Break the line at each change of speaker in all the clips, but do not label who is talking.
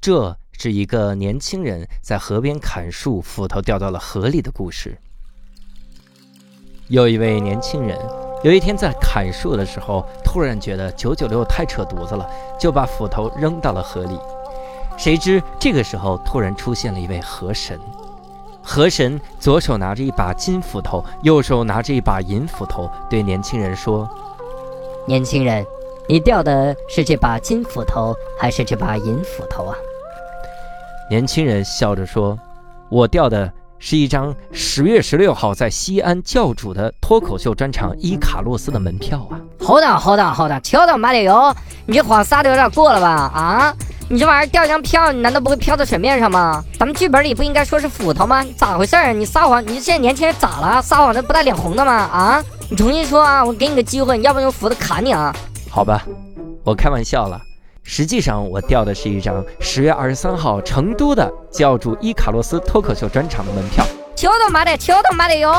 这是一个年轻人在河边砍树，斧头掉到了河里的故事。有一位年轻人，有一天在砍树的时候，突然觉得九九六太扯犊子了，就把斧头扔到了河里。谁知这个时候突然出现了一位河神，河神左手拿着一把金斧头，右手拿着一把银斧头，对年轻人说
年轻人，你掉的是这把金斧头还是这把银斧头啊？：“
年轻人笑着说，我掉的是一张十月十六号在西安教主的脱口秀专场《伊卡洛斯》的门票啊。”
好的，好的，好的，敲到马里油，你这谎撒的有点过了吧？啊，你这玩意儿掉一张票，你难道不会飘到水面上吗？咱们剧本里不应该说是斧头吗？咋回事儿？你撒谎，你现在年轻人咋了？撒谎这不带脸红的吗？啊，你重新说啊，我给你个机会，你要不用斧子砍你啊！
好吧，我开玩笑了。实际上，我掉的是一张十月二十三号成都的教主伊卡洛斯脱口秀专场的门票。
求他妈的，求他妈的哟！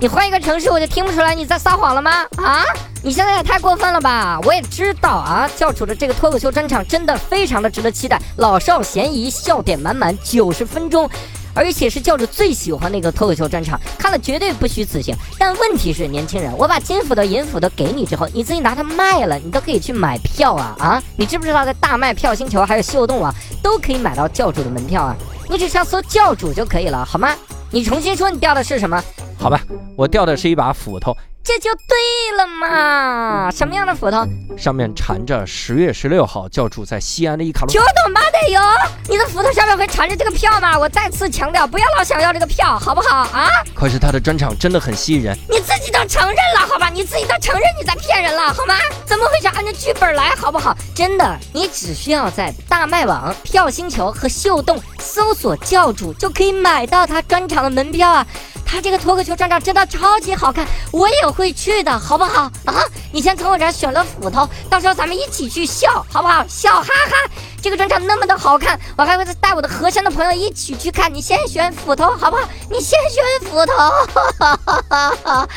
你换一个城市，我就听不出来你在撒谎了吗？啊！你现在也太过分了吧！我也知道啊，教主的这个脱口秀专场真的非常的值得期待，老少咸宜，笑点满满，九十分钟，而且是教主最喜欢的一个脱口秀专场，看了绝对不虚此行。但问题是，年轻人，我把金斧头、银斧头给你之后，你自己拿它卖了，你都可以去买票啊啊！你知不知道，在大麦、票星球还有秀动啊，都可以买到教主的门票啊？你只需要搜教主就可以了，好吗？你重新说你掉的是什么？
好吧，我掉的是一把斧头，
这就对了嘛！什么样的斧头？
上面缠着十月十六号教主在西安的伊卡洛
九
斯。
斗妈的油！你的斧头上面会缠着这个票吗？我再次强调，不要老想要这个票，好不好啊？
可是他的专场真的很吸引人，
你自己都承认了，好吧？你自己都承认你在骗人了，好吗？怎么回事？按照剧本来，好不好？真的，你只需要在大麦网、票星球和秀动搜索“教主”，就可以买到他专场的门票啊！他这个脱口秀专场真的超级好看，我也会去的，好不好？啊，你先从我这儿选了斧头，到时候咱们一起去笑，好不好？笑哈哈！这个专场那么的好看，我还会带我的河山的朋友一起去看。你先选斧头，好不好？你先选斧头。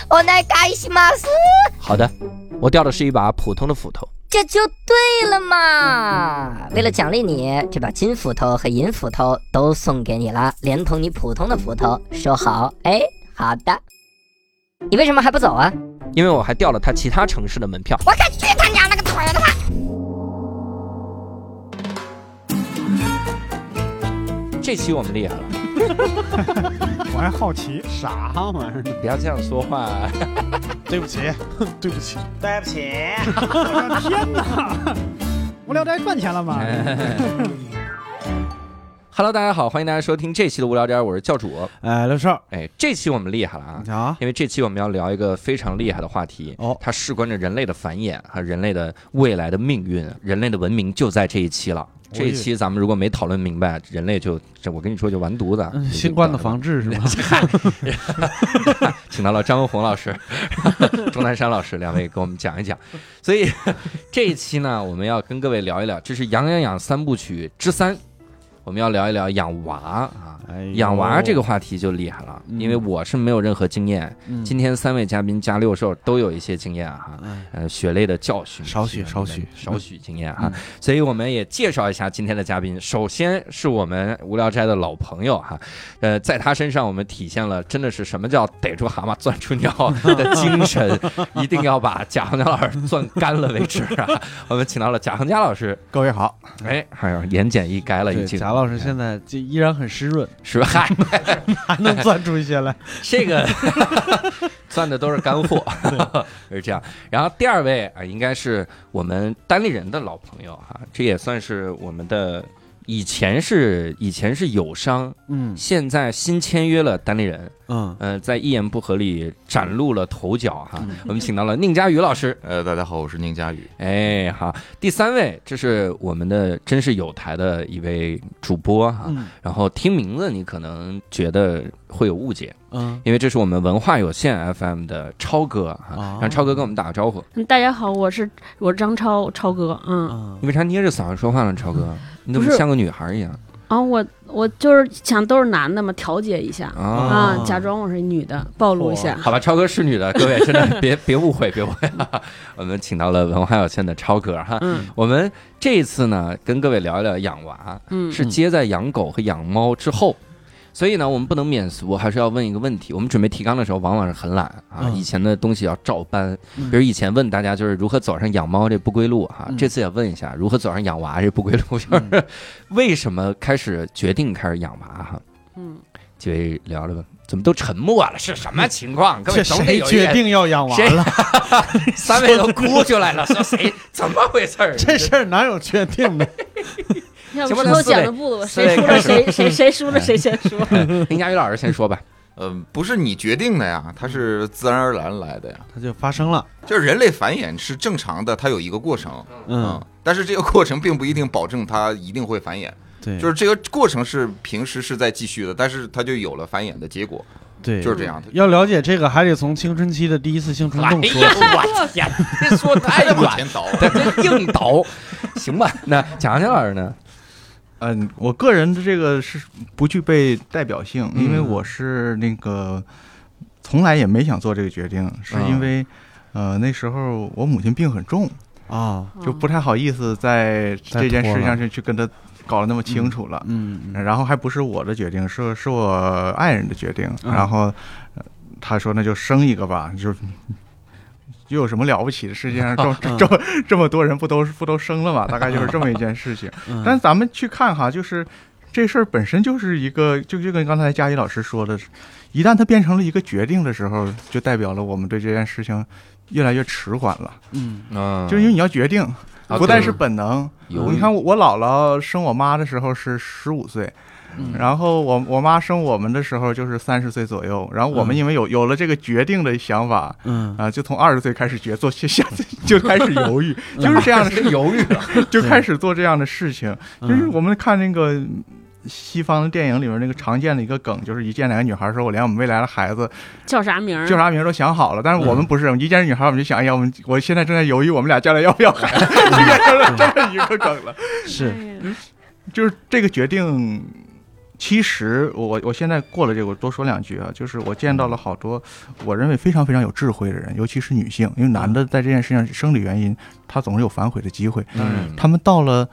お願いします。
好的，我掉的是一把普通的斧头。
这就对了嘛！为了奖励你，这把金斧头和银斧头都送给你了，连同你普通的斧头收好。哎，好的。你为什么还不走啊？
因为我还掉了他其他城市的门票。
我可去他娘了个腿的吧！
这期我们厉害了，
我还好奇啥玩意儿呢？
不要这样说话。
对 不起，对不起，
对不起。
天哪！无聊斋赚钱了吗？
哎
Hello，大家好，欢迎大家收听这期的无聊斋，我是教主。
哎，刘少
哎，这期我们厉害了啊！
啊，
因为这期我们要聊一个非常厉害的话题
哦
它事关着人类的繁衍和人类的未来的命运，人类的文明就在这一期了。这一期咱们如果没讨论明白，人类就这我跟你说就完犊子。你就
嗯新冠的防治是 吗？
请到了张文宏老师、钟南山老师两位给我们讲一讲。所以这一期呢，我们要跟各位聊一聊，这是《养养养》三部曲之三，我们要聊一聊养娃啊。
哎
嗯
呦
养娃这个话题就厉害了，
嗯
因为我是没有任何经验。
嗯
今天三位嘉宾加六兽都有一些经验哈、
哎
呃，血泪的教训，
少许
是吧
少许嗯
少许经验哈、所以我们也介绍一下今天的嘉宾。首先是我们无聊斋的老朋友哈、呃，在他身上我们体现了真的是什么叫逮住蛤蟆钻出鸟 的精神，一定要把贾行家老师攥干了为止 啊！我们请到了贾行家老师，
各位好，
哎，还有言简意赅了已
对，
经。
贾老师现在就依然很湿润，
是吧？嗨，
还能钻出一些来。
这个 算的都是干货，是这样。然后第二位啊，应该是我们单立人的老朋友哈、这也算是我们的以前是以前是友商，
嗯
现在新签约了单立人，
嗯，
呃，在一言不合里崭露了头角哈、我们请到了宁佳宇老师，
呃，大家好，我是宁佳宇。
哎好。第三位，这是我们的真是有台的一位主播哈、
嗯
然后听名字你可能觉得会有误解，
嗯，
因为这是我们文化有限 FM 的超哥啊
哦，
让超哥跟我们打个招呼。
嗯，大家好，我是我是张超超哥，嗯，
嗯
你为啥捏着嗓子说话呢？超哥，你怎么
不是
像个女孩一样？
啊，我我就是想都是男的嘛，调节一下
啊。
啊，假装我是女的，暴露一下。
好吧，超哥是女的，各位真的 别别误会，别误会、啊我们请到了文化有限的超哥哈。
嗯
我们这次呢，跟各位聊一聊养娃，
嗯，
是接在养狗和养猫之后。所以呢，我们不能免俗，还是要问一个问题。我们准备提纲的时候，往往是很懒啊，
嗯
以前的东西要照搬。
嗯
比如以前问大家就是如何走上养猫这不归路哈、
嗯
这次也问一下如何走上养娃这不归路，就是、
嗯
为什么开始决定开始养娃哈？
嗯，
几位聊聊吧，怎么都沉默了？是什么情况？各位
这
总得
谁
有一
决
点
定要养娃
谁
了？
三位都哭出来了，说谁怎么回事儿？
这事儿哪有确定的？
要
行吧那
不石头
四位
剪子布，
四位
谁输
开
了
始
谁谁 谁输了谁先输。
林佳宇老师先说吧。
呃，不是你决定的
嗯
呀，它是自然而然来的呀。
它就发生了。
就是人类繁衍是正常的，它有一个过程，
嗯，，
但是这个过程并不一定保证它一定会繁衍，
对，
就是这个过程是平时是在继续的，但是它就有了繁衍的结果，
对，
就是这样。
要了解这个，还得从青春期的第一次性
哎
冲
哎
动说 起。
我天，这说太
它这往
远，
前倒，
这硬倒，行吧？那蒋强老师呢？
嗯，我个人的这个是不具备代表性，
嗯
因为我是那个从来也没想做这个决定，是
嗯
因为、呃那时候我母亲病很重，
啊，
嗯
就不太好意思在
嗯再
这件
拖
事
了
上去去跟她搞得那么清楚了。
嗯，嗯
然后还不是我的决定，是是我爱人的决定。
嗯
然后呃他说：“那就生一个吧，就又有什么了不起的？世界 上
嗯
这这么这么多人不都不都生了嘛？大概就是这么一件事情。
嗯
但咱们去看哈，就是这事儿本身就是一个，就就跟刚才佳怡老师说的，一旦它变成了一个决定的时候，就代表了我们对这件事情越来越迟缓了。
嗯
嗯
就是因为你要决定，
啊
不但是
对
本能。
犹豫
你看我我姥姥生我妈的时候是十五岁，
嗯
然后我我妈生我们的时候就是三十岁左右，然后我们因为有有了这个决定的想法。
嗯，
啊，就从二十岁开始决做，下下就开始犹豫，就是这样的，
犹豫了，
就开始做这样的事情。
嗯
就是我们看那个西方的电影里面那个常见的一个梗，就是一见两个女孩说：“我连我们未来的孩子
叫啥名儿？
叫啥名儿都想好了。”但是我们不是，我们一见女孩我们就想：“哎呀，我们我现在正在犹豫，我们俩将来要不要孩子？”就变成了这么一个梗了。
哎
是
就是这个决定，其实我我现在过了这个，我多说两句啊，就是我见到了好多我认为非常非常有智慧的人，尤其是女性，因为男的在这件事情上生理原因，他总是有反悔的机会。
当
嗯
然
嗯他们到了，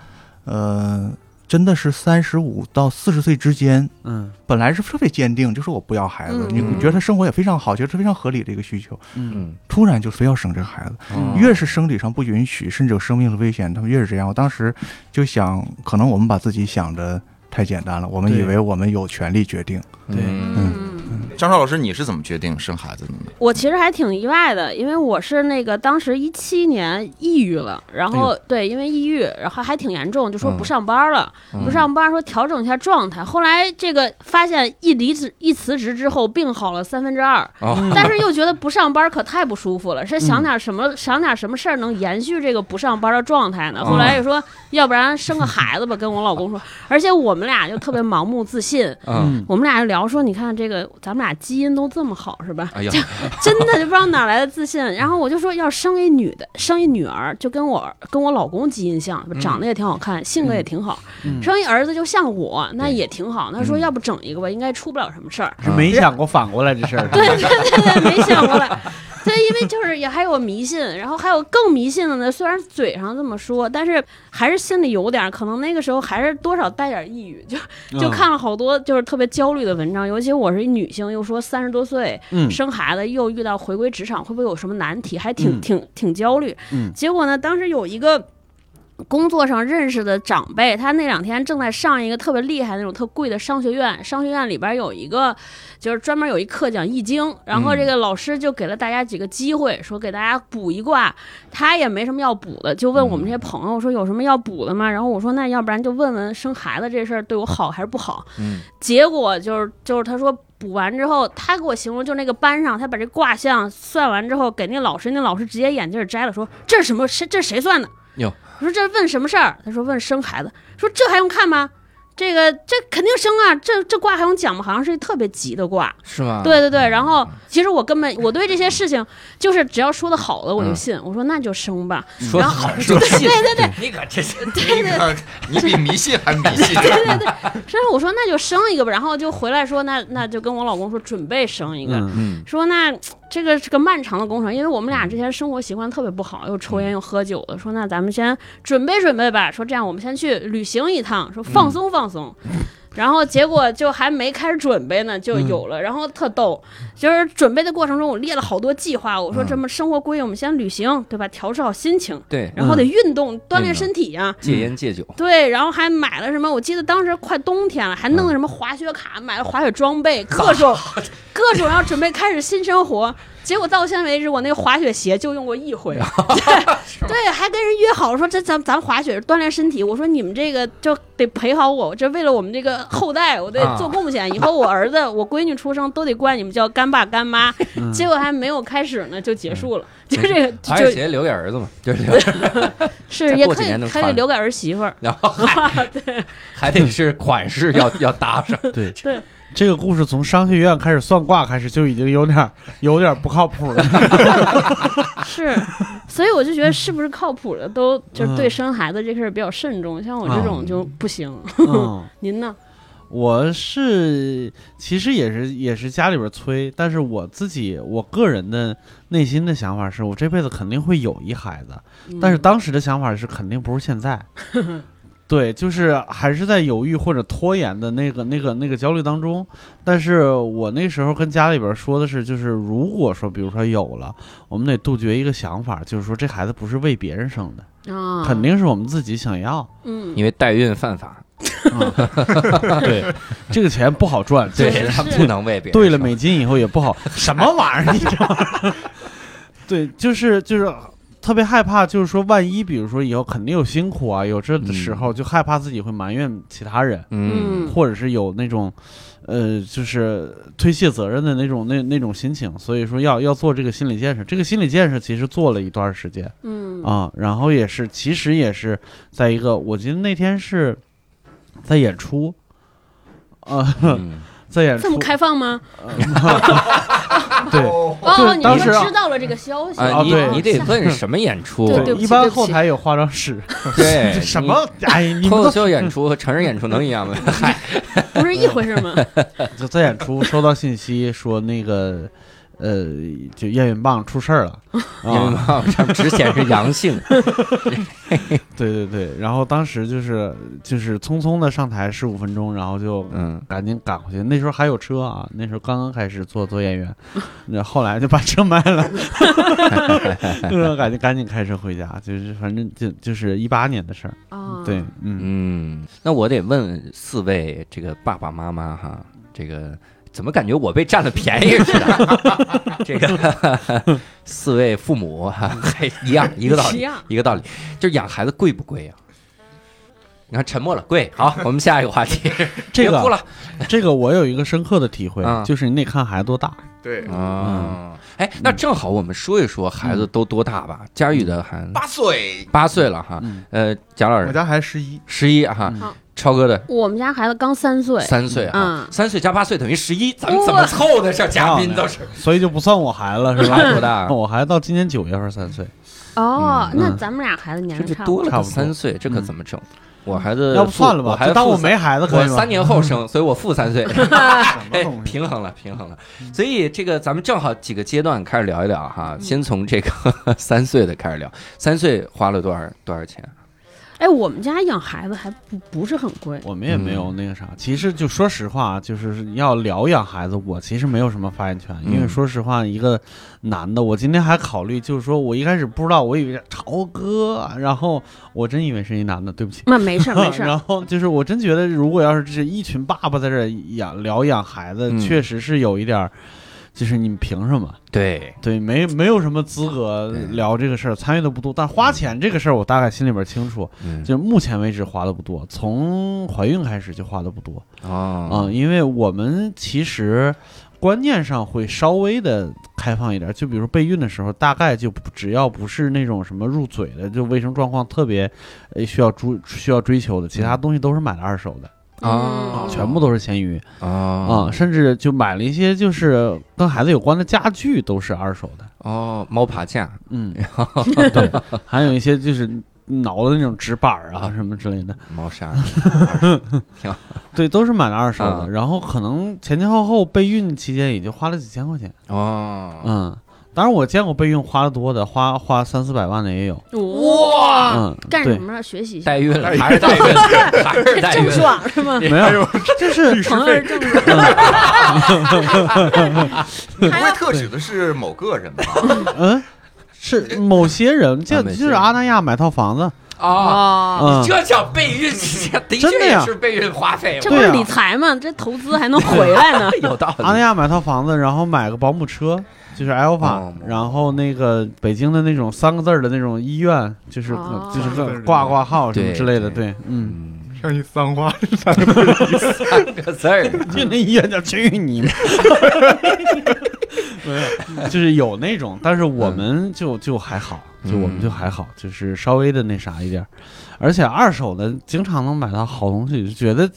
呃，真的是三十五到四十岁之间，
嗯
本来是特别坚定，就是我不要孩子，
嗯
你你觉得他生活也非常好，觉得是非常合理的一个需求，
嗯
嗯，
突然就非要生这个孩
嗯
子，
哦
越是生理上不允许，甚至有生命的危险，他们越是这样。我当时就想，可能我们把自己想的太简单了，我们
对
以为我们有权利决定。
对
嗯
嗯，
张少老师，你是怎么决定生孩子的呢？
我其实还挺意外的，因为我是那个当时一七年抑郁了，然后、对，因为抑郁，然后还挺严重，就说不
哎嗯
上班了，
嗯
不啊上班说调整一下状态。后来这个发现一离职一辞职之后，病好了三分之二，
哦
但是又觉得不上班可太不舒服了，
嗯
是想点什么、想点什么事儿能延续这个不上班的状态
嗯
呢？后来也说，要不然生个孩子吧，跟我老公说。而且我们俩就特别盲目自信，
嗯，
我们俩就聊说，你看这个咱们俩基因都这么好是吧？
哎 呀，
真的就不知道哪来的自信。然后我就说要生一女的，生一女儿，就跟我跟我老公基因像，
嗯
长得也挺好看，性格也挺好。
嗯
生一儿子就像我，那
对嗯
也挺好。他说要不整一个吧，应该出不了什么事儿。
是没想过反过来这事 儿。
对对对对，没想过来。 对，因为就是也还有迷信，然后还有更迷信的呢。虽然嘴上这么说，但是还是心里有点儿，可能那个时候还是多少带点儿抑郁，就 就
嗯
看了好多就是特别焦虑的文章。尤其我是一女性，又说三十多岁
嗯
生孩子，又遇到回归职场，会不会有什么难题？还挺
嗯
挺挺焦虑。
嗯
结果呢，当时有一个。工作上认识的长辈，他那两天正在上一个特别厉害的那种特贵的商学院，商学院里边有一个就是专门有一课讲易经，然
嗯
后这个老师就给了大家几个机会，说给大家卜一卦，他也没什么要补的，就问我们这些朋友说有什么要补的吗？然后我说那要不然就问问生孩子这事儿对我好还是不好。
嗯
结果就是就是他说补完之后，他给我形容就那个班上，他把这卦象算完之后给那老师，那老师直接眼镜儿摘了，说这是什么？谁这是谁算的？
哟
我说这问什么事儿？他说问生孩子。说这还用看吗？这个这肯定生啊，这这卦还用讲吗？好像是特别急的卦。
是吗？
对对对，然后其实我根本我对这些事情就是只要说的好了我就
嗯
信，我说那就生吧。
说
然
好说
对
信，
对对，
你可真是
你看， 你比迷信还迷 信。
所以我说那就生一个吧，然后就回来说那那就跟我老公说准备生一个，
嗯，
嗯，
说那这个是个漫长的工程，因为我们俩之前生活习惯特别不好，又抽
嗯
烟又喝酒的。说那咱们先准备准备吧，说这样我们先去旅行一趟，说
嗯
放松放松。然后结果就还没开始准备呢，就
嗯
有了。然后特逗，就是准备的过程中，我列了好多计划。我说
嗯
这么生活规律，我们先旅行，对吧？调试好心情，
对，
然后得运动，锻炼
嗯运动
身体呀、啊
戒烟戒酒，
对，然后还买了什么？我记得当时快冬天了，还
嗯
弄了什么滑雪卡，买了滑雪 装备，各种 各种，然后准备开始新生活。结果到现在为止，我那个滑雪鞋就用过 一回， 对对，还跟人约好说这咱咱滑雪锻炼身体。我说你们这个就得陪好我，这为了我们这个后代，我得
啊
做贡献。以后我儿子、我闺女出生都得管你们叫干爸 干妈。
嗯
结果还没有开始呢，就结束了， 就这个
滑雪
就
鞋留给儿子嘛，就是留给
是
再
也
过
可
几
以
年能
还得
穿。
留给儿媳妇儿
然后 还得是款式要要搭上，
对
对。
这个故事从商学院开始算卦开始就已经有点儿有点儿不靠谱了。
是，所以我就觉得是不是靠谱的都就是对
嗯
生孩子这事儿比较慎重，像我这种就不行。
嗯，
您呢？
我是其实也是也是家里边儿催，但是我自己我个人的内心的想法是我这辈子肯定会有一孩子，
嗯
但是当时的想法是肯定不是现在。对，就是还是在犹豫或者拖延的那个、那个、那个焦虑当中。但是我那时候跟家里边说的是，就是如果说，比如说有了，我们得杜绝一个想法，就是说这孩子不是为别人生的，
啊，
肯，定是我们自己想要。
嗯，
因为代孕犯法，
对，这个钱不好赚，
对
其实
他不能为别人
兑了
生
美金以后也不好，什么玩意儿？你知道吗？对，就是就是特别害怕，就是说万一比如说以后肯定有辛苦啊，有这时候就害怕自己会埋怨其他人，
嗯，
嗯
或者是有那种。呃，就是推卸责任的那种那那种心情，所以说要要做这个心理建设。这个心理建设其实做了一段时间，
嗯
啊，然后也是，其实也是在一个，我记得那天是在演出，啊、
嗯
在演出，
这么开放吗？
对
哦，你
当时
说
啊
知道了这个消息
啊，
哦
你
对
你得 问什么演出？
对对不起
一
对
般
不
后
起
台有化妆师，
对
这什么？哎，你
你
们
脱口
都
秀演出和成人演出能一 样吗？
不是一回事 吗？
就在演出收到信息说那个，呃，就验孕棒出事儿了，
因为
啊，
网上只显示阳 性，
对对对，然后当时就是就是匆匆的上台十五分钟，然后就
嗯，
赶紧赶回去。那时候还有车啊，那时候刚刚开始做做演员，那后来就把车卖了，嗯赶紧赶紧开车回家，就是反正就就是一八年的事儿。
啊，
对，，嗯，
嗯，那我得问四位这个爸爸妈妈哈，这个怎么感觉我被占了便宜似的？ 这个 四位父母哈，还一样一个道
一
理
样，
一个道理，就是养孩子贵不贵呀、啊你看沉默了，贵。好，我们下一个话题，
这
别哭
个
了。
这个我有一个深刻的体会
啊，
就是你得看孩子多大。
对，
啊，哎，那正好我们说一说孩子都多大吧？佳宇的孩子
八岁
八岁了哈，
嗯
呃，贾老
我
师
家还十一，
十一哈
嗯，
超哥的
我们家孩子刚三岁，
三岁啊，
嗯
三岁加八岁等于十一，咱们怎么凑的？这嘉宾都是
所以就不嗯算我孩子了，是吧？
差多大啊
我孩子到今年九月份三岁，
哦，
嗯
那
嗯
咱们俩孩子年
这就
龄差
多
多。
了
差
个
不多嗯
三岁，这可怎么整？我孩子
要不
负
算了
呃我
吧，
孩
就
子
当我
负
没孩子可
我
以吗？
三年后 生，所以我负三岁，哎
东西嗯
平衡了，平衡了。所以这个咱们正好几个阶段开始聊一聊哈，先从这个 三岁的开始聊。三岁花了多少多少钱？
哎，我们家养孩子还不不是很贵，
我们也没有那个啥，其实就说实话，就是要疗养孩子，我其实没有什么发言权，因为
嗯
说实话，一个男的，我今天还考虑，就是说我一开始不知道，我以为是超哥，然后我真以为是一男的，对不起。
那没事儿 没事 儿，
然后就是，我真觉得，如果要是这一群爸爸在这儿养疗养孩子，
嗯
确实是有一点儿，就是你们凭什么？
对，
对，没没有什么资格
对
聊这个事儿，参与的不多。但花钱这个事儿，我大概心里边儿清楚，
嗯，
就目前为止花的不多，从怀孕开始就花的不多啊、
哦，
因为我们其实观念上会稍微的开放一点，就比如说备孕的时候，大概就不只要不是那种什么入嘴的，就卫生状况特别呃需要追需要追求的，其他东西都是买的二手的。
啊
嗯
全部都是闲鱼啊
啊，
甚至就买了一些就是跟孩子有关的家具都是二手的，
哦，猫爬架
嗯，对，还有一些就是挠的那种纸板儿啊什么之类的，
猫 砂，
对，都是买了二手的。
啊
然后可能前前后后备孕期间也就花了几千块钱，
哦，
嗯，当然我见过备孕花的多的，花花三四百万的也有，
哇
嗯，
干
对
什，么呢？学习一下，
代孕了，还是代 孕，还 是代
郑
孕，
爽是吗？
没有，就是
朋友是郑爽，
你不会特指的是某个人 吧？
嗯，是某些人，就
啊某些人
就是阿那亚买套房子，
啊，
哦，
嗯，
这叫备孕，啊的
真
确
的
也
呀
是备孕花费，啊
这不是理财吗？这投资还能回来呢。
有道
阿那
理。
亚买套房子，然后买个保姆车，就是 Alpha，、
哦
然后那个北京的那种三个字儿的那种医院，就是、
哦
就是
三个字儿
个
的
挂挂号什么
对
之类的，
对
对，嗯，
嗯，
像一脏 话，
三个字儿，
就那医院叫去你妈。 没有，就是有那种，但是我们就就还好，就我们就还好，就是稍微的那啥一点儿，而且二手的经常能买到好东西，就觉得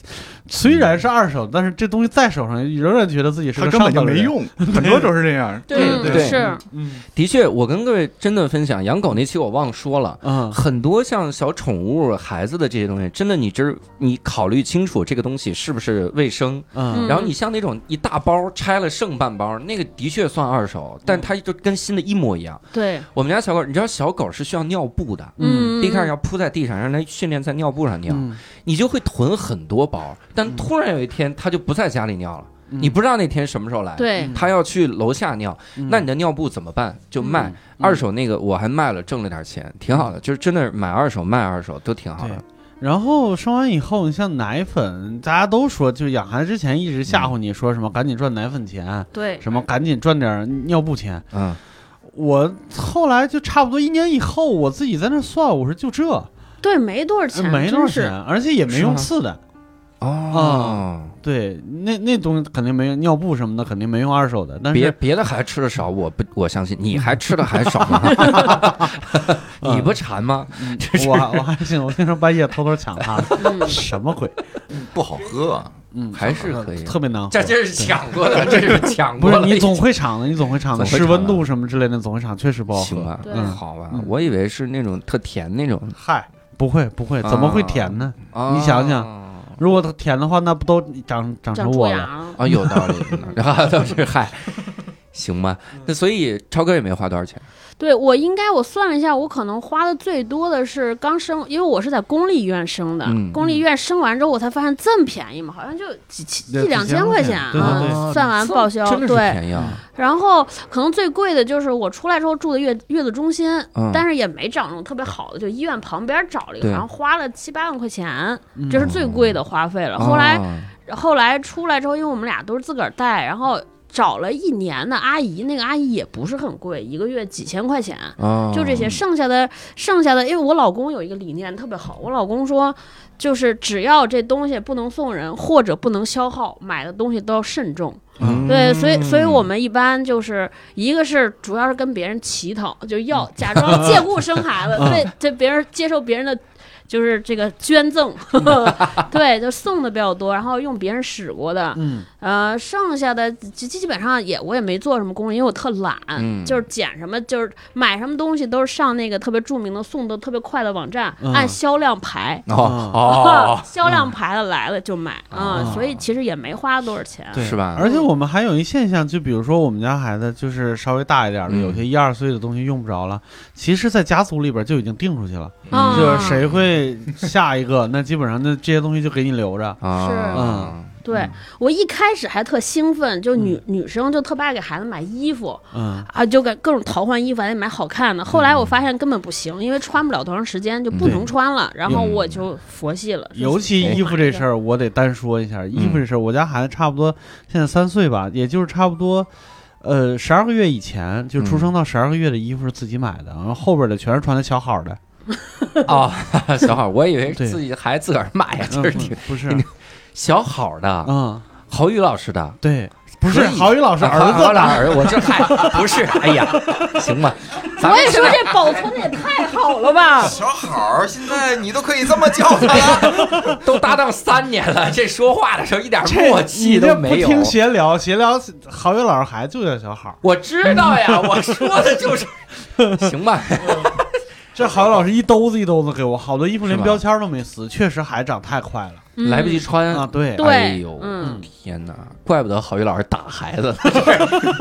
虽然是二手，但是这东西在手上仍然觉得自己是
他
个
根
上
本就
等人
没。用，很多都是这样。
对
嗯
对
是，
嗯
的确，我跟各位真的分享养狗那期我忘说了。
嗯，
很多像小宠物、孩子的这些东西，真的你真你考虑清楚这个东西是不是卫生。
嗯
然后你像那种一大包拆了剩半包，那个的确算二手，但它就跟新的一模一样。
对，
我们家小狗，你知道小狗是需要尿布的，
嗯
第一开始要铺在地上，让它训练在尿布上尿，
嗯，
你就会囤很多包。但
嗯
突然有一天，它就不在家里尿了，
嗯
你不知道那天什么时候来，
对
它要去楼下尿，
嗯
那你的尿布怎么办？就卖。
嗯
二手那个我还卖了，挣了点钱，挺好的。就是真的买二手卖二手都挺好的。
然后生完以后，你像奶粉，大家都说，就养孩子之前一直吓唬你说什么赶紧赚奶粉钱，
对，
什么赶紧赚点尿布钱。
嗯，
我后来就差不多一年以后，我自己在那算，我说就这，
对，没多少
呃
钱，
没多少
真是
钱，而且也没用次的。
哦，
对，那那东西肯定没用，尿布什么的肯定没用二手的，但
别
是
别的还吃的少，我不我相信你还吃的还少吗？ 你不馋吗？
嗯我我还行，我经常半夜偷偷抢他，
嗯
什么鬼？
不好喝啊，？
嗯，
还是可以啊
特别难喝。
这这是抢过的，这是抢
不
过
是
的。
你总会场的，你总会场的，
总会
室温
场的
度什么之类的，总会场确实不好
行
喝。
吧？
对
嗯好吧
嗯，
我以为是那种特甜那种。
嗨，不会不会，怎么会甜呢？
啊
你想想如果它甜的话，那不都长长
长
成
蛀
我
牙
了？
了。
啊，有 道理。 然后都是嗨，行吧？
嗯
那所以超哥也没花多少钱。
对我应该我算了一下，我可能花的最多的是刚生，因为我是在公立医院生的，
嗯
公立医院生完之后我才发现这么便宜嘛，好像就几千
对
一两千块钱
对对对
啊，算完报销
真的是
对。
便宜啊！
然后可能最贵的就是我出来之后住的月月子中心，
嗯
但是也没找那种特别好的，就医院旁边找了一个，
对
然后花了七八万块钱，这是最贵的花费了。
哦
后来后来出来之后，因为我们俩都是自个儿带，然后找了一年的阿姨，那个阿姨也不是很贵，一个月几千块钱，
哦
就这些。剩下的剩下的，因为我老公有一个理念特别好，我老公说，就是只要这东西不能送人或者不能消耗，买的东西都要慎重。
嗯
对，所以所以我们一般就是一个是主要是跟别人乞讨，就要假装借故生孩子，对，这别人接受别人的。就是这个捐赠， 对，就送的比较多，然后用别人使过的，
嗯，
呃，剩下的基基本上也我也没做什么工作，因为我特懒，
嗯
就是捡什么就是买什么东西都是上那个特别著名的送的特别快的网站，
嗯
按销量排，
哦
啊
哦
销量排的来了就买啊、
哦
所以其实也没花多少钱。
对，
哦是吧
而且我们还有一现象，就比如说我们家孩子就是稍微大一点的，
嗯
有些一二岁的东西用不着了，其实，在家族里边就已经定出去了，
嗯
啊
就是谁会下一 个，那基本上那这些东西就给你留着。
啊，
对
嗯
我一开始还特兴奋，就女、女生就特别爱给孩子买衣服
嗯，
啊，就给各种淘换衣服，还得买好看的。后来我发现根本不行，因为穿不了多长时间就不能穿了，然后我就佛系了。
尤其衣服这事
儿，
儿，我得单说一
嗯
下。衣服这事儿，我家孩子差不多现在三岁吧，也就是差不多，呃，十二个月以前，就出
嗯
生到十二个月的衣服是自己买的，然后后边的全是穿的小好 的。
哦， 小好，我以为
对
自己还自个儿买，就
嗯
是
不
挺
不是，
挺小好的，
嗯，
郝宇老师的，
对，不是
可以
郝宇老师儿子
老儿子，我这嗨，不是，哎呀，行吧，咱
我
们
也
现
说
在
这保存的也太好了吧
小好儿，现在你都可以这么叫他了。
都搭档三年了，这说话的时候一点
这
默契
你这
都没有
不。听闲聊，闲聊郝宇老师还就叫小好。
我知道呀， 我说的 就是，行吧，
这郝宇老师一兜子一兜子给我，好多衣服
是
连
吧
标签都没撕，确实还长太快了
嗯
来不及穿
啊！。对
对
哎呦，
嗯
天哪！怪不得郝宇老师打孩 子，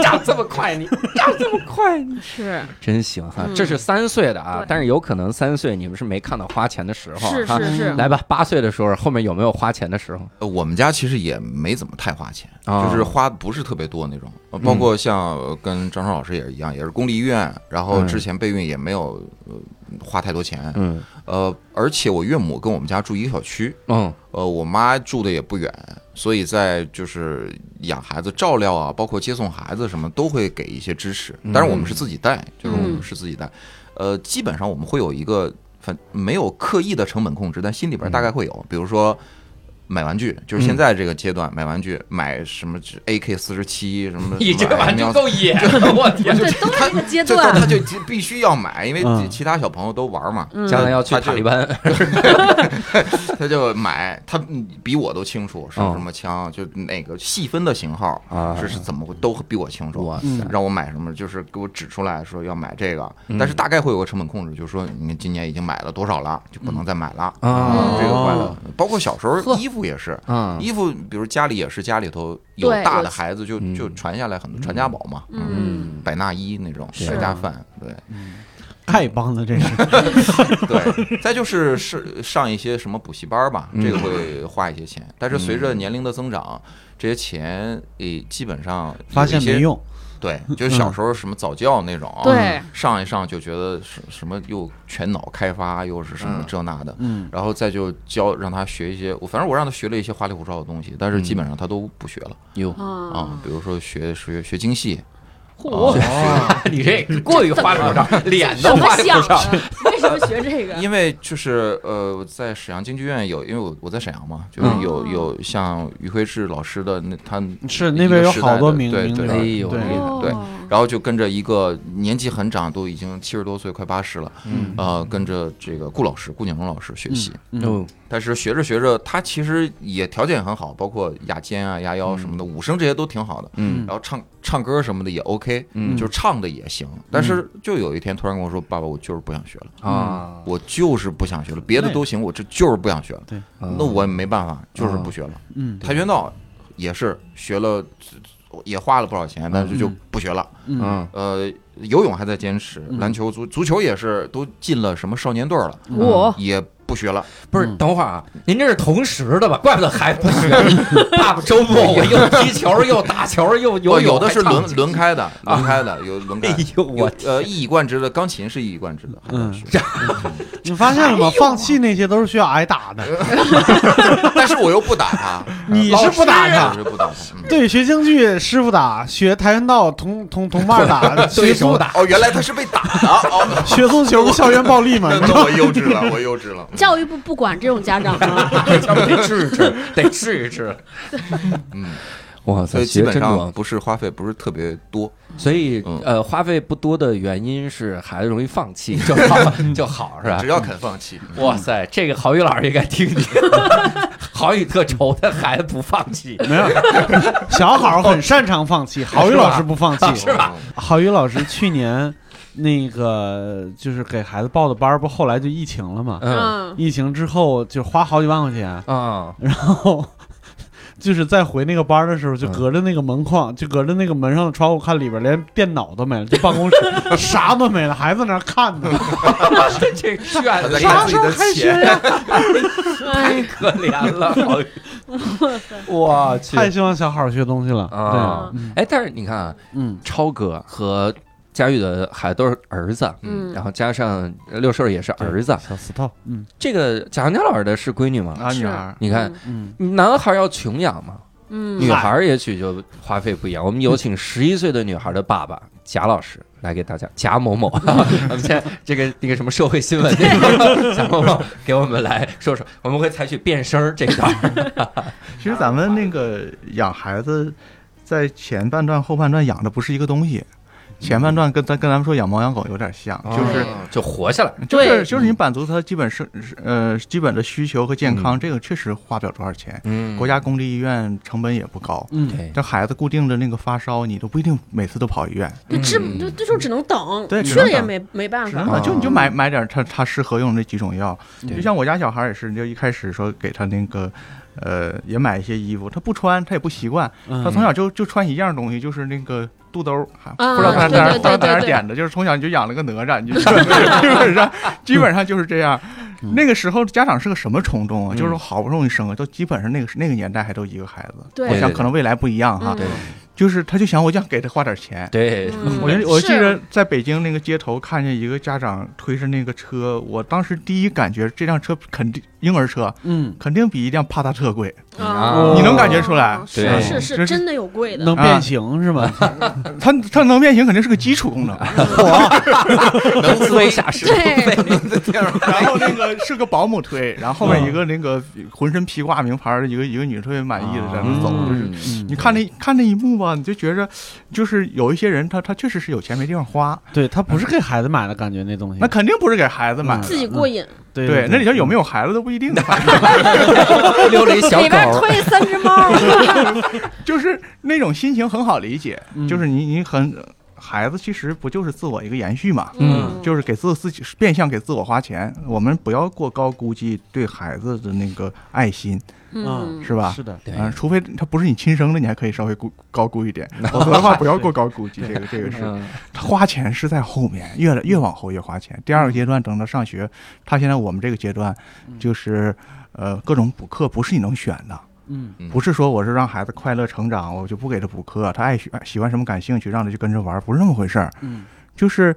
长这么快你，长这么快你，
嗯是
真行哈！
嗯
这是三岁的啊
对，
但是有可能三岁你们是没看到花钱的时候
是
哈。
是
啊
是，
来吧，八岁的时候后面有没有花钱的时候？
呃我们家其实也没怎么太花钱，
啊嗯
就是花不是特别多那种。呃包括像呃跟张超老师也是一样，也是公立医院，然后
嗯
之前备孕也没有呃花太多钱。
嗯
呃，而且我岳母跟我们家住一个小区，
嗯
呃，我妈住的也不远，所以在就是养孩子照料啊，包括接送孩子什么，都会给一些支持
嗯。
但是我们是自己带，就是我
嗯
们是自己带，呃，基本上我们会有一个反没有刻意的成本控制，但心里边大
嗯
概会有，比如说。买玩具，就是现在这个阶段，买玩具，买什么 AK 四十七什么，
你这
买
玩具
喵
够野了，我天！
对，都是这个阶
这这
段
他，就必须要买，因为
嗯
其他小朋友都玩嘛，
嗯
将来要去塔利班，
他就买，他嗯比我都清楚什
嗯
么什么枪，就哪个细分的型号
啊
是是怎么会都比我清楚。
哇
嗯
塞！
让我买什么，就是给我指出来说要买这个
嗯，
但是大概会有个成本控制，就是说你今年已经买了多少了，就不能再买了。
嗯
嗯
啊
这个坏
哦
了，包括小时
呵
候衣服也是，
啊，
嗯
衣服比如家里也是，家里头有
对
大
有
的孩子就
嗯
就传下来很多传家宝嘛，
嗯，
百纳衣那种
是
百家饭，对。
丐帮的这是，
对，再就是是上一些什么补习班儿吧，
嗯
这个会花一些钱，但是随
嗯
着年龄的增长，这些钱也基本上有
发现
一些
没。用。嗯
对，就是小时候什么早教那种，啊
对，
上一上就觉得什什么又全脑开发，又是什么
嗯
这那的。
嗯，
然后再就教让他学一些，我反正我让他学了一些花里胡哨的东西，但
嗯
是基本上他都不学了
哟，
嗯
啊
啊，，
比如说学学啊学京戏，
啊
嚯，
你这过于花里胡哨，脸
怎
都
么
花里胡
想
哨。
的？为什么学这
啊
个？
因为就是呃，在沈阳京剧院有，因为我我在沈阳嘛，就是
嗯
有有像于辉志老师的那他，
嗯是那边有好多名
一个时代
名
的
流，
对
哎呦
对，
哦
对然后就跟着一个年纪很长，都已经七十多岁，快八十了，
嗯
呃，跟着这个顾老师顾景龙老师学习。
嗯
哟，
但是学着学着，他其实也条件也很好，包括压肩啊、压腰什么的，五声这些都挺好的。
嗯
然后唱唱歌什么的也 OK，
嗯
就是唱的也行。但是就有一天突然跟我说：“爸爸，我就是不想学了，
啊，
我就是不想学了，别的都行，我这就是不想学了。”
嗯
那我也没办法，就是不学了。
嗯
跆拳道也是学了，也花了不少钱，但是就不学了。
嗯
嗯
呃，游泳还在坚持，
嗯
篮球、足足球也是都进了什么少年队了，
哦
我
也不学了。
不是，等会儿啊，您这是同时的吧？怪不得还不学。 爸爸周末我又踢球，又打球，又游
我
泳，
呃有的是
还唱啊
轮轮。开的，轮开的有轮
哎
开。
呦，
有
我
呃一以贯之的钢琴是一以贯之的，还在
嗯
学。
你发现了 吗？放弃那些都是需要挨打
哎
的。
但是我又不打 他，呃
你是不打他
我是不打他。嗯
对，学京剧师傅打，学跆拳道同 同同伴 打，学
对手
足
打，
哦，原来他是被打的哦，
学足球校园暴力 嘛，你知
那
道
我幼稚了，我幼稚了。
教育部不管这种家长 吗？
得治一治，得治一治。
嗯，
哇
所
塞，
以基
学
本
真
上
多。
不是花费不是特别多，
所以
嗯
呃，花费不多的原因是孩子容易放 弃，就好就好是吧
只？要肯放 弃。
哇塞，这个郝宇老师应该听你。 郝宇特愁他孩子不放弃，
没有，小好很擅长放弃，郝宇老师不放 弃，
啊是吧？
嗯
郝宇老师去年那个就是给孩子报的班儿，不后来就疫情了嘛？
嗯
嗯，
疫情之后就花好几万块钱，
啊，
然后 就是再回那个班儿的时候，就
嗯
隔着那个门框，就隔着那个门上的窗户看里边，连电脑都没了，就办公室 啥都没了，还在那儿看呢。
这 这炫
他
的
在
呀
看自己的钱，
哎，
可怜 了， 郝宇，我去
太希望小好学东西了。
啊
对，嗯！
哎，但是你看啊，
嗯，
超哥和佳玉的孩子都是儿子，
嗯
然后加上六兽也是儿
啊
子，
小石头，嗯
这个贾长江老师的是闺女吗？
啊，女孩，
你看，
嗯，
男孩要穷养嘛，
嗯，
女孩儿也许就花费不一样。我们有请十一岁的女孩的爸爸贾老师来给大家，贾某 某，我们现在这个那个什么社会新闻，贾某某给我们来说说，我们会采取变声儿这一段儿。
其实咱们那个养孩子。在前半段后半段养的不是一个东西。前半段跟咱跟咱们说养猫养狗有点像，就是
哦就活下来，
就是
对
就是你满足它基本生呃基本的需求和健康，这个确实花不了多少钱。
嗯
国家公立医院成本也不高，
嗯，
对
这孩子固定的那个发烧，你都不一定每次都跑医院，
就治
嗯
就这时候只能等，
对只
去
能
了也
等
没没办
只
法
能。买就你就
啊
买买点他他适合用的那几种药。
对
就像我家小孩也是，你就一开始说给他那个，呃，也买一些衣服，他不穿，他也不习惯，
嗯
他从小就就穿一样东西，就是那个。肚兜儿，还
啊
不知道在哪儿
对对
在哪儿在哪儿
对对
点的，就是从小你就养了个哪 吒，你就基本上基本上就是这样。
嗯
那个时候家长是个什么冲动
嗯
啊？就是好不容易生个，都基本上那个那个年代还都一个孩子，
对
我想啊
对对
可能未来不一样哈
嗯。
对
就是他就想我想给他花点钱，
对，
嗯
我觉得我记
是
得在北京那个街头看见一个家长推着那个车，我当时第一感觉这辆车肯定婴儿车
嗯，
肯定比一辆帕萨特贵，
嗯
啊
你能感觉出来
是
对
是
这
是，
是
真的有贵的。
能
啊
变形是 吧？
它它能变形肯定是个基础功能，
能自动 下士，
对，
然后那个是个保姆推， 然后后面一个那个浑身披挂名牌儿的一个一个女的特别满意的在那走，
嗯
就是。
嗯
你看那看那一幕吧，你就觉着，就是有一些人他他确实是有钱没地方花，
对他不是给孩子买的感觉，那东西
那肯定不是给孩子买的。
自己过瘾，
对
嗯对，那里头有没有孩子都不一定呢。
溜了一小
里边
狗，
推三只猫，
就是那种心情很好理解，
嗯
就是你你很孩子其实不就是自我一个延续嘛，
嗯
就是给自自己变相给自我花钱，我们不要过高估计对孩子的那个爱心，
嗯
嗯，
是吧？
是的，
对
嗯、除非他不是你亲生的，你还可以稍微估高估 一点，否则的话不要过高估计这个这个是。
嗯
他花钱是在后面，越来越往后越花钱。第二个阶段等到上学，他现在我们这个阶段就是呃各种补课不是你能选的，
嗯
嗯
不是说我是让孩子快乐成长，我就不给他补课，他爱学喜欢什么感兴趣，让他去跟着玩儿，不是那么回事儿。
嗯
就是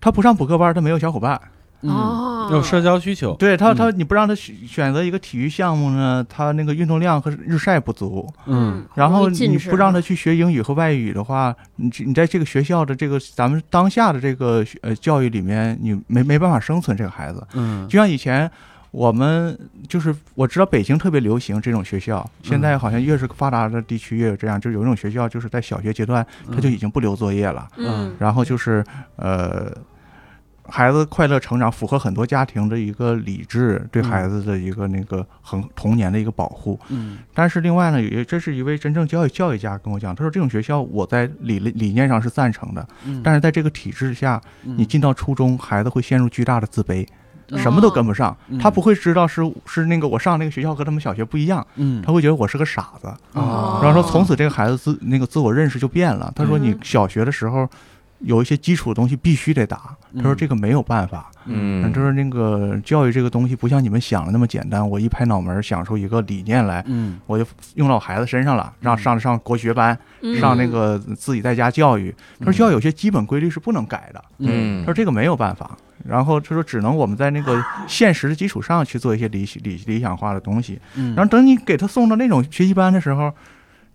他不上补课班，他没有小伙伴。
嗯，
哦，
有社交需求，
对他，
嗯
他你不让他选选择一个体育项目呢，他那个运动量和日晒不足。
嗯，
然后
哦容易
你
近视啊
不让他去学英语和外语的话，你这你在这个学校的这个咱们当下的这个呃教育里面，你没没办法生存这个孩子。
嗯
就像以前我们就是我知道北京特别流行这种学校，现在好像越是发达的地区越有这样，就有一种学校就是在小学阶段他就已经不留作业了，
嗯，
然后就是呃。孩子快乐成长，符合很多家庭的一个理智，对
嗯
孩子的一个那个很童年的一个保护。
嗯
但是另外呢，也这是一位真正教育教育家跟我讲，他说这种学校我在理论理念上是赞成的，
嗯，
但是在这个体制下，
嗯哦
你进到初中，孩子会陷入巨大的自卑，
嗯
什么都跟不上
嗯，
他不会知道是是那个我上那个学校和他们小学不一样，
嗯
他会觉得我是个傻子。
哦
然后说从此这个孩子自那个自我认识就变了。他说你
嗯
小学的时候有一些基础的东西必须得打，他说
嗯
这个没有办法。
嗯，
就是那个教育这个东西不像你们想的那么简单，我一拍脑门儿想出一个理念来。
嗯
我就用到孩子身上了，让上上国学班，
嗯
上那个自己在家教育。他说教育有些基本规律是不能改的，
嗯
嗯
他说这个没有办法。然后他说只能我们在那个
啊
现实的基础上去做一些理理理想化的东西。
嗯，
然后等你给他送到那种学习班的时候，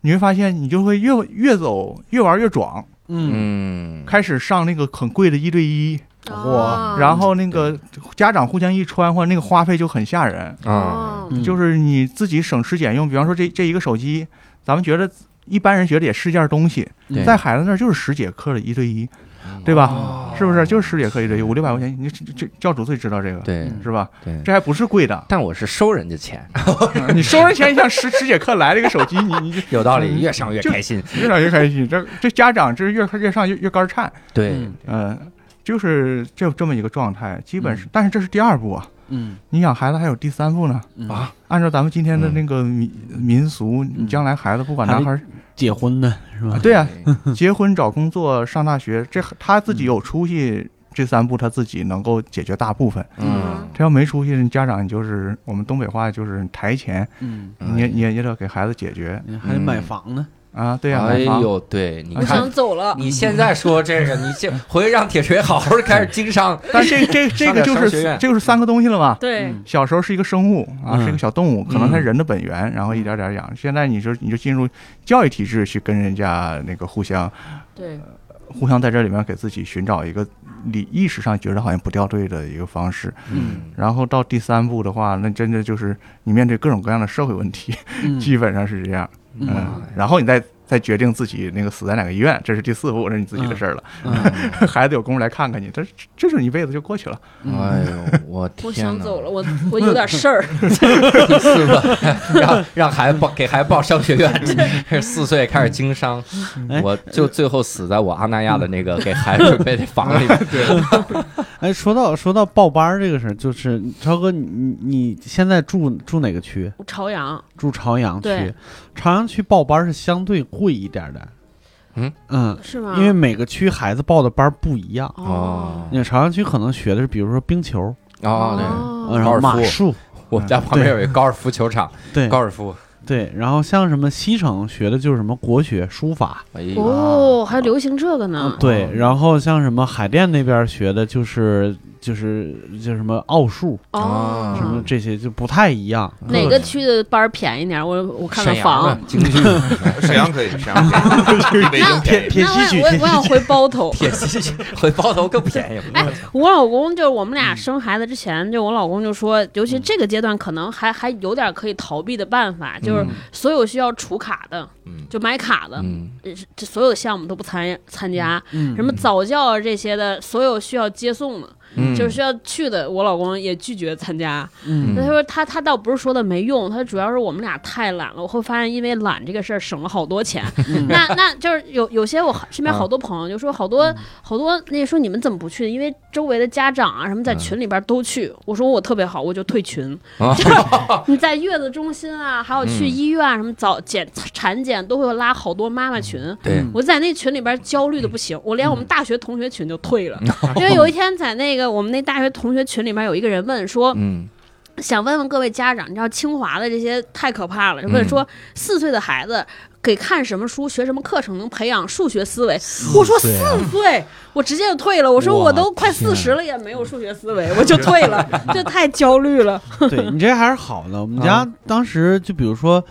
你会发现你就会越越走越玩越壮，
嗯
嗯，
开始上那个很贵的一对一，
哦
然后那个家长互相一穿换，那个花费就很吓人。
啊，
哦
嗯嗯
就是你自己省吃俭用，比方说这这一个手机，咱们觉得一般人觉得也是件东西，
对
在孩子那儿就是十节课的一对一，对
嗯
吧？是不是？就是十节课一对一，五六百块钱，你这这教主最知道这个，
哦对
嗯
嗯
是吧？
对，，
这还不是贵的
但我是收人家钱，
你收人钱，像十十节课来了一个手机，你你
有道理，越上越开心，
嗯就越嗯来越开心。这这家长这是越越上越越肝儿颤，
对，
嗯，就是这这么一个状态，基本是，但是这是第二步啊。
嗯
你养孩子还有第三步呢
嗯
啊！按照咱们今天
嗯
的那个民民俗，你将来孩子不管男孩儿
结婚呢是
嗯
吧？
对啊，结婚、找工作、上大学，这他
嗯
自己有出息，这三步他自己能够解决大部分。
嗯，
他要没出息，你家长就是我们东北话就是抬钱，
嗯，
哎
你也你也也得给孩子解决
你嗯还得买房呢，
啊。对呀、啊，
哎
买房。
呦，对，你
我
看
想。走了，
嗯
你现在说这个，你这回去让铁锤好好开始经商，
但这这这个
上点
就
商学
是
院
这就是三个东西了嘛。
对，
嗯
小时候是一个生物啊，
嗯
是一个小动物，可能它
嗯
人的本源，然后一点点养。现在你就你就进入教育体制去跟人家那个互相
对，
互相在这里面给自己寻找一个理意识上觉得好像不掉队的一个方式。
嗯，
然后到第三步的话，那 真的就是你面对各种各样的社会问题，
嗯
基本上是这样。
嗯
然后你再再决定自己那个死在哪个医院，这是第四步，这是你自己的事儿了。
嗯
孩子有功夫来看看你，这这是你一辈子就过去了。
啊
哎呦，我
我
天
想
哪！
走了，我我有点事 儿。
第四个，让让孩子报给孩子报商学 院，这四岁开始经商，
哎
我就最后死在我阿那亚的那 个给孩子准备的房里面。
哎，说到说到报班儿这个事儿，就是超哥，你你你现在住住哪个区？
朝阳，
住朝阳区
对，
朝阳区报班儿是相对贵一点儿的。
嗯
嗯，
是吗？
因为每个区孩子报的班儿不一样。
哦，
嗯
那朝阳区可能学的是，比如说冰球，
哦，
嗯
呃然
高
后
尔夫
马术，
对，我们家旁边有一高尔夫球场，
对
高尔夫。
对，然后像什么西城学的就是什么国学、书法，
哎呀，
对哦，还流行这个呢。
对，然后像什么海淀那边儿学的就是就是就什么奥数，
哦
啊，
什么这些就不太一样。嗯
哪个区的班儿便宜点儿？我我看看
沈阳
房
的。京剧
沈阳可以，沈阳可以，比北京便宜。
铁
那
西
我
区，
我
铁
我想
西区，
回包 头。
铁西回包头更便 宜。
哎， 我老公就是我们俩生孩子之前，就我老公就说，尤其这个阶段可能还还有点可以逃避的办法，就是所有需要储卡的，
嗯
就买卡的，呃
嗯，
这所有项目都不参参加，
嗯
什么早教啊这些的，所有需要接送的，
嗯
就是需要去的，我老公也拒绝参加。
嗯
他说他他倒不是说的没用，他主要是我们俩太懒了。我会发现，因为懒这个事儿省了好多 钱。
嗯
那那就是有有些我身
啊
边好多朋友就说好多、
嗯
好多那说你们怎么不去？因为周围的家长啊什么在群里边都去。我说我特别好，我就退群。
嗯 啊嗯
你在月子中心啊，还有去医院啊什么早检产检都会拉好多妈妈
嗯
群。
对，嗯
我在那群里边焦虑的不行，我连我们大学同学群就 退了，因为有一天在那个我们那大学同学群里边有一个人问说，
嗯，
想问问各位家长，你知道清华的这些太可怕了，问
嗯
说四岁的孩子给看什么书、学什么课程能培养数学思维？我说四
啊
岁，我直接就退了。我说我都快四十了，也没有数学思维，我就退 了，这太焦虑了。
对你这还是好的。我们家
嗯
当时就比如说，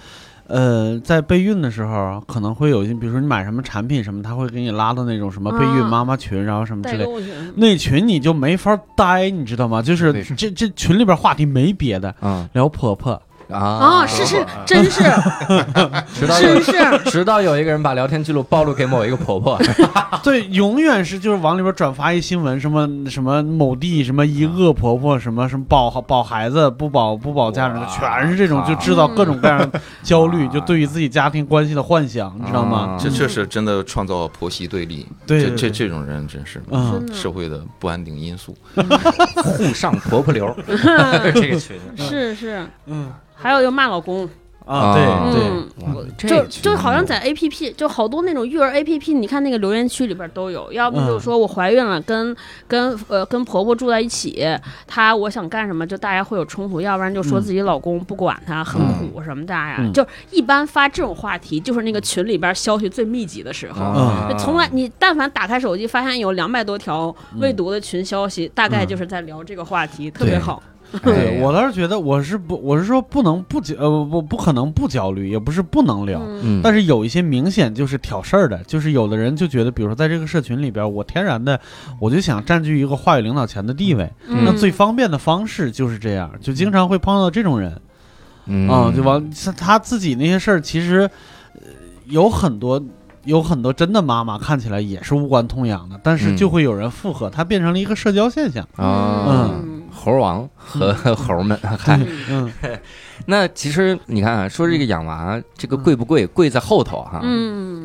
呃，在备孕的时候可能会有一些，比如说你买什么产品什么，他会给你拉到那种什么备孕
啊
妈妈群，然后什么之
代
类。
购去，
那群你就没法待，你知道吗？就是
对
这这群里边话题没别的，
嗯
聊婆婆，
啊
啊，是是，真 是
直到有
真是。
直到有一个人把聊天记录暴露给某一个婆 婆，
对，永远是就是往里边转发一新闻，什么什么某地什么一恶婆婆，什么什么保保孩子不保不保家人，
哇
全是这种，就制造各种各样的焦虑， 就对于自己家庭关系的幻想，你知道
啊？
吗
这确实真的创造了婆媳对立，
对
这
对
这
对
这种人真是
嗯，
社会的不安定因素。
沪上婆婆 流，这个群
是是，
嗯，
还有就骂老公，
啊，对
啊
对，
嗯，
哇这
就
个群
就好像在 A P P，就好多那种育儿 A P P，你看那个留言区里边都有，要不就
嗯
说我怀孕了，跟跟呃跟婆婆住在一起，她我想干什么，就大家会有冲突，要不然就说自己老公不管她，很苦什么的呀，
嗯
就一般发这种话题，就是那个群里边消息最密集的时候。
啊
嗯
就从来你但凡打开手机，发现有两百多条未读的群消息，大概就是在聊这个话题，特
嗯
别
对
好。
哎
对
呀
我倒是觉得我是不，我是说不能不焦，呃不不可能不焦虑，也不是不能聊，
嗯，
嗯
但是有一些明显就是挑事儿的，就是有的人就觉得，比如说在这个社群里边，我天然的我就想占据一个话语领导权的地位，
嗯
那最方便的方式就是这样，就经常会碰到这种人
嗯
啊、就往他他自己那些事儿，其实、呃有很多有很多真的妈妈看起来也是无关痛痒的，但是
嗯
就会有人附和，它变成了一个社交现象。
嗯
啊猴王和 猴们，嗨，
嗯
那其实你看啊，说这个养娃，这个贵不贵，贵在后头啊
啊
哈，
嗯，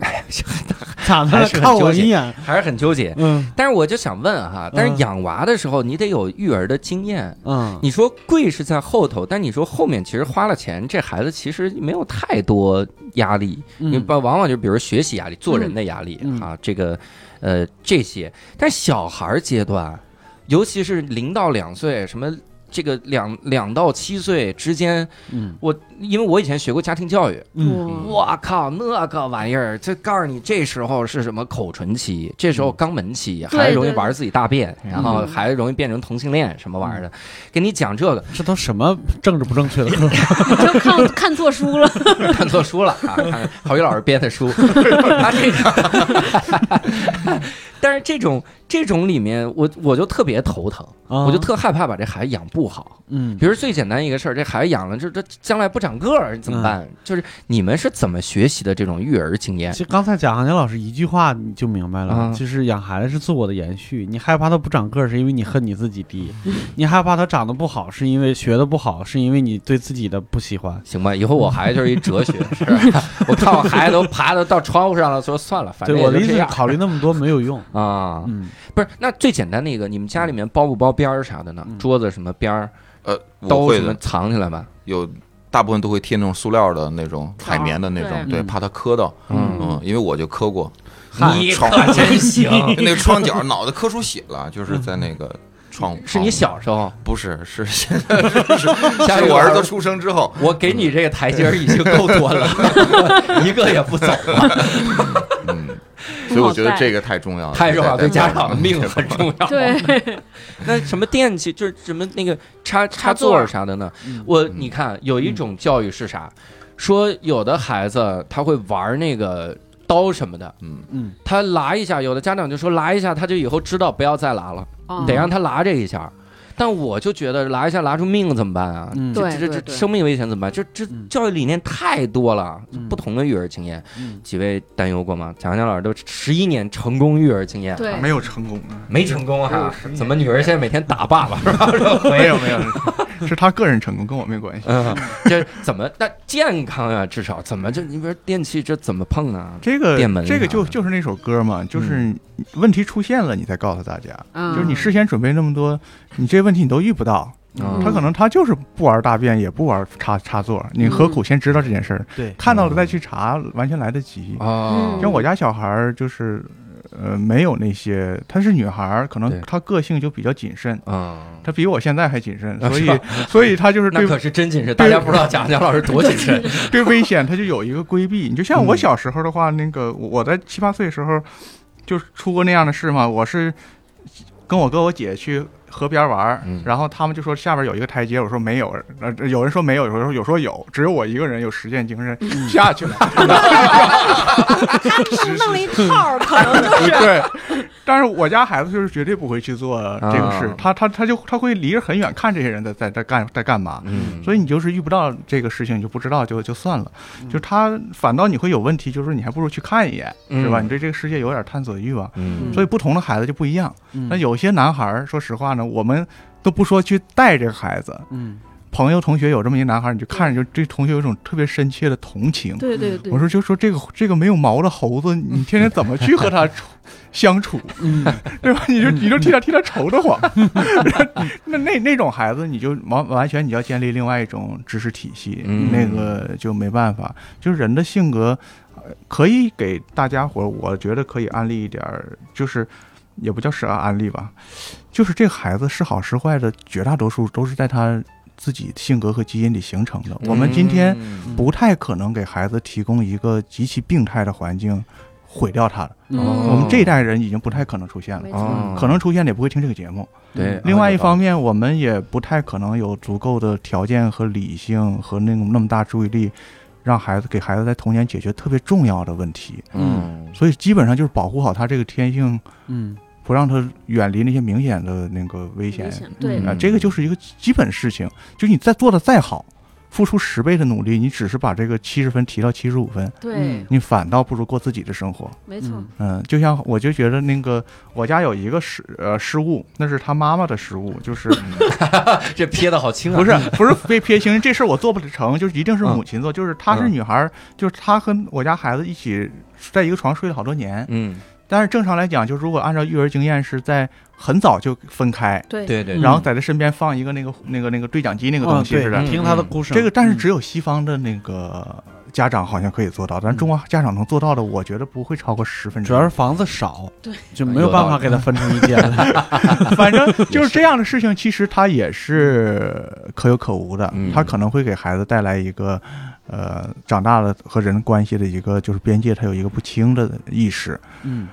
咋的
还是很
看我
纠结
一眼？
还是很纠结。
嗯
但是我就想问哈，但是
嗯
养娃的时候，你得有育儿的经验。
嗯，
你说贵是在后头，但你说后面其实花了钱，这孩子其实没有太多压力。你
嗯
把往往就比如学习压力、做人的压力、
嗯
啊，这个呃这些。但小孩儿阶段，尤其是零到两岁，什么这个两两到七岁之间，
嗯
我因为我以前学过家庭教育，
嗯
我靠那个玩意儿，这告诉你这时候是什么口唇期，这时候肛门期，
嗯对
孩子容易
对
玩自己大便，然后
嗯
孩子容易变成同性恋什么玩意儿的，给你讲这个
这都什么政治不正确的课？
就看看错书了。
看错 书了啊，看郝宇老师编的书，他这个。 但是这种这种里面，我我就特别头疼，
啊
我就特害怕把这孩子养不好。
嗯
比如最简单一个事儿，这孩子养了，这这将来不长个儿怎么
嗯
办？就是你们是怎么学习的这种育儿经验
其？实刚才贾行家老师一句话你就明白了，
哎啊
就是养孩子是自我的延续。你害怕他不长个儿，是因为你恨你自己低；你害怕他长得不好，是因为学的不好，是因为你对自己的不喜欢。
行吧，以后我孩子就是一 哲学，是吧？我看我孩子都爬到到窗户上了，说算了，反正
对我的
也
意
就
思
这
是，
样
考虑那么多没有 用。
啊。
嗯，
不是，那最简单的一个，你们家里面包不包边儿啥的呢？
嗯
桌子什么边儿，
呃，我
刀
会
什么
的，
藏起来吧？
有大部分都会贴那种塑料的那种海绵的那种，
对
对，
嗯
怕它磕到。
嗯
嗯，因为我就 磕过，
嗨
你可
真行，
那个窗角脑袋磕出血了，就是在那个窗。
是你小时候，
不是 是是
下
是我儿子出生之后，
我给你这个台阶儿已经够多 了，一个也不走了。
嗯，所以我觉得这个太重要了，
太重要，对
对
家长的命很重要。，
对，
那什么电器，就是什么那个插插
插
座
座
儿啥的呢？
嗯
我你看，有一种教育是啥？说有的孩子他会玩那个刀什么的，
嗯
嗯，
他拉一下，有的家长就说拉一下，他就以后知道不要再拉了，
嗯
哦
得让他拉这一下。但我就觉得拉一下拉出命怎么办啊？
嗯
这
对
这这这
对
生命危险怎么办？这这
嗯
教育理念太多了，
嗯
不同的育儿经验，
嗯
几位担忧过吗？蒋蒋老师都十一年成功育儿经验，
对
没有成功，
没成功啊
只有
哈
11？年
怎么女儿现在每天打爸爸？
没有没有，是他个人成功，跟我没关系。
嗯，这怎么？那健康呀、至少怎么这？你比如电器这怎么碰啊呢？
这个
电门
这个
啥
就
的
就是那首歌嘛，就是问题出现了，你再告诉大家，
嗯
就是你事先准备那么多，你这问题你都遇不到。
嗯
他可能他就是不玩大便，也不玩插插座，你何苦先知道这件事儿？
对，
看到了再去查，完全来得及。
啊
嗯
像我家小孩儿就是，呃，没有那些，她是女孩儿，可
对
能她个性就比较谨慎，
嗯，
她比我现在还谨慎，
啊
所
是
以
吧
所以她就是
那
对
可是真谨慎，大家不知道蒋蒋老师多谨 慎。
对危险，他就有一个规避。你就像我
嗯
小时候的话，那个我我在七八岁的时候，就是出过那样的事嘛。我是跟我哥我姐去河边玩儿，
嗯
然后他们就说下边有一个台阶，我说没有，呃，有人说没有，有人说有说有，只有我一个人有实践精神，
嗯
下去了。
他弄了一套，可能就
对，但是我家孩子就是绝对不会去做这个事，
啊
他他他就他会离着很远看这些人在在在干在干嘛。
嗯，
所以你就是遇不到这个事情，你就不知道就就算了，就他反倒你会有问题，就是你还不如去看一眼，
嗯
是吧？你对这个世界有点探索欲望，
嗯
所以不同的孩子就不一样。那
那
有些男孩儿，说实话呢，我们都不说去带这个孩子，
嗯
朋友同学有这么一男孩儿，你就看着就对同学有一种特别深切的同情。
对对对
我说就说这个这个没有毛的猴子，你天天怎么去和他 处相处，
嗯
对吧？你就你就替他替他愁得慌。 那那那种孩子，你就完完全你要建立另外一种知识体系，
嗯
那个就没办法。就是人的性格，呃可以给大家伙儿，我觉得可以安利一点儿，就是也不叫是啊安利吧，就是这个孩子是好是坏的，绝大多数都是在他自己性格和基因里形成的。我们今天。
嗯
不太可能给孩子提供一个极其病态的环境，毁掉他了。
哦
我们这一代人已经不太可能出现了
没，错
哦
可能出现的也不会听这个节目。
对。哦
另外一方面，我们也不太可能有足够的条件和理性和那种那么大注意力，让孩子给孩子在童年解决特别重要的问题。
嗯，
所以基本上就是保护好他这个天性，
嗯
不让他远离那些明显的那个危险
危险，对
嗯
啊，这个就是一个基本事情，就是你再做的再好，付出十倍的努力，你只是把这个七十分提到七十五分，
嗯
对，
你反倒不如过自己的生活。
没错，
嗯，就像我就觉得那个我家有一个失呃失误，那是他妈妈的失误，就是
这撇的好轻啊！
不是不是被撇清，这事儿我做不成，就是一定是
嗯
母亲做，就是她是
嗯
女孩儿，就是她和我家孩子一起在一个床睡了好多年，
嗯，
但是正常来讲，就是如果按照育儿经验是在很早就分开，
对
对对，嗯
然后在他身边放一个那个那个那个对讲机那个东
啊
西
对
似的，
听他的嗯哭声，
这个，但是只有西方的那个家长好像可以做到，咱中国家长能做到的，我觉得不会超过十分
嗯
钟。
主要是房子少，
对，
就没有办法给他分成一间来。
反正就是这样的事情，其实它也是可有可无的
嗯，
它可能会给孩子带来一个，呃，长大了和人关系的一个就是边界，它有一个不清的意识。
嗯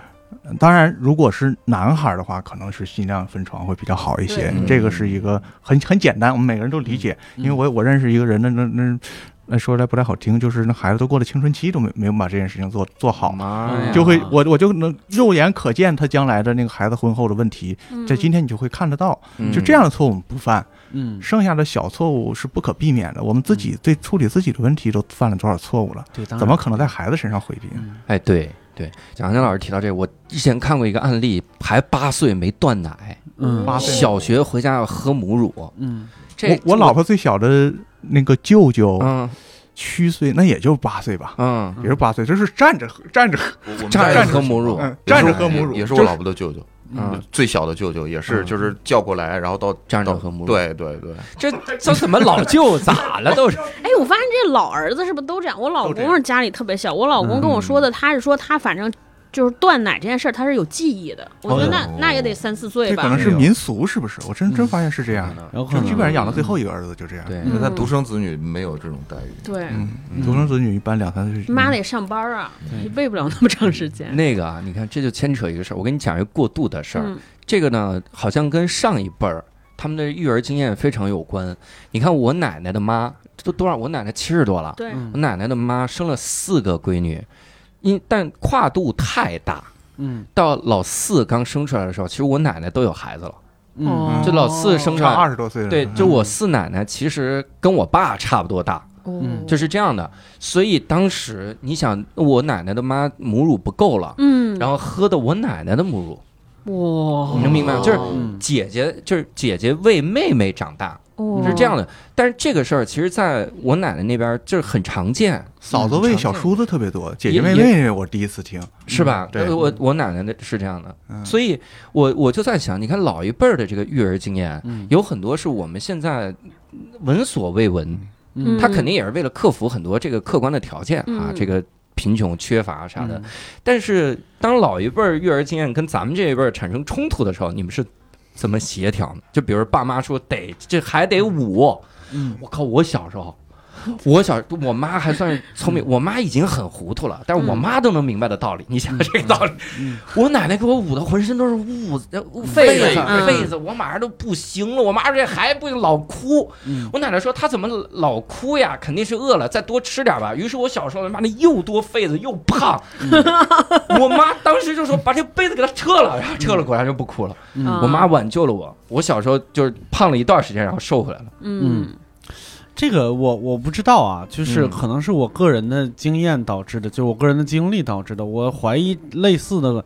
当然，如果是男孩的话，可能是尽量分床会比较好一些
对。
这个是一个很很简单，我们每个人都理解。
嗯
因为我我认识一个人，那那那那说出来不太好听，就是那孩子都过了青春期，都没没有把这件事情做做好
嗯
嘛，
哎呀
就会我我就能肉眼可见他将来的那个孩子婚后的问题，在今
天
天你就会看得到。
嗯
就这样的错误我们不犯，
嗯，
剩下的小错误是不可避免的。我们自己对处理自己的问题都犯了多少错误了，
对，当然
怎么可能在孩子身上回避？
嗯
哎，对对，蒋江老师提到这个，我之前看过一个案例，还八岁没断奶，
嗯
八岁哦
小学回家要喝母乳，
嗯
这
我我老婆最小的那个舅舅
嗯
七岁，那也就八岁吧，
嗯，
也就八岁，就是站着喝站着喝，
我我们
站着
家
站
也
着
喝母乳，
嗯，站着喝母乳，
也是
就
我老婆的舅舅，
嗯，
最小的舅舅也是，
嗯
就是叫过来，然后到
站着
到
喝母乳
对对对，
这这怎么 老舅咋了都是？
哎，我发现这老儿子是不是都这样？我老
都这
公是家里特别小，我老公跟我说的，他是说他反正就是断奶这件事儿，他是有记忆的。我觉得那
哦
那也得三四岁
这可能
吧。
是民俗，是不是？我真真发现是啊这样的，
有可
就
能
基本上养到最后一个儿子就这样。
嗯对，
嗯
那他独生子女没有这种待遇，
对，
嗯，独生子女一般两三岁，
妈得上班啊，喂不了那么长时间。
那个啊，你看这就牵扯一个事儿，我跟你讲一个过渡的事儿。
嗯
这个呢，好像跟上一辈儿他们的育儿经验非常有关。你看我奶奶的妈，这都多少？我奶奶七十多了，
对，
我
嗯
奶奶的妈生了四个闺女，因但跨度太大。
嗯
到老四刚生出来的时候，其实我奶奶都有孩子了。
哦
嗯，
这老四生出
差
来，
二十多岁了。
对，
嗯
就我四奶奶其实跟我爸差不多大，
嗯
就是这样的。所以当时你想，我奶奶的妈母乳不够了，
嗯，
然后喝的我奶奶的母乳，
哇，
你能明白吗？就是
嗯
姐姐，就是姐姐为妹妹长大，
哦
是这样的。但是这个事儿，其实在我奶奶那边儿就是很常见，
嫂子喂小叔子特别多，姐
也
姐妹妹我第一次听。
是吧？
对
呃我我奶奶的是这样的，
嗯
所以我我就在想，你看老一辈儿的这个育儿经验，
嗯
有很多是我们现在闻所未闻，
嗯
他肯定也是为了克服很多这个客观的条件啊，
嗯
这个贫穷、缺乏啥的
嗯。
但是当老一辈儿育儿经验跟咱们这一辈儿产生冲突的时候，你们是怎么协调呢？就比如爸妈说得这还得捂，
嗯
我靠，我小时候。我小我妈还算是聪明，我妈已经很糊涂了，但是我妈都能明白的道理，你想这个道理，
嗯
我奶奶给我捂的浑身都是痦子、呃痦痱
痱
子
子、嗯
痱子，我马上都不行了，我妈这还不老哭，
嗯
我奶奶说她怎么老哭呀？肯定是饿了，再多吃点吧。于是我小时候他妈的又多痱子又胖，我妈当时就说把这被子给她撤了，然后撤了果然就不哭了。
啊
嗯
我妈挽救了我，我小时候就是胖了一段时间，然后瘦回来了。
嗯
这个我我不知道啊，就是
嗯
可能是我个人的经验导致的，就是我个人的经历导致的。我怀疑类似的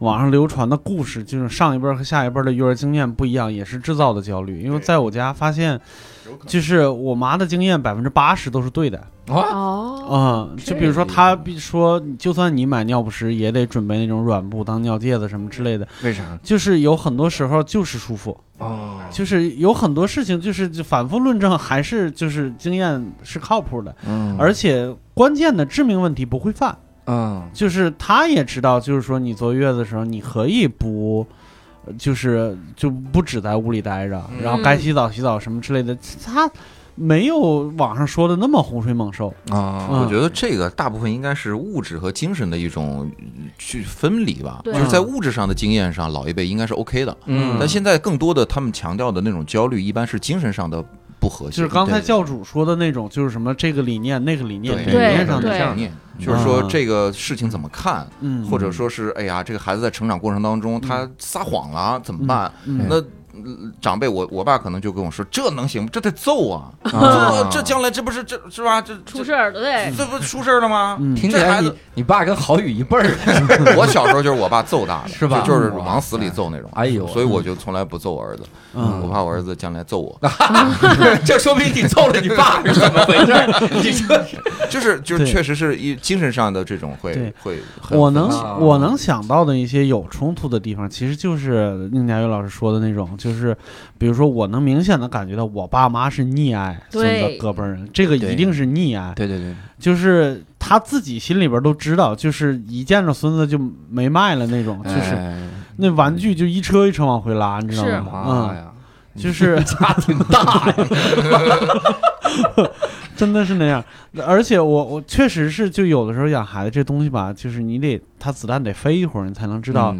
网上流传的故事，就是上一辈儿和下一辈儿的育儿经验不一样，也是制造的焦虑。因为在我家发现，就是我妈的经验百分之八十都是对的。
啊，
哦，
嗯，就比如说她比说，就算你买尿不湿，也得准备那种软布当尿介子什么之类的，
为啥？
就是有很多时候就是舒服。
哦，
就是有很多事情，就是就反复论证，还是就是经验是靠谱的，
嗯
而且关键的致命问题不会犯。
嗯
就是他也知道，就是说你坐月子的时候，你可以不，呃就是就不只在屋里待着，
嗯
然后该洗澡洗澡什么之类的，他没有网上说的那么洪水猛兽。
啊，
嗯
我觉得这个大部分应该是物质和精神的一种嗯去分离吧，
对
就是在物质上的经验上，老一辈应该是 OK 的，
嗯
但现在更多的他们强调的那种焦虑，一般是精神上的不和谐，
就是刚才
对
教主说的那种，就是什么这个理念那个理念，
对
理念上
对
的
对
事
理
儿，
念，就是说这个事情怎么看，
嗯，
或者说是哎呀，这个孩子在成长过程当中他撒谎了啊怎么办？
嗯
那。呃长辈，我我爸可能就跟我说：“这能行？这得揍啊！
啊
这这将来这不是这是吧？这
出
这
事儿了，对，
这不出事儿了吗？
嗯
听起
这
来
孩
你
子哎
你爸跟郝宇一辈儿。
我小时候就是我爸揍大的，
是吧
就就是往死里揍那种。
哎呦
所以我就从来不揍我儿子，
嗯
我怕我儿子将来揍我。
这说明你揍了你爸是怎么回事 儿？你这是
就是就是，
对
确实是一精神上的这种会
对
会嗯很
我能
分歧
我能想到的一些有冲突的地方，其实就是宁佳宇老师说的那种，就是比如说，我能明显的感觉到我爸妈是溺爱孙子
对
哥们儿人，这个
对
一定是溺爱，
对对对，
就是他自己心里边都知道，就是一见着孙子就没卖了那种，就是
哎
那玩具就一车一车往回拉，你知道
妈
吗？
呀，
嗯，就是
家挺大呀。
真的是那样，而且我我确
嗯
实是，就有的时候养孩子这东西吧，就是你得他子弹得飞一会儿，你才能知道。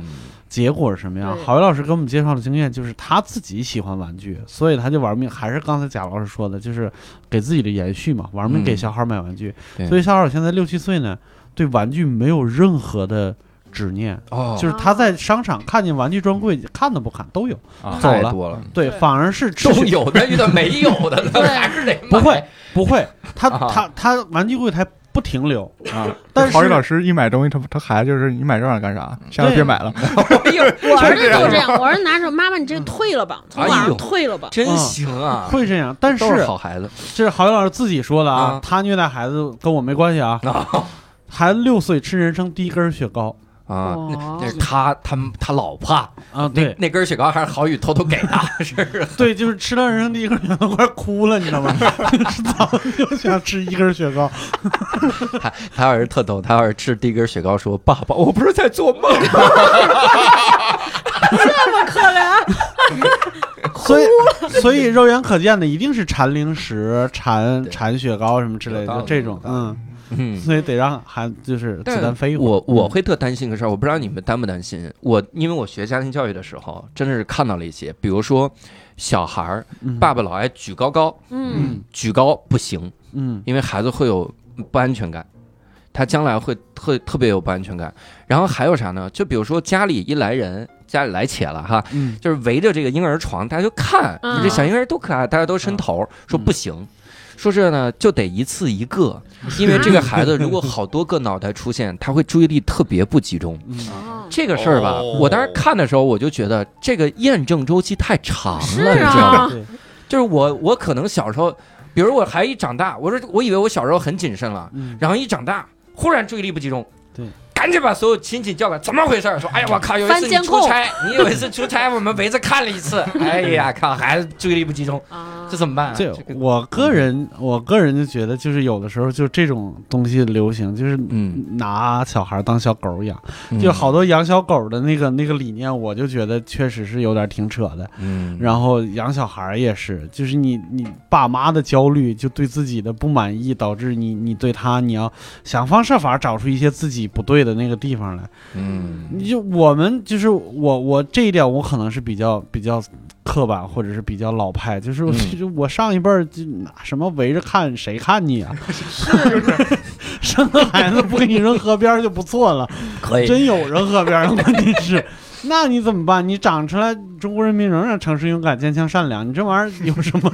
结果是什么样？
对
郝威老师给我们介绍的经验就是他自己喜欢玩具，所以他就玩命，还是刚才贾老师说的，就是给自己的延续嘛，玩命给
嗯
小孩买玩具。
对
所以小孩现在六七岁呢，对玩具没有任何的执念，
哦
就是他在商场看见玩具专柜，看都不看，都有。
啊
走
太
了
多了，
对，
对
反而是 持
都
续
有的遇到没有的了，还是得嗯
不会不会，他
啊
他他玩具柜台不 停留，
啊！
但是
郝宇老师一买东西，他他孩子嗯就是你买这玩意儿干啥？下次 别买了。
我儿子就这样，我儿子拿着妈妈，你这退了吧，从网
嗯哎呦
上退了吧。
真行啊！
会这样。但是
都是好孩子，
这是郝宇老师自己说的啊
啊，
他虐待孩子跟我没关系啊。 孩子六岁吃人生第一根雪糕
啊，那
哦
那是他他他老怕
啊，
那
对
那根雪糕还是郝宇偷偷给他，是
对，就是吃到人生第一根雪糕快哭了，你 知道吗？早就想吃一根雪 糕，
他要是特逗，他要是吃第一根雪糕说：“爸爸，我不是在做梦吗
所以所以肉眼可见的一定是馋零食、馋
对
馋雪糕什么之类
有
的，
道理
就这种
有道理
嗯，？”
嗯，
所以得让孩子就是
但
子弹飞一会儿。
我我会嗯特担心个事儿，我不知道你们担不担心。我因为我学家庭教育的时候，真的是看到了一些，比如说小孩儿，
嗯
爸爸老爱举高高，
嗯，
举高不行，
嗯
因为孩子会有不安全感，他将来会特特别有不安全感。然后还有啥呢？就比如说家里一来人，家里来且了哈，
嗯
就是围着这个婴儿床，大家就看，
嗯
你这小婴儿多可爱，大家都伸头、说不行。说这呢，就得一次一个，因为这个孩子如果好多个脑袋出现，他会注意力特别不集中。
嗯
哦
这个事儿吧，
哦
我当时看的时候，我就觉得这个验证周期太长了，
是
你知道吗？
啊，
对
就是我，我可能小时候，比如我还一长大，我说我以为我小时候很谨慎了，
嗯
然后一长大，忽然注意力不集中，
对，
赶紧把所有亲戚叫来，怎么回事儿？说，哎呀，我靠，有一
翻
次你
监
出
控
差，你有一次出差，我们围着看了一次，哎呀，靠，孩子注意力不集中，
啊
这怎么办、啊？
这
个
我个人，我个人就觉得，就是有的时候就这种东西流行，就是
嗯
拿小孩当小狗养，就好，多养小狗的那个那个理念，我就觉得确实是有点挺扯的。
嗯，
然后养小孩也是，就是你你爸妈的焦虑，就对自己的不满意，导致你你对他，你要想方设法找出一些自己不对的那个地方来。
嗯，
你就我们就是我我这一点我可能是比较比较刻板或者是比较老派，就是、
嗯
就是我上一辈儿就拿什么围着看谁看你啊， 生个孩子不给你扔河边儿就不错了，
可以，
真有扔河边儿的问题 是。那你怎么办？你长出来，中国人民仍然诚实、勇敢、坚强、善良。你这玩意儿有什么？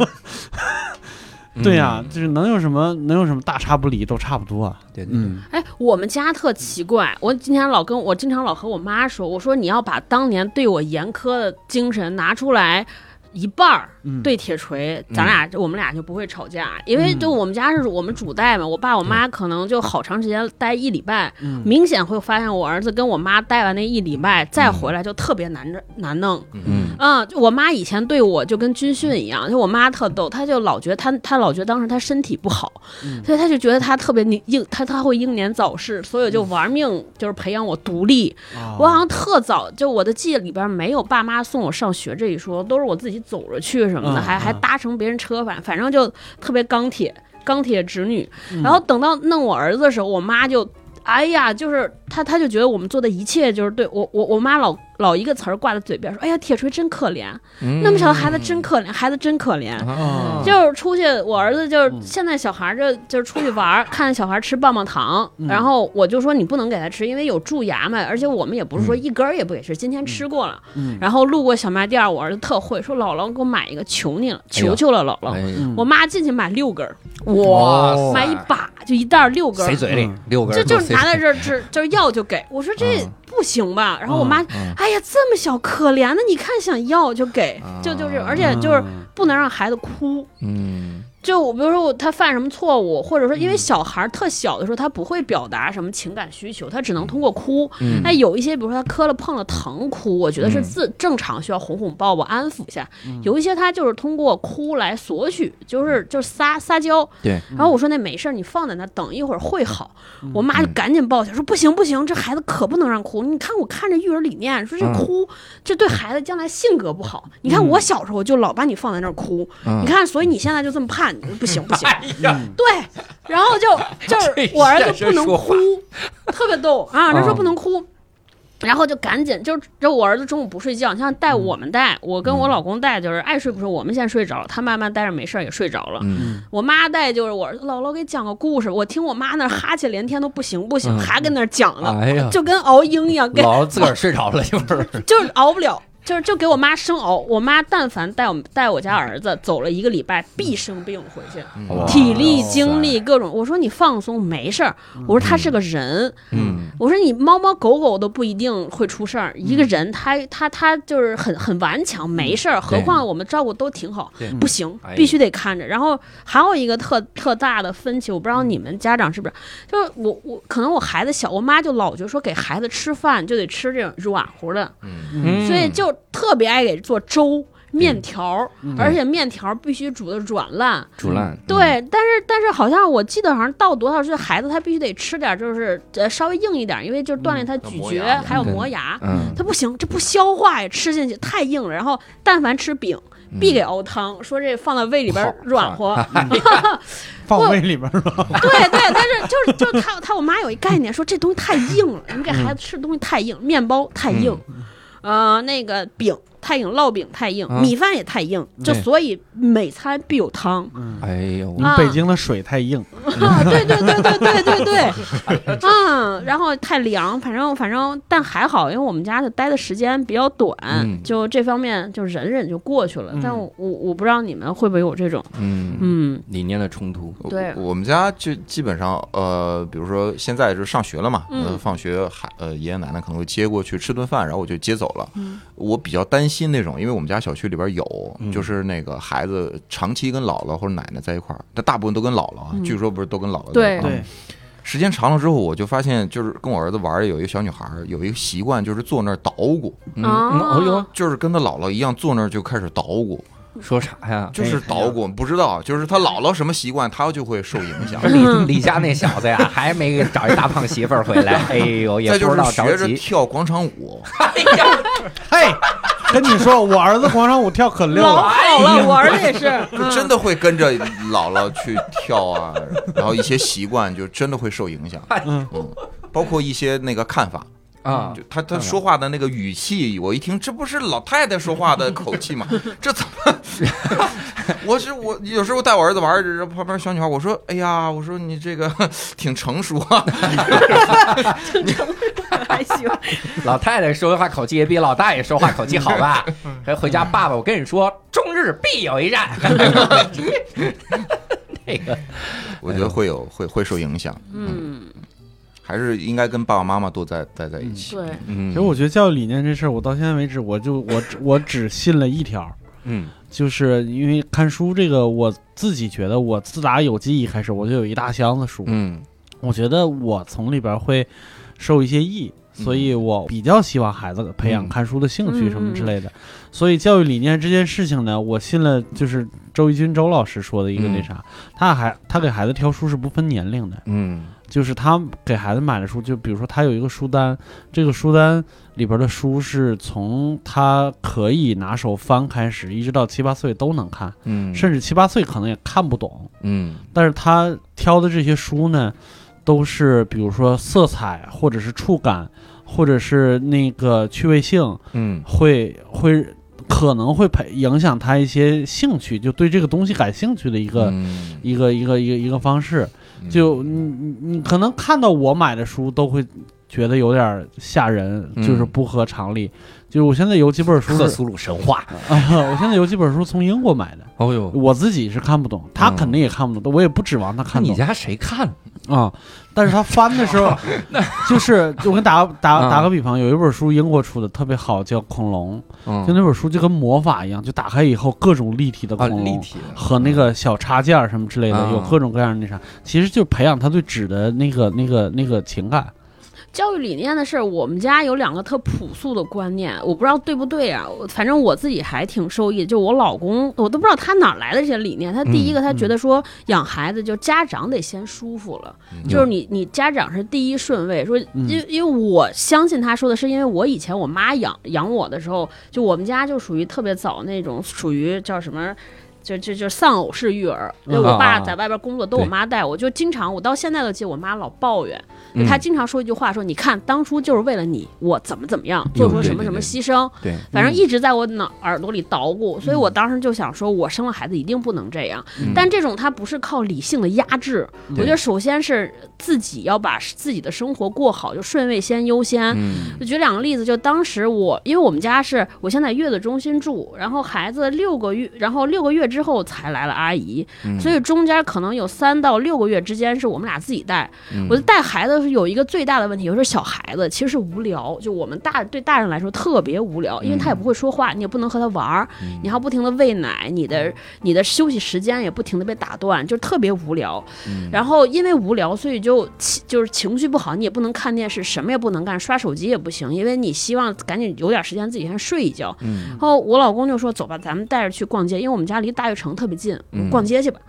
嗯
对呀、就是能有什么能有什么大差不离，都差不多啊。
对对对
嗯，
哎，我们家特奇怪，我今天老跟我经常老和我妈说，我说你要把当年对我严苛的精神拿出来一半儿，
嗯
对铁锤，咱俩、
嗯
我们俩就不会吵架，因为就我们家是我们主带嘛，我
嗯
爸我妈可能就好长时间待一礼拜，
嗯
明显会发现我儿子跟我妈待完那一礼拜再回来就特别难着难弄。
嗯
嗯，就我妈以前对我就跟军训一样，就我妈特逗，她就老觉得她她老觉得当时她身体不好，
嗯
所以她就觉得她特别英她她会英年早逝，所
嗯
以就玩命就是培养我独立。
啊
我好像特早就我的记忆里边没有爸妈送我上学这一说，都是我自己走着去什么的，
嗯
还还
嗯
搭乘别人车，反反正就特别钢铁钢铁直女。
嗯
然后等到弄我儿子的时候，我妈就，哎呀，就是她，她就觉得我们做的一切就是对我，我我妈老老一个词儿挂在嘴边，说，哎呀，铁锤真可怜，
嗯
那么小的孩子真可怜，孩子真可
嗯
怜。
啊
就是出去，我儿子就是
嗯
现在小孩儿就就是出去玩儿，看见小孩儿吃棒棒糖，
嗯
然后我就说你不能给他吃，因为有蛀牙嘛，而且我们也不是说一根儿也不给吃，今天吃过了。
嗯
然后路过小卖店儿，我儿子特会说姥姥给我买一个，求你了，求求了姥姥。
哎
嗯
我妈进去买六根儿，
哇塞
买一把就一袋儿六根儿
谁，嘴里
嗯
六根儿
这
都
就是
谁
拿在这儿吃，就是要就给。我说这
嗯
不行吧？然后我妈，
嗯
哎呀，这么小可怜的，你看想要就给，就就是，而且就是
嗯
不能让孩子哭。
嗯
就我比如说我他犯什么错误，或者说因为小孩儿特小的时候，他不会表达什么情感需求，他只能通过哭。
嗯
那有一些，比如说他磕了碰了疼哭，我觉得是
嗯
自正常需要哄哄抱抱安抚一下。有一些他就是通过哭来索取，就是就是撒撒娇。
对。
然后我说那没事儿，你放在那儿等一会儿会好。
嗯
我妈就赶紧抱起来说不行不行，这孩子可不能让哭。你看我看着育儿理念，说这
嗯
哭这对孩子将来性格不好。你看我小时候就老把你放在那儿哭，
嗯
你看所以你现在就这么叛逆，不行不行。
哎呀，
对，然后就就
这
是我儿
现
子
实
不能
说嗯
哭
话，
特别逗啊，他说不能哭。然后就赶紧，就就我儿子中午不睡觉，你像带
嗯
我们带，我跟我老公带，就是爱睡不睡，我们先睡着了，他慢慢待着没事儿也睡着了。
嗯，
我妈带就是我儿子姥姥给讲个故事，我听我妈那儿哈欠连天都不行不行，
嗯
还跟那儿讲呢，
哎呀，
嗯就跟熬鹰一样，跟
老自个儿睡着了一会 儿，
就是熬不了，就是就给我妈生熬。我妈但凡带我们带我家儿子走了一个礼拜，必生病回去，
哦哇嗯
体力、精力各种。我说你放松没事儿，我说他是个人，
嗯，
我说你猫猫狗狗都不一定会出事儿，
嗯
一个人他他他就是很很顽强，没事儿。何况我们照顾都挺好
对，
不行
哎，
必须得看着。然后还有一个特特大的分歧，我不知道
嗯
你们家长是不是，就是我我可能我孩子小，我妈就老觉得说给孩子吃饭就得吃这种软乎的，
嗯
所以就特别爱给做粥。面条儿，
嗯
而且面条儿必须煮的软烂。
煮烂，嗯
对，，但是但是好像我记得好像到多少岁孩子他必须得吃点儿，就是呃稍微硬一点儿，因为就是锻
嗯
炼他咀
磨
嚼
牙
还有
对
磨牙。
嗯，
他不行，这不消化呀，吃进去太硬了。然后但凡吃饼，必给熬汤，说这放到胃里边
嗯
儿
好
软和。
放
我
胃里边儿了。
对对，但是就是就是他他我妈有一概念，说这东西太硬了，你给
嗯
孩子吃的东西太硬，面包太硬，呃，那个饼太硬，烙饼太硬，
啊
米饭也太硬，就
对
所以每餐必有汤。
哎呦
你，们北京的水太硬，
啊，对对对对对对对， 嗯，然后太凉，反正反正，但还好，因为我们家的待的时间比较短，
嗯
就这方面就忍忍就过去了。但我我不知道你们会不会有这种，
嗯，
嗯
理念的冲突，
我
对
我们家就基本上，呃，比如说现在就是上学了嘛，
嗯
呃，放学还呃爷爷奶奶可能会接过去吃顿饭，然后我就接走了。
嗯
我比较担心那种，因为我们家小区里边有，
嗯
就是那个孩子长期跟姥姥或者奶奶在一块儿，但大部分都跟姥姥啊，
嗯
据说不是都跟姥姥在
对
一块儿
对
吗。，时间长了之后，我就发现，就是跟我儿子玩儿有一个小女孩儿，有一个习惯就是坐那儿捣鼓，
嗯，嗯
啊
哎呦，
就是跟她姥姥一样坐那儿就开始捣鼓，
说啥呀？
就是捣鼓，不知道，就是她姥姥什么习惯，她就会受影 响。
嗯
李李家那小子呀，还没找一大胖媳妇儿回来，哎呦，也
再
不
就
知
是
道着
学着
急，
跳广场舞，
嘿，跟你说，我儿子广场舞跳可溜
老
了，
哎
好了，我儿子也是，
就真的会跟着姥姥去跳啊， 然后一些习惯就真的会受影响，嗯，包括一些那个看法，
哎啊
就，他他说话的那个语气，我一听这不是老太太说话的口 气吗？这怎么？ 我是我有时候带我儿子玩儿，这旁边小女孩，我说哎呀，我说你这个 挺成熟啊，
还行，
老太太说话口气也比老大爷说话口气好 吧？
嗯
还回家，爸爸，我跟你说，中日必有一 战。那个，
我觉得会有会会受影响，
嗯，
还是应该跟爸爸妈妈多在待在一起，
对，
嗯
其实我觉得教育理念这事儿，我到现在为止，我就我只我只信了一条，
嗯，
就是因为看书这个，我自己觉得我自打有记忆开始，我就有一大箱子书，
嗯
我觉得我从里边会受一些益，所以我比较希望孩子培养
嗯
看书的兴趣什么之类的。所以教育理念这件事情呢，我信了就是周一军周老师说的一个那
嗯
啥，他还他给孩子挑书是不分年龄的，
嗯
就是他给孩子买的书，就比如说他有一个书单，这个书单里边的书是从他可以拿手翻开始，一直到七八岁都能看，
嗯，
甚至七八岁可能也看不懂。
嗯
但是他挑的这些书呢，都是比如说色彩，或者是触感，或者是那个趣味性，
嗯
会会可能会培影响他一些兴趣，就对这个东西感兴趣的一个、
嗯，
一个一个一个一个方式。就你你你可能看到我买的书都会觉得有点吓人，
嗯
就是不合常理。就是我现在有几本书
克
是，
苏鲁神话。
我现在有几本书从英国买的，
哦呦，
我自己是看不懂，他
嗯
肯定也看不懂，我也不指望他
看
看
你
懂
家谁看？
啊、但是他翻的 时候，就是就我跟打打
嗯
打个比方，有一本书英国出的特别好，叫《恐龙》，就
嗯
那本书就跟魔法一样，就打开以后各种立体的
啊，
恐
立
龙，
体的
和那个小插件儿什么之类的，
啊
有各种各样的那啥，其实就培养他对纸的那个、那个、那个情感。
教育理念的事儿，我们家有两个特朴素的观念，我不知道对不对啊。我反正我自己还挺受益，就我老公，我都不知道他哪儿来的这些理念。他
嗯
第一个，他觉得说养孩子就家长得先舒服了，
嗯
就是你你家长是第一顺位。说，因因为我相信他说的是，因为我以前我妈养养我的时候，就我们家就属于特别早那种，属于叫什么。就就就丧偶式育儿，因为
嗯
我
啊
爸
啊
在外边工作都我
对
妈带，我就经常我到现在都记得我妈老抱怨，就
嗯
她经常说一句话说，你看当初就是为了你，我怎么怎么样，做出了什么什么牺牲，
对，嗯
反正一直在我脑耳朵里捣鼓，所以我当时就想说，我生了孩子一定不能这样。
嗯
但这种它不是靠理性的压制，我觉得首先是自己要把自己的生活过好，就顺位先优先。
嗯
我举两个例子，就当时我，因为我们家是我先在月子中心住，然后孩子六个月，然后六个月之后才来了阿姨，
嗯
所以中间可能有三到六个月之间是我们俩自己带。
嗯
我就带孩子是有一个最大的问题，有时候小孩子其实是无聊，就我们大对大人来说特别无聊，因为他
嗯
也不会说话，你也不能和他玩儿，你还要不停的喂奶，你
嗯
的你的休息时间也不停的被打断，就特别无聊。
嗯
然后因为无聊，所以就情就是情绪不好，你也不能看电视，什么也不能干，刷手机也不行，因为你希望赶紧有点时间自己先睡一觉。
嗯
然后我老公就说：“走吧，咱们带着去逛街，因为我们家离大悦城特别近，我
嗯
们逛街去吧。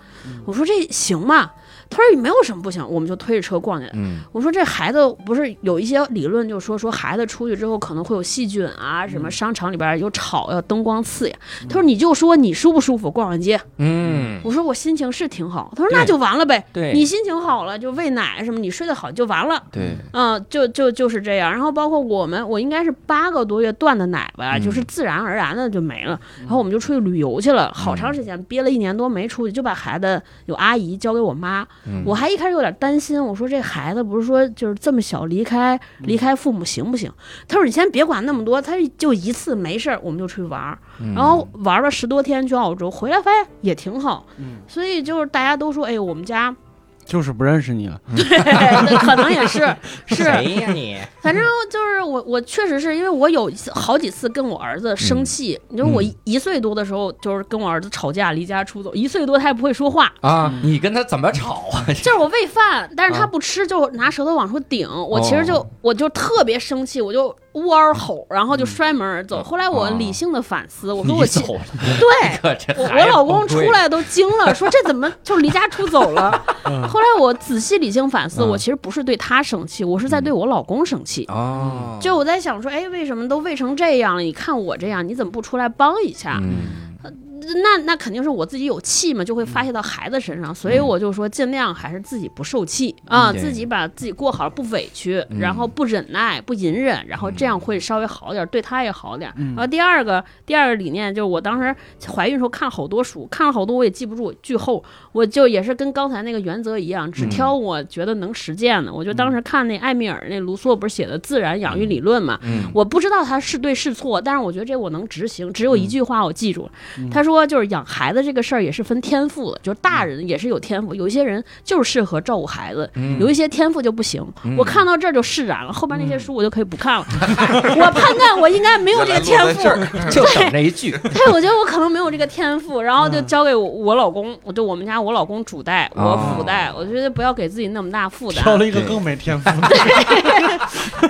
我说：“这行吗？”他说：“没有什么不行。”我们就推着车逛去了。
嗯
我说这孩子不是有一些理论，就说说孩子出去之后可能会有细菌啊，什么
嗯
商场里边有草呀、灯光刺呀。他说你就说你舒不舒服，逛完街。
嗯，
我说我心情是挺好。他说
对
那就完了呗，
对，
你心情好了就喂奶什么，你睡得好就完了。
对，
嗯，就就就是这样。然后包括我们，我应该是八个多月断的奶吧，
嗯
就是自然而然的就没了。然后我们就出去旅游去了，好长时间，憋了一年多没出去，就把孩子有阿姨交给我妈。
嗯
我还一开始有点担心，我说这孩子不是说就是这么小离开
嗯
离开父母行不行？她说你先别管那么多，他就一次没事儿，我们就出去玩儿。
嗯
然后玩了十多天去澳洲，回来发现也挺好。
嗯
所以就是大家都说，哎，我们家
就是不认识你了。
对，可能也 是是。
谁呀你？
反正就是我，我确实是因为我有一次好几次跟我儿子
嗯
生气，你就我一一岁多的时候，就是跟我儿子吵架，离家出走。一岁多他也不会说话，
啊，
嗯
你跟他怎么吵啊？
就是我喂饭，但是
啊
他不吃，就拿舌头往出顶。我其实就、
哦
我就特别生气，我就呜嗷吼，然后就摔门而走。后来我理性的反思，我说
嗯
我
哦你
其
走了，
对
可 这
我
孩
我
子
老公
崩
出
溃
来都惊 了，说这怎么就离家出走了？
嗯
后来我仔细理性反思，我其实不是对他生气，我是在对我老公生
嗯
气。
哦，
就我在想说，哎，为什么都喂成这样了？你看我这样，你怎么不出来帮一下？
嗯
那那肯定是我自己有气嘛，就会发泄到孩子身上，所以我就说尽量还是自己不受气啊，
嗯对
自己把自己过好，不委屈，
嗯
然后不忍耐、不隐忍，然后这样会稍微好点，对他也好点。
嗯
然后第二个第二个理念就是，我当时怀孕的时候看好多书，看了好多我也记不住，巨厚，我就也是跟刚才那个原则一样，
嗯
只挑我觉得能实践的。我就当时看那艾米尔那卢梭不是写的《自然养育理论》嘛，
嗯
我不知道他是对是错，但是我觉得这我能执行。只有
嗯
一句话我记住了，他说就是养孩子这个事儿也是分天赋的，就是大人也是有天赋，有一些人就是适合照顾孩子，
嗯
有一些天赋就不行。
嗯
我看到这儿就释然了，后边那些书我就可以不看了。 我判断我应该没有这个天赋，
就等那一句，
对，我觉得我可能没有这个天赋，然后就交给我我老公，我就我们家我老公主带，我
哦
辅带，我觉得不要给自己那么大负担。
挑了一个更没天 赋的，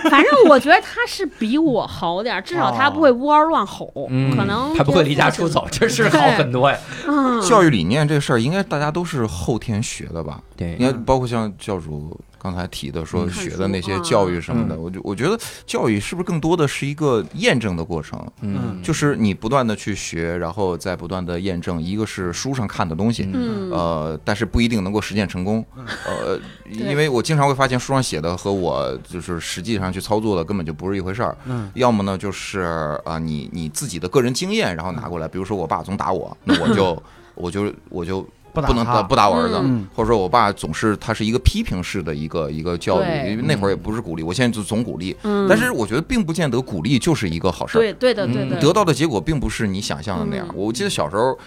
反正我觉得他是比我好点儿，至少他不会呜嗷乱吼，
嗯
可能
他不会离家出 走，这是好很多呀。
嗯，
教育理念这事儿，应该大家都是后天学的吧？
对
应该包括像教主刚才提的说
嗯
学的那些教育什么
嗯
的，我就我觉得教育是不是更多的是一个验证的过程？
嗯，
就是你不断的去学，然后再不断的验证。一个是书上看的东西，
嗯
呃，但是不一定能够实践成功。
嗯
呃，因为我经常会发现书上写的和我就是实际上去操作的根本就不是一回事儿。
嗯，
要么呢就是啊、你你自己的个人经验，然后拿过来，比如说我爸总打 我，那我就我就我就
不打
不能
他
打不打我儿子，
嗯
或者说我爸总是他是一个批评式的一个一个教育，
对
因为那会儿也不是鼓励，我现在就总鼓励，
嗯
但是我觉得并不见得鼓励就是一个好事儿，
对对的对的，
得到的结果并不是你想象的那样。
嗯
我记得小时候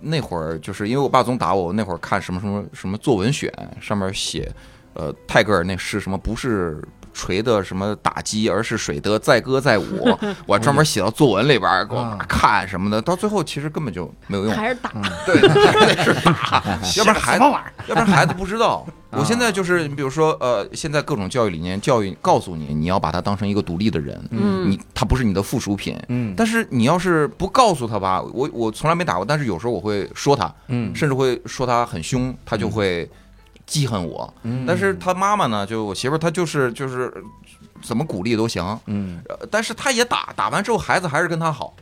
那会儿，就是因为我爸总打我，我那会儿看什么什么什么作文选，上面写，呃，泰戈尔那诗什么不是。锤的什么打击，而是水的载 歌载舞。我还专门写到作文里边儿给我妈看什么的，到最后其实根本就没有用。
还是打，
对，还 得是打，要不然孩子，要不然孩子不知道。我现在就是，你比如说，呃，现在各种教育理念，教育告诉你，你要把他当成一个独立的人，
嗯
你他不是你的附属品。
嗯
但是你要是不告诉他吧，我我从来没打过，但是有时候我会说他，
嗯
甚至会说他很凶，他就会记恨我。
嗯
但是他妈妈呢，就我媳妇儿，她就是就是呃怎么鼓励都行，
嗯
呃啊
啊
但是他也打，打完之后孩子还是跟他好，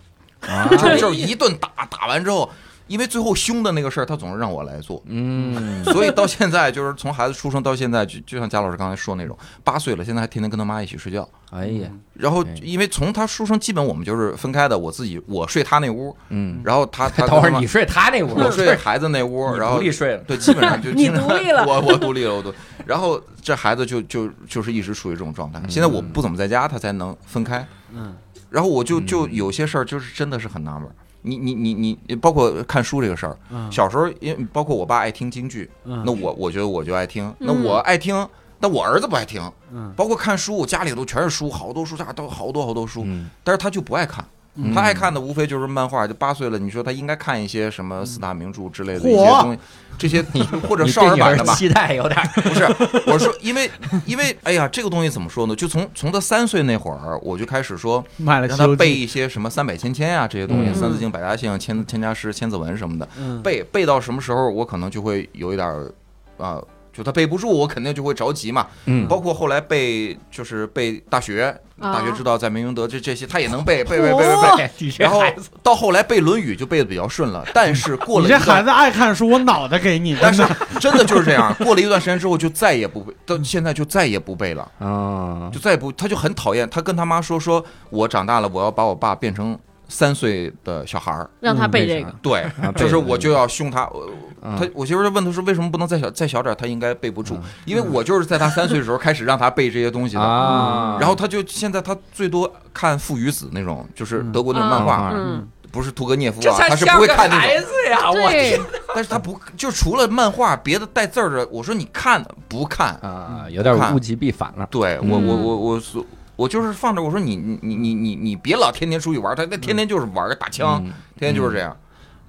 就就是一顿打，打完之后。因为最后凶的那个事儿，他总是让我来做，
嗯，
所以到现在就是从孩子出生到现在，就就像贾老师刚才说那种，八岁了，现在还天天跟他妈一起睡觉。
哎呀，
然后
对
因为从他出生，基本我们就是分开的，我自己我睡他那屋，
嗯，
然后他 他
等会儿
他妈
你睡他那屋，
我睡孩子那屋，然后
独立睡了，
对，基本上就
你 独立了
我我独立了，我独。然后这孩子就就就是一直处于这种状态。现在我不怎么在家，他才能分开。
嗯，
然后我就
嗯嗯
就有些事儿就是真的是很纳闷儿。你你你你，包括看书这个事儿，
嗯
小时候因为包括我爸爱听京剧，
嗯
那我我觉得我就爱听，那
嗯
我爱听，但我儿子不爱听。
嗯
包括看书，我家里头全是书，好多书架都好多好多书，
嗯，
但是他就不爱看。
嗯
他爱看的无非就是漫画，就八岁了，你说他应该看一些什么四大名著之类的
嚯
一些东西，这 些或者
嗯你
少
对
儿
女
版
儿
的吧？
期待有点儿，
不是，我说因为因为哎呀，这个东西怎么说呢？就从从他三岁那会儿，我就开始说
买了《
让
西
他
游
背
记》，
一些什么三百千千啊这些东西，
嗯
三字经、百家姓、千千家诗、千字文什么的，
嗯，
背背到什么时候，我可能就会有一点儿啊。就他背不住，我肯定就会着急嘛。
嗯
包括后来背，就是背《大学》，《大学之道》在明明德这这些，他也能背，背背背背背。
你这
然后
孩子
到后来背《论语》就背的比较顺了，但是过
你
了
这
一
孩
段，
子爱看书，我脑袋给你，
但
真
是
的。
真的就是这样，过了一段时间之后就再也不背，到现在就再也不背了，
啊
就，再也不，他就很讨厌，他跟他妈说说，我长大了，我要把我爸变成三岁的小孩儿，
让他
嗯
背这个，
对
啊，
就是
背的
我就要凶他，我
嗯
他我媳妇儿就问他说为什么不能再小再小点儿，他应该背不住
嗯，
因为我就是在他三岁的时候开始让他背这些东西的。
啊，
然后他就现在他最多看《父与子》那种，就是德国那种漫
嗯
画，
啊
嗯，
不是屠格涅夫
这
啊，他
才
是
像
不会
个
看那种。
孩子呀，我
对，
但是他不就除了漫画，别的带字儿的，我说你看不看？
啊，有点儿物极必反了，
对我
嗯
我我我所我就是放着我说你你你你你你别老天天出去玩儿，他那天天就是玩个大枪，
嗯
天天就是这样。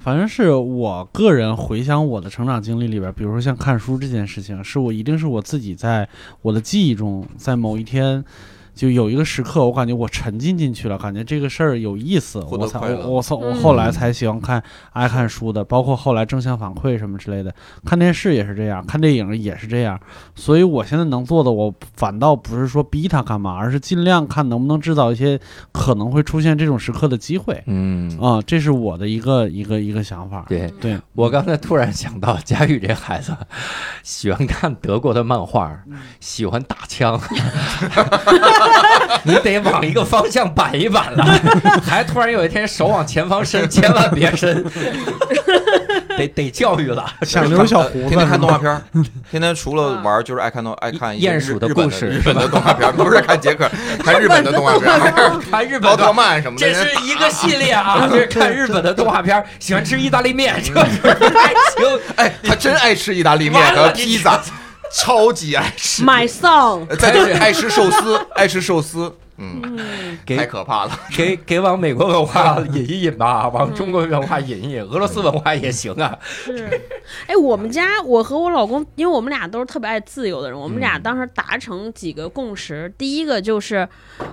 反正是我个人回想我的成长经历里边，比如说像看书这件事情，是我一定是我自己在我的记忆中，在某一天就有一个时刻，我感觉我沉浸进去了，感觉这个事儿有意思，
获得
我才
快乐
我我从我
嗯
后来才喜欢看爱看书的，包括后来正向反馈什么之类的，看电视也是这样，看电影也是这样，所以我现在能做的，我反倒不是说逼他干嘛，而是尽量看能不能制造一些可能会出现这种时刻的机会。
嗯，
啊、这是我的一个一个一个想法。
对。
对，
我刚才突然想到，佳玉这孩子喜欢看德国的漫画，喜欢打枪，你得往一个方向板一板了，还突然有一天手往前方伸，千万别伸，得得教育了。
想留小胡
嗯
子
天天
是
看动
吗，
画片儿， 天天除了玩儿就是爱看动爱看一些
鼹鼠的
日本
故事
日本的动画片儿，不是 看杰克，看日本的动画片儿，
看日
奥
本
特
的，
曼什么的。
这是一个系列 啊，这是看日本的动画片，喜欢吃意大利面，
嗯
这是还行。
哎，他真爱吃意大利面
完
和
了你
披萨，超级爱吃。
My song，
呃在这里爱吃寿司，爱吃寿司，嗯，
嗯，
给
太可怕了。
给给往美国文化引一引吧，往中国文化引
嗯
一引，俄罗斯文化也行啊。
是。 哎，我们家我和我老公，因为我们俩都是特别爱自由的人，我们俩当时达成几个共识，第一个就是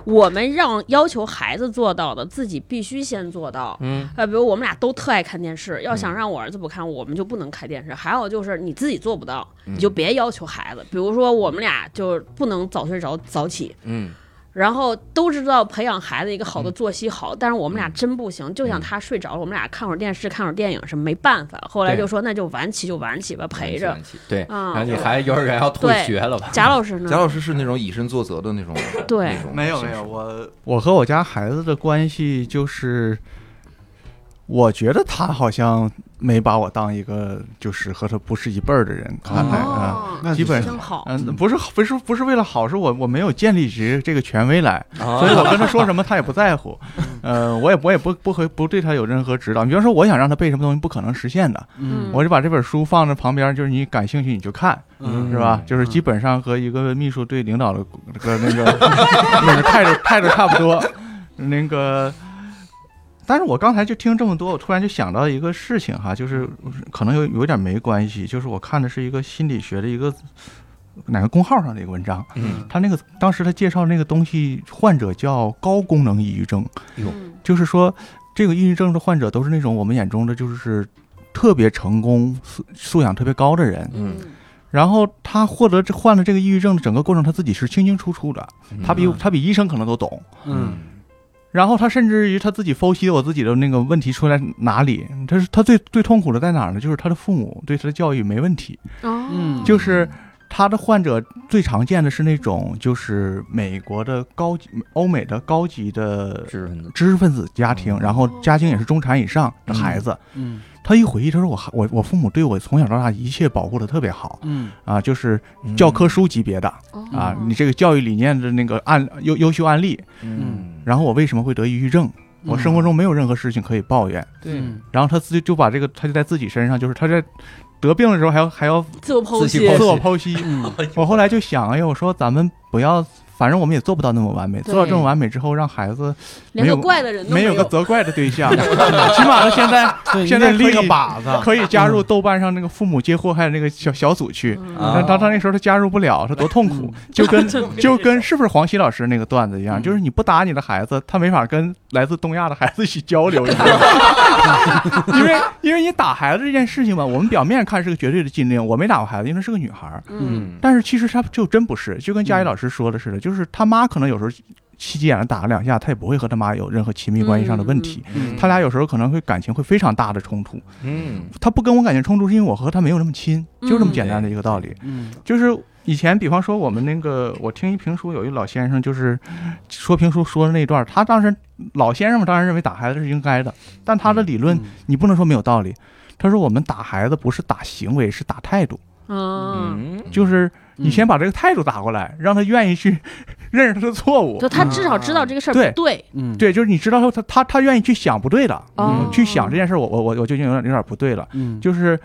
我们让要求孩子做到的，自己必须先做到。
嗯，
呃，比如我们俩都特爱看电视，要想让我儿子不看，我们就不能开电视。还有就是你自己做不到，你就别要求孩子。比如说我们俩就不能早睡早早起，
嗯
然后都知道培养孩子一个好的作息好，但是我们俩真不行，就想他睡着了，我们俩看会儿电视，看会儿电影是没办法。后来
对
就说那就晚起就晚起吧，陪着。
玩起，对，
啊
然后你还幼儿园要退学了吧？
贾老师呢？
贾老师是那种以身作则的那种，
对
那种
没有
形
没
式
有，，我我和我家孩子的关系就是，我觉得他好像没把我当一个就是和他不是一辈儿的人看待啊。
哦，
那
基本
真好，
嗯，不是不是不是为了好，是我我没有建立起这个权威来，
啊
所以我跟他说什么他也不在 乎，呃，我也我也不不和不对他有任何指导。你比方说，我想让他背什么东西，不可能实现的，
嗯
我就把这本书放在旁边，就是你感兴趣你就看，
嗯
是吧？就是基本上和一个秘书对领导的个 那个那个态度态度差不多，那个。但是我刚才就听这么多，我突然就想到一个事情哈，就是可能有有点没关系，就是我看的是一个心理学的一个哪个公号上的一个文章，
嗯
他那个当时他介绍那个东西，患者叫高功能抑郁症，
嗯
就是说这个抑郁症的患者都是那种我们眼中的就是特别成功、素素养特别高的人。
嗯，
然后他获得这患了这个抑郁症的整个过程，他自己是清清楚楚的，他比
嗯
他比医生可能都懂。
嗯
然后他甚至于他自己剖析我自己的那个问题出来哪里，他是他最最痛苦的在哪儿呢？就是他的父母对他的教育没问题，
哦，
嗯，
就是他的患者最常见的是那种就是美国的高级、欧美的高级的
知识分子，
知识分子家庭，然后家境也是中产以上的孩子。
哦嗯
他一回忆，他说我孩我我父母对我从小到大一切保护的特别好
嗯
啊，就是教科书级别的、
嗯哦
啊，你这个教育理念的那个案优优秀案例。
嗯，
然后我为什么会得抑郁症？我生活中没有任何事情可以抱怨。
对
嗯
然后他自己就把这个，他就在自己身上，就是他在得病的时候还要还要
自我剖
自己
析
剖，
自我剖析。
嗯
我后来就想，哎呦，我说咱们不要，反正我们也做不到那么完美。
对
做到这么完美之后，让孩子
连
没
个
有
怪的人都
没有
有
个责怪的对 象，起码他现在
对，
现
你得
在可
立个
以
靶子，嗯
可以加入豆瓣上那个父母皆祸害的那个小小组去。
嗯
啊
但他他那时候他加入不了，他多
嗯
痛苦，就跟 就跟是不是黄西老师那个段子一样，
嗯
就是你不打你的孩子，他没法跟来自东亚的孩子一起交流一样， 因为因为你打孩子这件事情吧，我们表面看是个绝对的禁令，我没打过孩子，因为是个女孩儿，
嗯，
但是其实她就真不是，就跟
嗯
佳怡老师说的似的，就是他妈可能有时候气急眼了打了两下，她也不会和他妈有任何亲密关系上的问题，
嗯
他俩有时候可能会感情会非常大的冲突，
嗯
他不跟我感情冲突，是因为我和他没有那么亲，就这么简单的一个道理。
嗯
就是以前，比方说我们那个，我听一评书，有一老先生就是说评书说的那段儿，他当时老先生们当然认为打孩子是应该的，但他的理论、
嗯
你不能说没有道理。他说我们打孩子不是打行为，是打态度，
嗯，
嗯
就是你
嗯
先把这个态度打过来，让他愿意去认识他的错误
就。他至少知道这个事儿
嗯对
不对，
嗯
对，就是你知道他他他愿意去想不对的，
嗯
哦
去想这件事儿，我我我我就已经有点有点不对了。
嗯
就是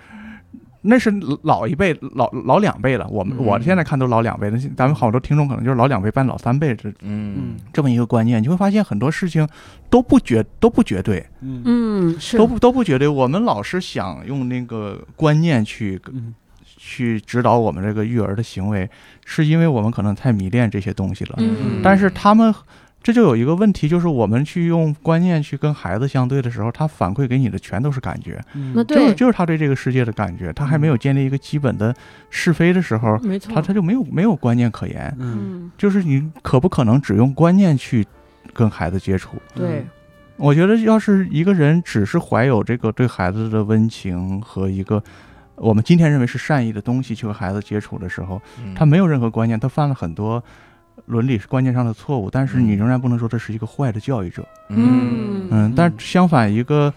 那是老一辈、老老两辈了。我们、
嗯
我现在看都老两辈了，咱们好多听众可能就是老两辈半老三辈这
嗯
嗯
这么一个观念，你会发现很多事情都不绝都不绝对，
嗯
嗯，是
都不都不绝对。我们老是想用那个观念去
嗯
去指导我们这个育儿的行为，是因为我们可能太迷恋这些东西了。
嗯
但是他们。这就有一个问题，就是我们去用观念去跟孩子相对的时候，他反馈给你的全都是感觉。
那
嗯
就是
对，嗯
就是他对这个世界的感觉，他还没有建立一个基本的是非的时候，
没错
他，他就没有没有观念可言。
嗯
嗯，
就是你可不可能只用观念去跟孩子接触？
对，
我觉得要是一个人只是怀有这个对孩子的温情和一个我们今天认为是善意的东西去和孩子接触的时候，
嗯
他没有任何观念，他犯了很多伦理观念上的错误，但是
嗯
你仍然不能说他是一个坏的教育者。
嗯
嗯，但相反一个。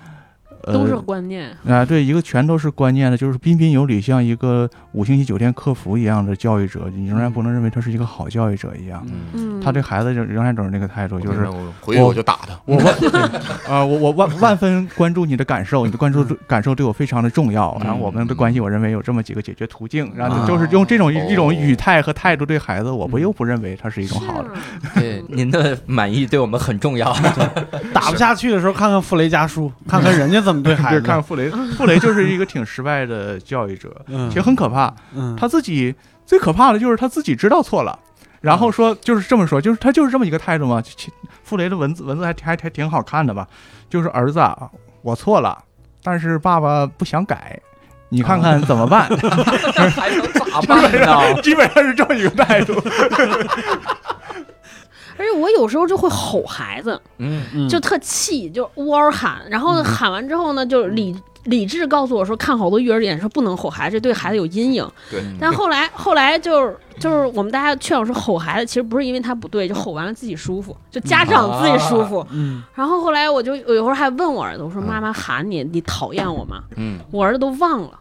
呃
都是观念，
啊，对，一个全都是观念的，就是彬彬有礼，像一个五星级酒店客服一样的教育者，你仍然不能认为他是一个好教育者一样。
嗯
嗯，
他对孩子就仍然都是那个态度，就是啊、
我嗯回去我就打他，
我我万万分关注你的感受，你的关注感受对我非常的重要。然后我们的关系，我认为有这么几个解决途径，然后就是用这种一种语态和态度对孩子，我不又不认为他是一种好
啊
的。
对，您的满意对我们很重要。
打不下去的时候，看看傅雷家书，看看人家怎么对孩
对，
子，
看傅雷，傅雷就是一个挺失败的教育者，
嗯
其实很可怕。
嗯
他自己最可怕的就是他自己知道错了，然后说就是这么说，就是他就是这么一个态度嘛。其其傅雷的文字文字还挺还还挺好看的吧，就是儿子啊，我错了，但是爸爸不想改。你看看怎么 办？
这还能咋办呢？
基本上是这么一个态度。
而且我有时候就会吼孩子，
嗯
嗯
就特气，就呜嗷喊，然后喊完之后呢，就理理智告诉我说，看好多育儿点说不能吼孩子，这对孩子有阴影。
嗯
对
但后来后来就是就是我们大家劝我说吼孩子，其实不是因为他不对，就吼完了自己舒服，就家长自己舒服。
啊
嗯
然后后来我就有时候还问我儿子，
嗯
我说妈妈喊你，你讨厌我吗？
嗯，
我儿子都忘了。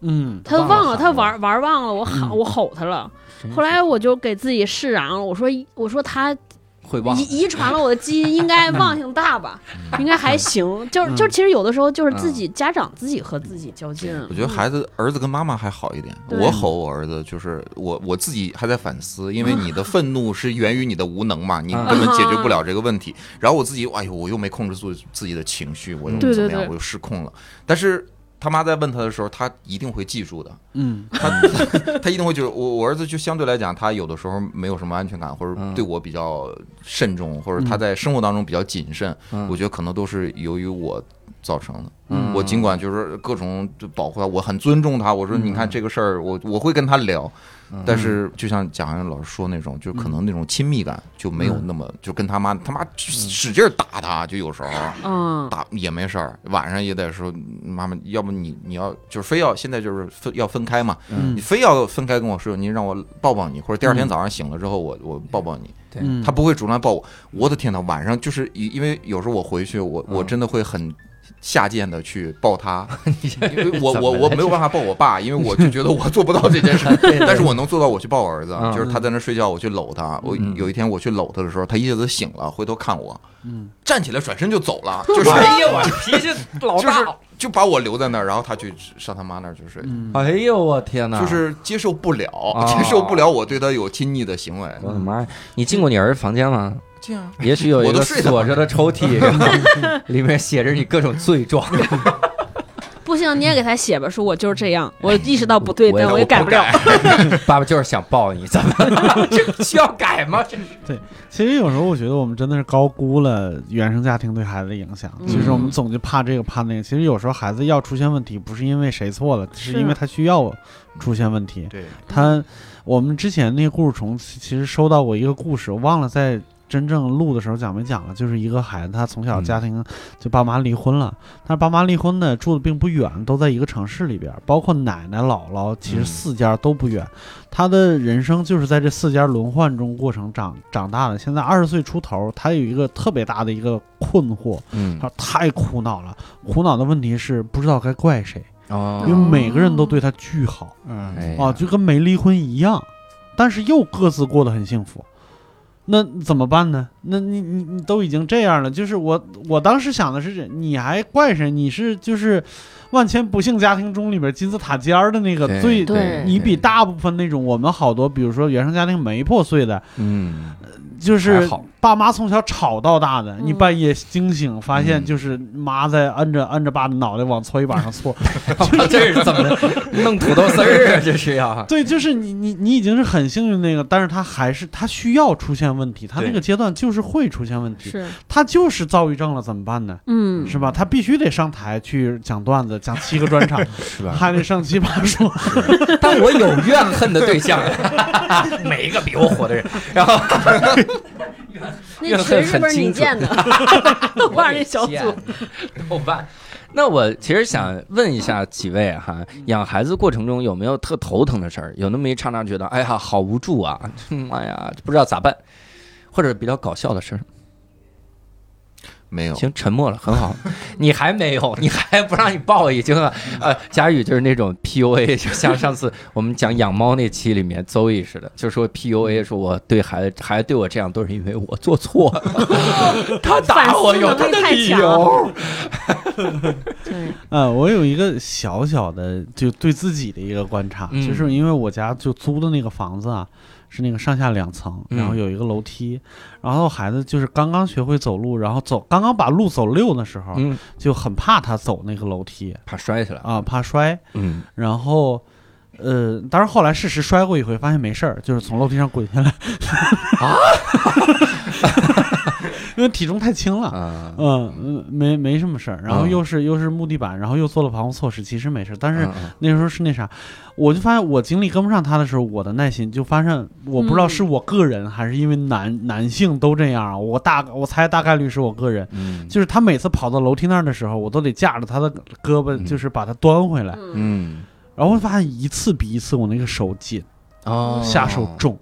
嗯
他忘了，他
忘了
玩玩忘了，我喊我吼他了。后来我就给自己释然了，我说我说他
会忘
遗遗传了我的基因，应该忘性大吧，应该还行。 就是就是，其实有的时候就是自己家长自己和自己较劲。
我觉得孩子儿子跟妈妈还好一点，
嗯对
我吼我儿子就是我我自己还在反思，因为你的愤怒是源于你的无能嘛，你
啊
根本解决不了这个问题。然后我自己，哎呦，我又没控制住自己的情绪，我又
对
怎么
对
样，
对
我又失控了。但是他妈在问他的时候，他一定会记住的，
嗯
他 他一定会觉得我我儿子就相对来讲，他有的时候没有什么安全感，或者
嗯
对我比较慎重，或者他在生活当中比较谨慎。
嗯
我觉得可能都是由于我造成的。
嗯
我尽管就是各种就保护他，我很尊重他。我说，你看这个事儿，我我会跟他聊，但是就像蒋涵老师说那种，就可能那种亲密感就没有那么，就跟他妈他妈使劲儿打他，就有时候
嗯，
打也没事儿，晚上也得说妈妈，要不你你要就是非要现在就是分要分开嘛，
嗯
你非要分开跟我说，你让我抱抱你，或者第二
嗯
天早上醒了之后我我抱抱你，
嗯
他不会主动来抱我。我的天呐，晚上就是因因为有时候我回去，我
嗯
我真的会很。下贱的去 抱他，因为我
怎
我
么了
我没有办法抱我爸，因为我就觉得我做不到这件 事，但是我能做到我去抱我儿子，
嗯
就是他在那睡觉，我去搂他。我
嗯
有一天我去搂他的时候，他一下子醒了，回头看我，
嗯
站起来转身就走 了，就是
哎呀，我脾气老
就
大
是，就把我留在那儿，然后他去上他妈那儿去睡，
嗯
哎呦我天哪！
就是接受不了，
啊
接受不了我对他有亲昵的行为。
我的妈呀！你进过你儿子房间吗？
这样，
也许有一
我都
个
睡在
锁着的抽屉，然后里面写着你各种罪状。
不行，你也给他写吧，说我就是这样，我意识到不对，
我
但
也
我也改不了。
爸爸就是想抱你，怎么了 这需要改吗？这是
其实有时候我觉得我们真的是高估了原生家庭对孩子的影响。
嗯
其实我们总就怕这个怕那个，其实有时候孩子要出现问题，不是因为谁错了，是
是
因为他需要出现问题。
对，
他，我们之前那个故事虫其其实收到过一个故事，我忘了在真正录的时候讲没讲了，就是一个孩子他从小
嗯
家庭就爸妈离婚了，但是爸妈离婚呢住的并不远，都在一个城市里边，包括奶奶姥姥，其实
嗯
四家都不远，他的人生就是在这四家轮换中过程长长大的。现在二十岁出头，他有一个特别大的一个困惑，
嗯
他太苦恼了，苦恼的问题是不知道该怪谁，因为
哦，
嗯
每个人都对他巨好。
嗯，
哎呀
啊，就跟没离婚一样，但是又各自过得很幸福。那怎么办呢？那你你你都已经这样了，就是我我当时想的是，你还怪谁？你是就是万千不幸家庭中里边金字塔尖儿的那个
对
最，
对
你比大部分那种我们好多，比如说原生家庭没破碎的，
嗯，
就
还
是
好
爸妈从小吵到大的，你
嗯
半夜惊醒发现
嗯
就是妈在摁着摁着爸的脑袋往搓衣板上搓，
这是怎么弄土豆丝儿啊？这是要
对，就是你你你已经是很幸运那个，但是他还是他需要出现问题，他那
对
个阶段就是会出现问题，
是，
他就是躁郁症了，怎么办呢？
嗯，
是吧？他必须得上台去讲段子，讲七个专 场，
是吧？
还得上奇 葩说。
但我有怨恨的对象， 每一个比我火的人，然后
那群是不是你建的？豆瓣儿那小组，
豆瓣。那我其实想问一下几位哈，养孩子过程中有没有特头疼的事儿？有那么一刹那觉得，哎呀，好无助啊，妈呀，不知道咋办，或者比较搞笑的事儿？
没有，
行，沉默了，很好。你还没有，你还不让你抱，已经了。呃，佳宇就是那种 PUA，就像上次我们讲养猫那期里面 Zoe 似的，就说 PUA，说我对孩子孩子对我这样都是因为我做错了，他打我有他的理由。
对，
呃，我有一个小小的就对自己的一个观察，
嗯
就是因为我家就租的那个房子啊，是那个上下两层，
嗯
然后有一个楼梯，然后孩子就是刚刚学会走路，然后走刚刚把路走溜的时候，
嗯，
就很怕他走那个楼梯
怕摔起来。
啊，怕摔。
嗯，
然后，呃，当然后来事实摔过一回，发现没事儿，就是从楼梯上滚下来
啊，
因为体重太轻了。
啊，
嗯嗯，没没什么事儿，然后
嗯
又是、又是木地板，然后又做了防护措施，其实没事儿。但是
嗯嗯
那时候是那啥，我就发现我精力跟不上他的时候，我的耐心就发现，我不知道
嗯
是我个人、还是因为男男性都这样啊，我大我猜大概率是我个人，
嗯
就是他每次跑到楼梯那儿的时候，我都得架着他的胳膊，
嗯
就是把他端回来。
嗯，
嗯
然后我发现一次比一次我那个手紧，
哦，
下手重，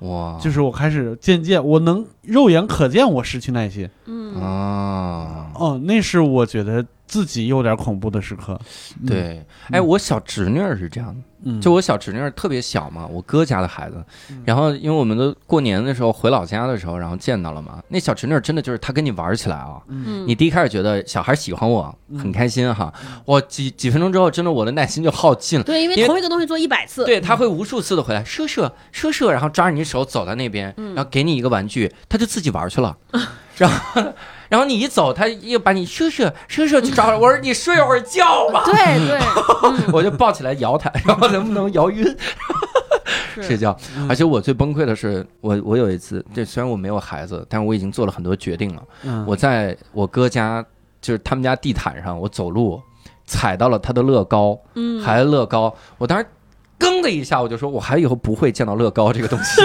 哇，
就是我开始渐渐我能肉眼可见我失去耐心。
嗯，
啊，
哦，那是我觉得自己有点恐怖的时刻。嗯，
对，哎，我小侄女儿是这样的。
嗯，
就我小侄女儿特别小嘛，我哥家的孩子，然后因为我们都过年的时候回老家的时候，然后见到了嘛，那小侄女儿真的就是她跟你玩起来啊。
嗯
你第一开始觉得小孩喜欢我，很开心哈，我几几分钟之后，真的我的耐心就耗尽了。
对，
因
因为
为
同一个东西做一百次，
对，他会无数次的回来，射射射射，然后抓着你手走到那边，
嗯
然后给你一个玩具，他就自己玩去了。 然后，然后你一走，他又把你射射射射就抓回来。我说你睡会儿觉吧，
对对，
我就抱起来摇他，然后能不能摇晕？睡觉。
嗯
而且我最崩溃的是，我我有一次，这虽然我没有孩子，但是我已经做了很多决定了。
嗯
我在我哥家就是他们家地毯上，我走路踩到了他的乐高，
嗯，
还乐高，我当时。更的一下，我就说，我还以后不会见到乐高这个东 西。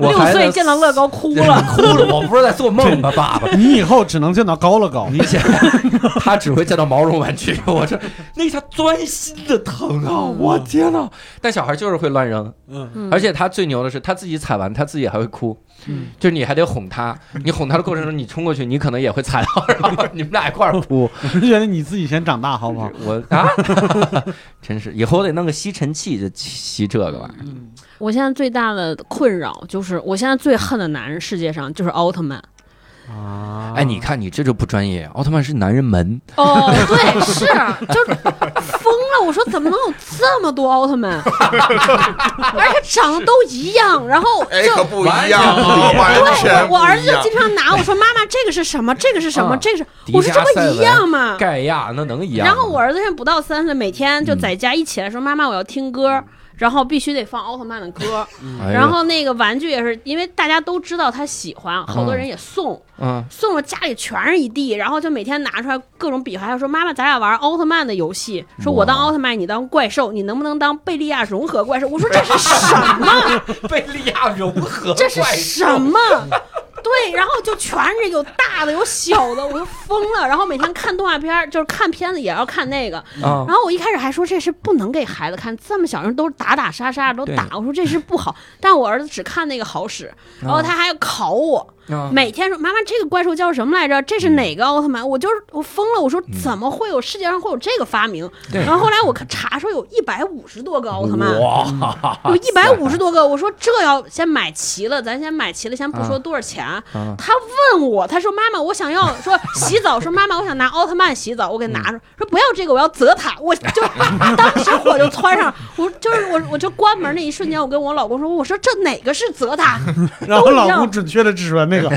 我
六
还
岁
在
见到乐高哭
对
了，
哭了，我不是在做梦吧，爸爸？
你以后只能见到高乐高。
你想，他只会见到毛绒玩具， 我这那一下钻心的疼啊！我天哪！但小孩就是会乱扔，
嗯
而且他最牛的是，他自己踩完，他自己还会哭，
嗯
就是你还得哄他，
嗯
你哄他的过程中，你冲过去，你可能也会踩到， 然后你们俩一块 儿哭。
我是 觉得你自己先长大好不好？
我啊， 真是以后得弄个吸尘器，就吸吸这个玩意儿。
嗯我现在最大的困扰就是，我现在最恨的男人世界上就是奥特曼。
啊
哎，你看你这就不专业，奥特曼是男人门，
哦，对，是，就是疯了。我说怎么能有这么多奥特 曼，而且长得都一样。然后
哎，
就
可不一样啊，完全
我我儿
不
子
一
就
样
经常拿我说妈妈这个是什么，这个是什么，
啊
这个是
迪
我说这
迦
不
赛
一
文
样吗？
盖亚那能一样吗？
然后我儿子现在不到三岁，每天就在家一起来说：“妈妈，我要听歌。”然后必须得放奥特曼的歌，
嗯哎呦，
然后那个玩具也是，因为大家都知道他喜欢，好多人也送，
嗯，
送了家里全是一地，然后就每天拿出来各种比划，还说妈妈，咱俩玩奥特曼的游戏，说我当奥特曼，你当怪兽，你能不能当贝利亚融合怪兽？我说 这是什么？
贝利亚融合
这是什么？对，然后就全是有大的有小的，我就疯了。然后每天看动画片儿，就是看片子也要看那个，
啊
然后我一开始还说这是不能给孩子看，这么小人都是打打杀杀都
对
打，我说这是不好。但我儿子只看那个好使，然后他还要考我，
啊
每天说妈妈这个怪兽叫什么来着？这是哪个奥特曼？
嗯
我就是我疯了，我说怎么会有世界上会有这个发明？
对
然后后来我看查说有一百五十多个奥特曼。
哇，
有一百五十多个，我说这要先买齐了，咱先买齐了，先不说
啊
多少钱。
啊
他问我，他说妈妈，我想要说洗澡，说妈妈，我想拿奥特曼洗澡，我给拿
嗯
着，说不要这个，我要泽塔，我就当时我就窜上，我就是我我就关门那一瞬间，我跟我老公说，我说这哪个是 泽塔？
然后老公准确的指出来那个，
我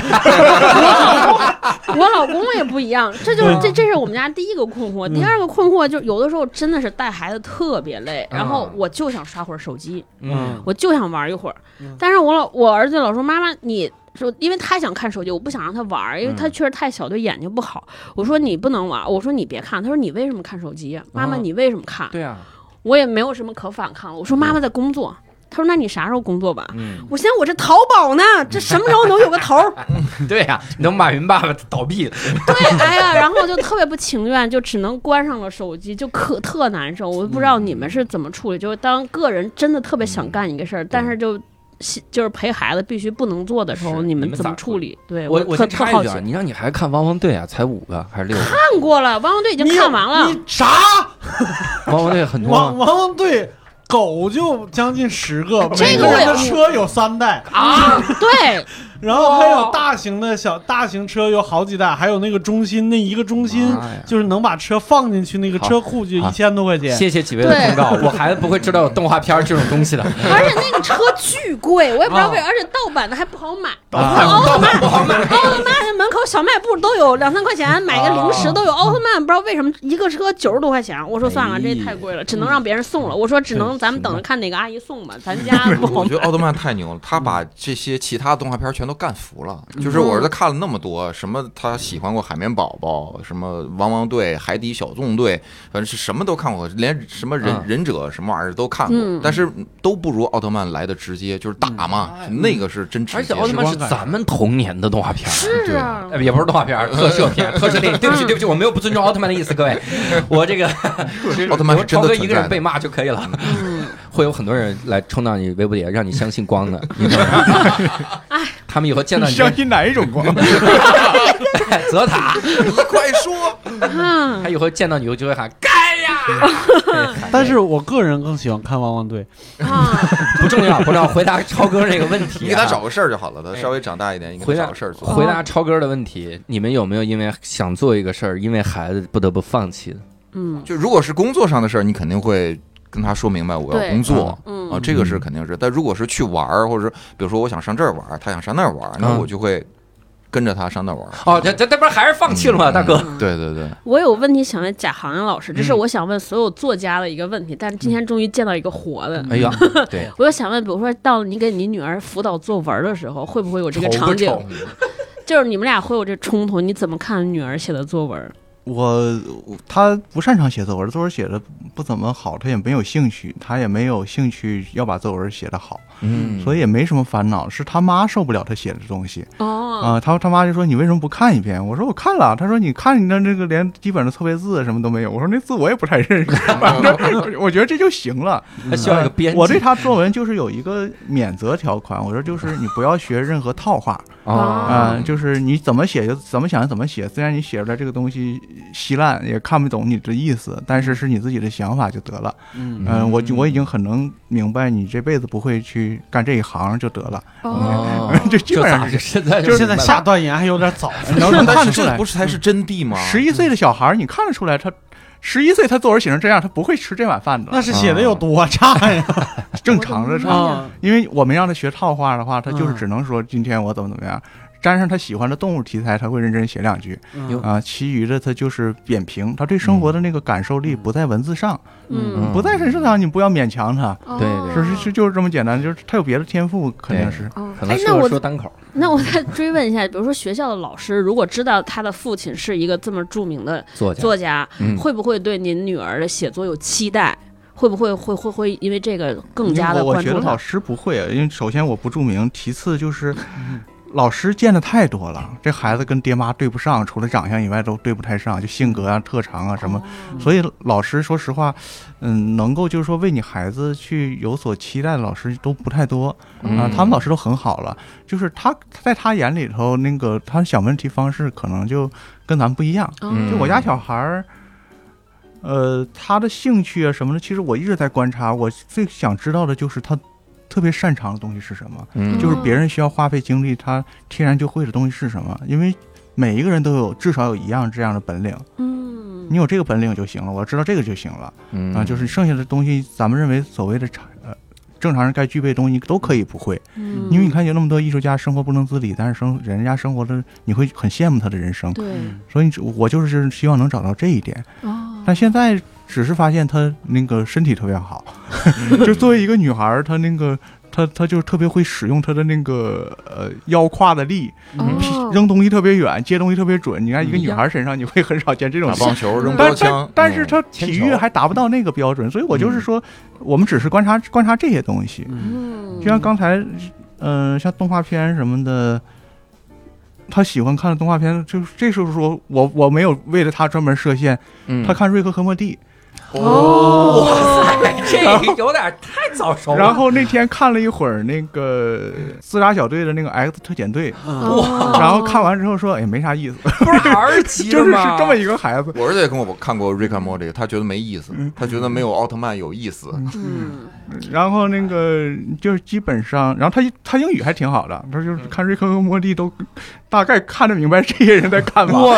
老公也不一样，这就是这这是我们家第一个困惑，第二个困惑就是有的时候真的是带孩子特别累，然后我就想刷会儿手机，
嗯
我就想玩一会儿。但是我老我儿子老说妈妈你。说，因为他想看手机，我不想让他玩儿，因为他确实太小，对眼睛不好。我说你不能玩儿，我说你别看。他说你为什么看手机呀？妈妈
啊
你为什么看？
对啊，
我也没有什么可反抗了。我说妈妈在工作。他说那你啥时候工作吧？
嗯，
嗯我现在我这淘宝呢，这什么时候能有个头儿？
对呀、能马云爸爸倒闭，
对， 哎呀，然后我就特别不情愿，就只能关上了手机，就可特难受。我不知道你们是怎么处理，就是当个人真的特别想干一个事儿，但是就就是陪孩子必须不能做的时候，
是
你
你们
怎么
咋
处理？对
我
哎我
我
特
先
特
插一
好
句
奇
啊，。你让你孩子看汪汪队啊，才五个还是六个？
看过了，汪汪队已经看完了。
你啥？
汪汪队很多
王
啊
王对狗就将近十个，
这
每
个
个
我也
人的车有三代，
啊， 对，
然后还有大型的小大型车有好几代，还有那个中心那一个中心
妈呀
就是能把车放进去那个车库就
好
一千多块钱。
谢谢几位的
对
通告，我孩子不会知道有动画片儿这种东西的。
而且那个车巨贵，我也不知道为啥，而且盗版的还不好买。
啊
奥特曼， 奥特曼门口小卖部都有两三块钱，买个零食都有。奥特曼不知道为什么一个车九十多块钱，我说算了，
哎
这太贵了，只能让别人送了。我说只能咱们等着看哪个阿姨送吧，咱家不好
我
嗯
觉
买。
得奥特曼太牛了，他把这些其他动画片全都干服了。
嗯
就是我儿子看了那么多，什么他喜欢过海绵宝宝，什么汪汪队、海底小纵队，反正是什么都看过，连什么忍
嗯
忍者什么玩意儿都看过
嗯，
但是都不如奥特曼来的直接，就是打嘛，那个是真 直
嗯而且
接。
奥特曼是咱们童年的动画片儿。
是啊，
呃也不是动画片儿，特摄片、特摄 电影。对不起，对不起，我没有不尊重奥特曼的意思，各 位。我这个
奥特曼是真
超哥
的存在的
一个 人被骂就可以了。 会有很多人来冲到你微博底下，让你相信光 的。你知道吗他们以后见到
你
哎你
相信哪一种光？
泽塔，
你快 说，
啊
他以后见到你就会喊盖 呀。
但是我个人更喜欢看汪汪队，
啊，
不重要，不重要。回答超哥这个问题啊，
你给他找个事儿就好了。他稍微长大一点，你给
哎回
他
来
找个事儿做。
回
哦
答超哥的问题，你们有没有因为想做一个事儿，因为孩子不得不放弃的？
嗯
就如果是工作上的事儿，你肯定会跟他说明白我要
对
工作。啊，
嗯，
这个是肯定是，但如果是去玩儿，或者是比如说我想上这儿玩儿，他想上那儿玩儿，那
嗯
我就会跟着他上那儿玩儿。
哦，这这这不是还是放弃了吗，大哥？
嗯 对对对，
我有问题想问贾航老师，这是我想问所有作家的一个问题，但是今天终于见到一个活的。
哎呀，对，
我就想问，比如说到你给你女儿辅导作文的时候，会不会有这个
丑
场
不
景？
丑？
就是你们俩会有这冲突，你怎么看女儿写的作文？
我我他不擅长写作文，作文写的不怎么好，他也没有兴趣，他也没有兴趣要把作文写得好，
嗯
所以也没什么烦恼。是他妈受不了他写的东西啊、
嗯
哦，
他他妈就说你为什么不看一遍？我说我看了，他说你看你那这个连基本的错别字什么都没有，我说那字我也不太认识， 反正我觉得这就行 了。啊
他需要嗯一个编辑。
嗯我对他作文就是有一个免责条款，我说就是你不要学任何套话，
啊
哦
啊、，就是你怎么写就怎么想怎么写，虽然你写出来这个东西稀烂，也看不懂你的意思，但是是你自己的想法就得了。
嗯
嗯、我就我已经很能明白你这辈子不会去干这一行就得了，
哦，
这基本上。
就是现在
现在下断言还有点早，
能能看得出
这
来
不，是才是真谛
啊
吗？
十一岁的小孩儿，你看得出来他。十一岁，他作文写成这样，他不会吃这碗饭的，
那是写的有多差呀？
正常的差。
啊，
因为我们让他学套话的话，他就是
嗯
只能说今天我怎么怎么样。沾上他喜欢的动物题材，他会认真写两句。
嗯
啊，其余的他就是扁平，他对生活的那个感受力不在文字上，
嗯，
不在文字上，你不要勉强他，
对
哦
嗯
是是是，就是这么简单，就是他有别的天赋，肯定是。
哦
可能
哎，
适
那
合
我
说单口。
那我再追问一下，比如说学校的老师，如果知道他的父亲是一个这么著名的
作家，
作家，
嗯
会不会对您女儿的写作有期待？会不会会会会因为这个更加的
我我
关
觉
注
得
他
老？师不会，啊因为首先我不著名，其次就是老师见的太多了，这孩子跟爹妈对不上，除了长相以外都对不太上，就性格啊、特长啊什
哦
么。所以老师说实话，嗯，能够就是说为你孩子去有所期待的老师都不太多。啊，
嗯
他们老师都很好了，就是他在他眼里头那个他想问题方式可能就跟咱们不一样。
嗯
就我家小孩儿，呃，他的兴趣啊什么的，其实我一直在观察。我最想知道的就是他特别擅长的东西是什么，
嗯
就是别人需要花费精力，他天然就会的东西是什么。因为每一个人都有至少有一样这样的本领，
嗯，
你有这个本领就行了，我知道这个就行了。
嗯
啊，就是剩下的东西，咱们认为所谓的常呃正常人该具备的东西都可以不会，
嗯
因为你看有那么多艺术家生活不能自理，但是生人家生活的你会很羡慕他的人生，
对
所以你我就是希望能找到这一点。
哦，
但现在只是发现她那个身体特别好， 就作为一个女孩儿，她那个她她就是特别会使用她的那个呃腰胯的力，
哦
扔东西特别远，接东西特别准。你看一个
嗯
女孩儿身上你会很少见这种
打棒球、扔标
但
枪
但，但是
嗯
他体育还达不到那个标准，所以我就是说，我们只是观察观察这些东西，
嗯
就像刚才，嗯、像动画片什么的。他喜欢看的动画片，就是这时候说我我没有为了他专门设限，
嗯
他看《瑞克和莫蒂
哦，哇塞，这有点太早》，熟
然后那天看了一会儿那个自杀小队的那个 X 特遣队，
哇
然后看完之后说哎也没啥意思，
不是儿级
就是是这么一个孩子，
我儿子也跟我看过《瑞克和莫蒂》，他觉得没意思，他觉得没有奥特曼有意思。
嗯
然后那个就是基本上，然后他他英语还挺好的，他就是看瑞克和莫蒂都大概看得明白这些人在干嘛。
哇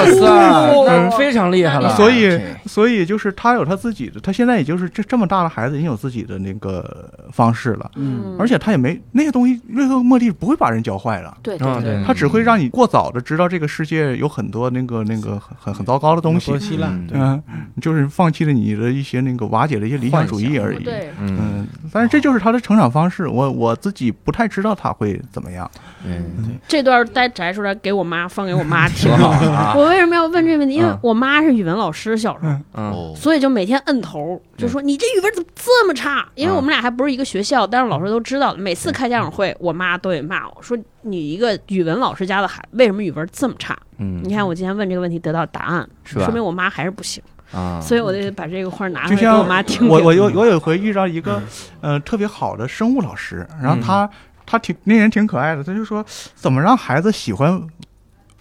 塞，
嗯
非常厉害了。
所以，所以就是他有他自己的，他现在也就是这这么大的孩子，已经有自己的那个方式了，
嗯
而且他也没那些东西，瑞克和莫蒂不会把人教坏的，
对
啊
对
对
他只会让你过早的知道这个世界有很多那个那个很很很糟糕的东西
多，稀烂，
嗯
对
嗯，就是放弃了你的一些那个瓦解了一些理想主义而已。
对
嗯，
嗯，但是这就是他的成长方式，我我自己不太知道他会怎么样。
嗯
这段摘摘出来给我妈放给我 妈听
挺。好啊，
我为什么要问这个问题？因为
啊
嗯
我妈是语文老师，小时候，
嗯，
哦，
所以就每天摁头，
嗯
就说你这语文怎么这么差？因为
啊
嗯
我们俩还不是一个学校，但是
嗯
老师都知道的。每次开家长会，我妈都得骂我说你一个语文老师家的孩子，为什么语文这么差？
嗯
你看我今天问这个问题得到答案，
是吧
说明我妈还是不行，
啊，
所以我得把这个话拿出来
嗯就
给
像
我妈听听。
我我有我有一回遇到一个呃特别好的生物老师，然后他他挺那人挺可爱的，他就说怎么让孩子喜欢。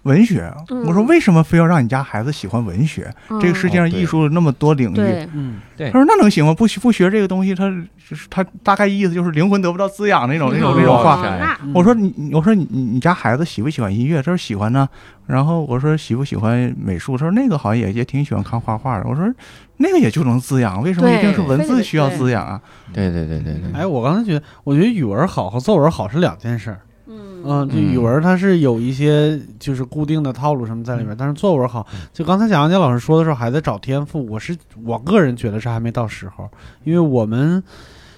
文学，
嗯
我说为什么非要让你家孩子喜欢文学？
嗯
这个世界
哦
上
对
艺术那么多领域，
对，
嗯，
对
他说那能行吗？不学不学这个东西，他就是他大概意思就是灵魂得不到滋养那种那种那种话。
哇塞
那
嗯
我说你，你我说你，你你家孩子喜不喜欢音乐？他说喜欢呢。然后我说喜不喜欢美术？他说那个好像也也挺喜欢看画画的。我说那个也就能滋养，为什么
对
一定是文
非得
字需要滋养啊？
对对对对对，
哎，我刚才觉得，我觉得语文好和作文好是两件事儿。
嗯
嗯，就语文它是有一些就是固定的套路什么在里面，但是作文好，就刚才蒋阳杰老师说的时候还在找天赋，我是我个人觉得是还没到时候，因为我们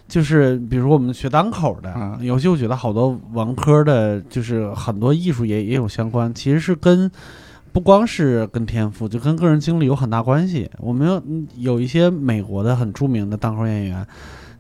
就是比如我们学单口的，
嗯
尤其我觉得好多文科的，就是很多艺术也也有相关，其实是跟。不光是跟天赋，就跟个人经历有很大关系。我们有有一些美国的很著名的单口演员，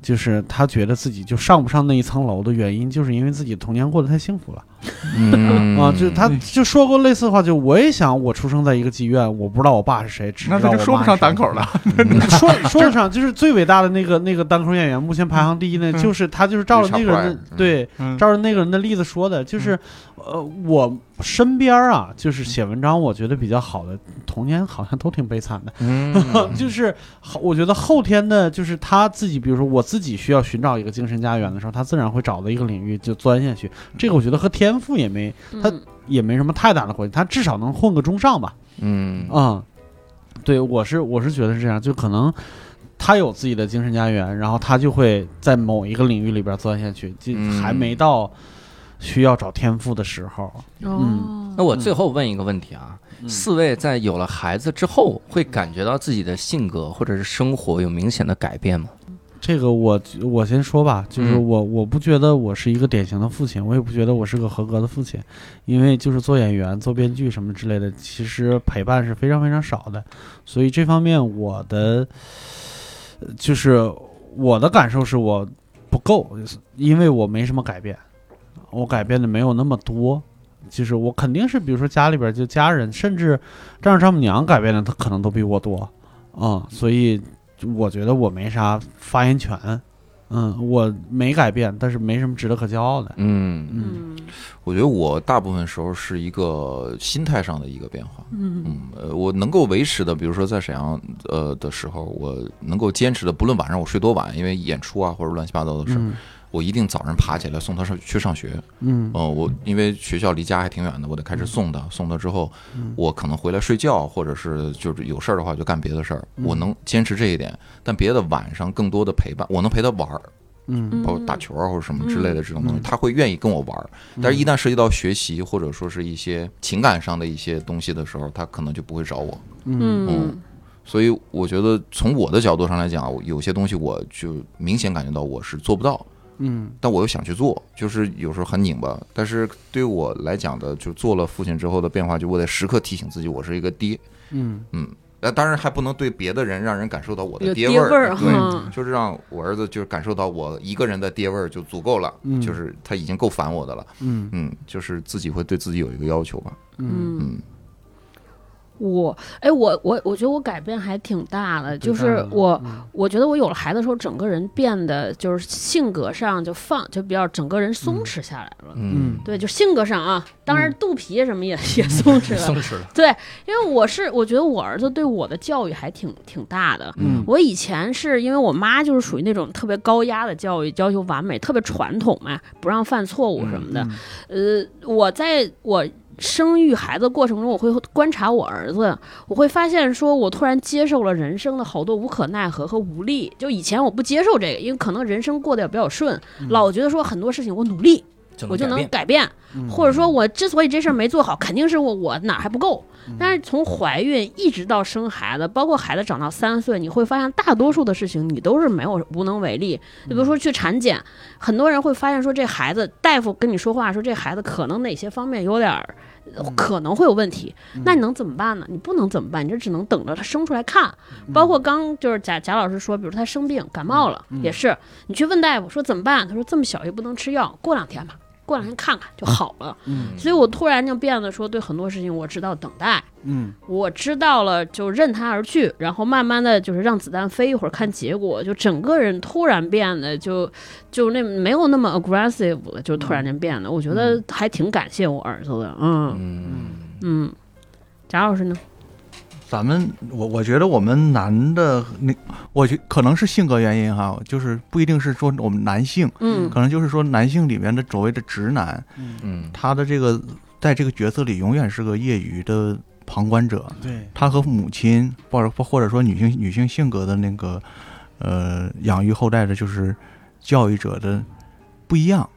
就是他觉得自己就上不上那一层楼的原因，就是因为自己童年过得太幸福了。
嗯
啊，就他就说过类似的话，就我也想我出生在一个妓院，我不知道我爸是谁，只知道
那他
我
就
妈
说不上
是谁
单口了。
嗯
说说得上就是最伟大的那个那个单口演员，目前排行第一呢，
嗯
就是他就是照着那个人
嗯
的对，
嗯
照着那个人的例子说的，就是呃，我身边啊，就是
嗯
写文章我觉得比较好的，童年好像都挺悲惨的，
嗯
就是好我觉得后天的，就是他自己，比如说我自己需要寻找一个精神家园的时候，他自然会找到一个领域就钻下去，这个我觉得和天赋也没他
嗯
也没什么太大的关系，他至少能混个中上吧。
嗯
嗯，对，我是我是觉得是这样，就可能他有自己的精神家园，然后他就会在某一个领域里边钻下去，就
嗯
还没到需要找天赋的时候。
哦
那我最后问一个问题啊，四位在有了孩子之后，会感觉到自己的性格或者是生活有明显的改变吗？
这个我我先说吧，就是
嗯
我我不觉得我是一个典型的父亲，我也不觉得我是个合格的父亲，因为就是做演员、做编剧什么之类的，其实陪伴是非常非常少的，所以这方面我的呃就是我的感受是我不够，因为我没什么改变，我改变的没有那么多。就是我肯定是，比如说家里边就家人，甚至丈母丈母娘改变的，他可能都比我多，啊、所以我觉得我没啥发言权，嗯，我没改变，但是没什么值得可骄傲的，
嗯，
嗯
嗯
我觉得我大部分时候是一个心态上的一个变化。
嗯
嗯，呃，我能够维持的，比如说在沈阳呃的时候，我能够坚持的，不论晚上我睡多晚，因为演出啊或者乱七八糟的事儿，
嗯
我一定早上爬起来送他上去上学。
嗯
哦，我因为学校离家还挺远的，我得开始送他。送他之后，
嗯
我可能回来睡觉，或者是就是有事儿的话就干别的事儿。
嗯
我能坚持这一点，但别的晚上更多的陪伴，我能陪他玩儿，
嗯
哦
包括打球啊或者什么之类的这种东西，
嗯
他会愿意跟我玩儿。但是，一旦涉及到学习或者说是一些情感上的一些东西的时候，他可能就不会找我。
嗯
嗯
所以，我觉得从我的角度上来讲，我有些东西我就明显感觉到我是做不到。
嗯
但我又想去做，就是有时候很拧巴。但是对我来讲的，就做了父亲之后的变化，就我得时刻提醒自己，我是一个爹。
嗯
那当然还不能对别的人让人感受到我的
有
爹
爹
味
味儿
对，
哈
就是让我儿子就是感受到我一个人的爹味儿就足够了，
嗯
就是他已经够烦我的了。
嗯
嗯，就是自己会对自己有一个要求吧。
嗯
嗯。
嗯
我哎，我我我觉得我改变还挺大的，就
当
是
然了
我
嗯
我觉得我有了孩子之后，整个人变得就是性格上就放就比较整个人松弛下来了。
嗯
对，就性格上啊，当然肚皮什么也、也松弛了。
弛了，
对，因为我是我觉得我儿子对我的教育还挺挺大的。
嗯
我以前是因为我妈就是属于那种特别高压的教育，要求完美，特别传统嘛，不让犯错误什么的。呃，我在我生育孩子过程中，我会观察我儿子，我会发现说，我突然接受了人生的好多无可奈何和无力。就以前我不接受这个，因为可能人生过得也比较顺，老觉得说很多事情我努力
就
我就
改
能
变
改变，
嗯
或者说我之所以这事儿没做好，肯定是我我哪儿还不够。但是从怀孕一直到生孩子，包括孩子长到三岁，你会发现大多数的事情你都是没有无能为力。就比如说去产检，很多人会发现说这孩子大夫跟你说话说这孩子可能哪些方面有点儿呃可能会有问题，那你能怎么办呢？你不能怎么办，你就只能等着他生出来看。包括刚就是贾贾老师说，比如他生病感冒了，也是你去问大夫说怎么办，他说这么小也不能吃药，过两天吧。过两天看看就好了，
嗯
所以我突然就变得说，对很多事情我知道等待，
嗯
我知道了就任它而去，然后慢慢的就是让子弹飞一会儿看结果，就整个人突然变得就就那没有那么 aggressive 了，就突然间变得，我觉得还挺感谢我儿子的，嗯
嗯，
嗯。贾老师呢？
咱们我我觉得我们男的，那我觉可能是性格原因哈，就是不一定是说我们男性，
嗯
可能就是说男性里面的所谓的直男，
嗯
他的这个在这个角色里永远是个业余的旁观者，
对
他和母亲或者或者说女性女性性格的那个呃养育后代的，就是教育者的不一样。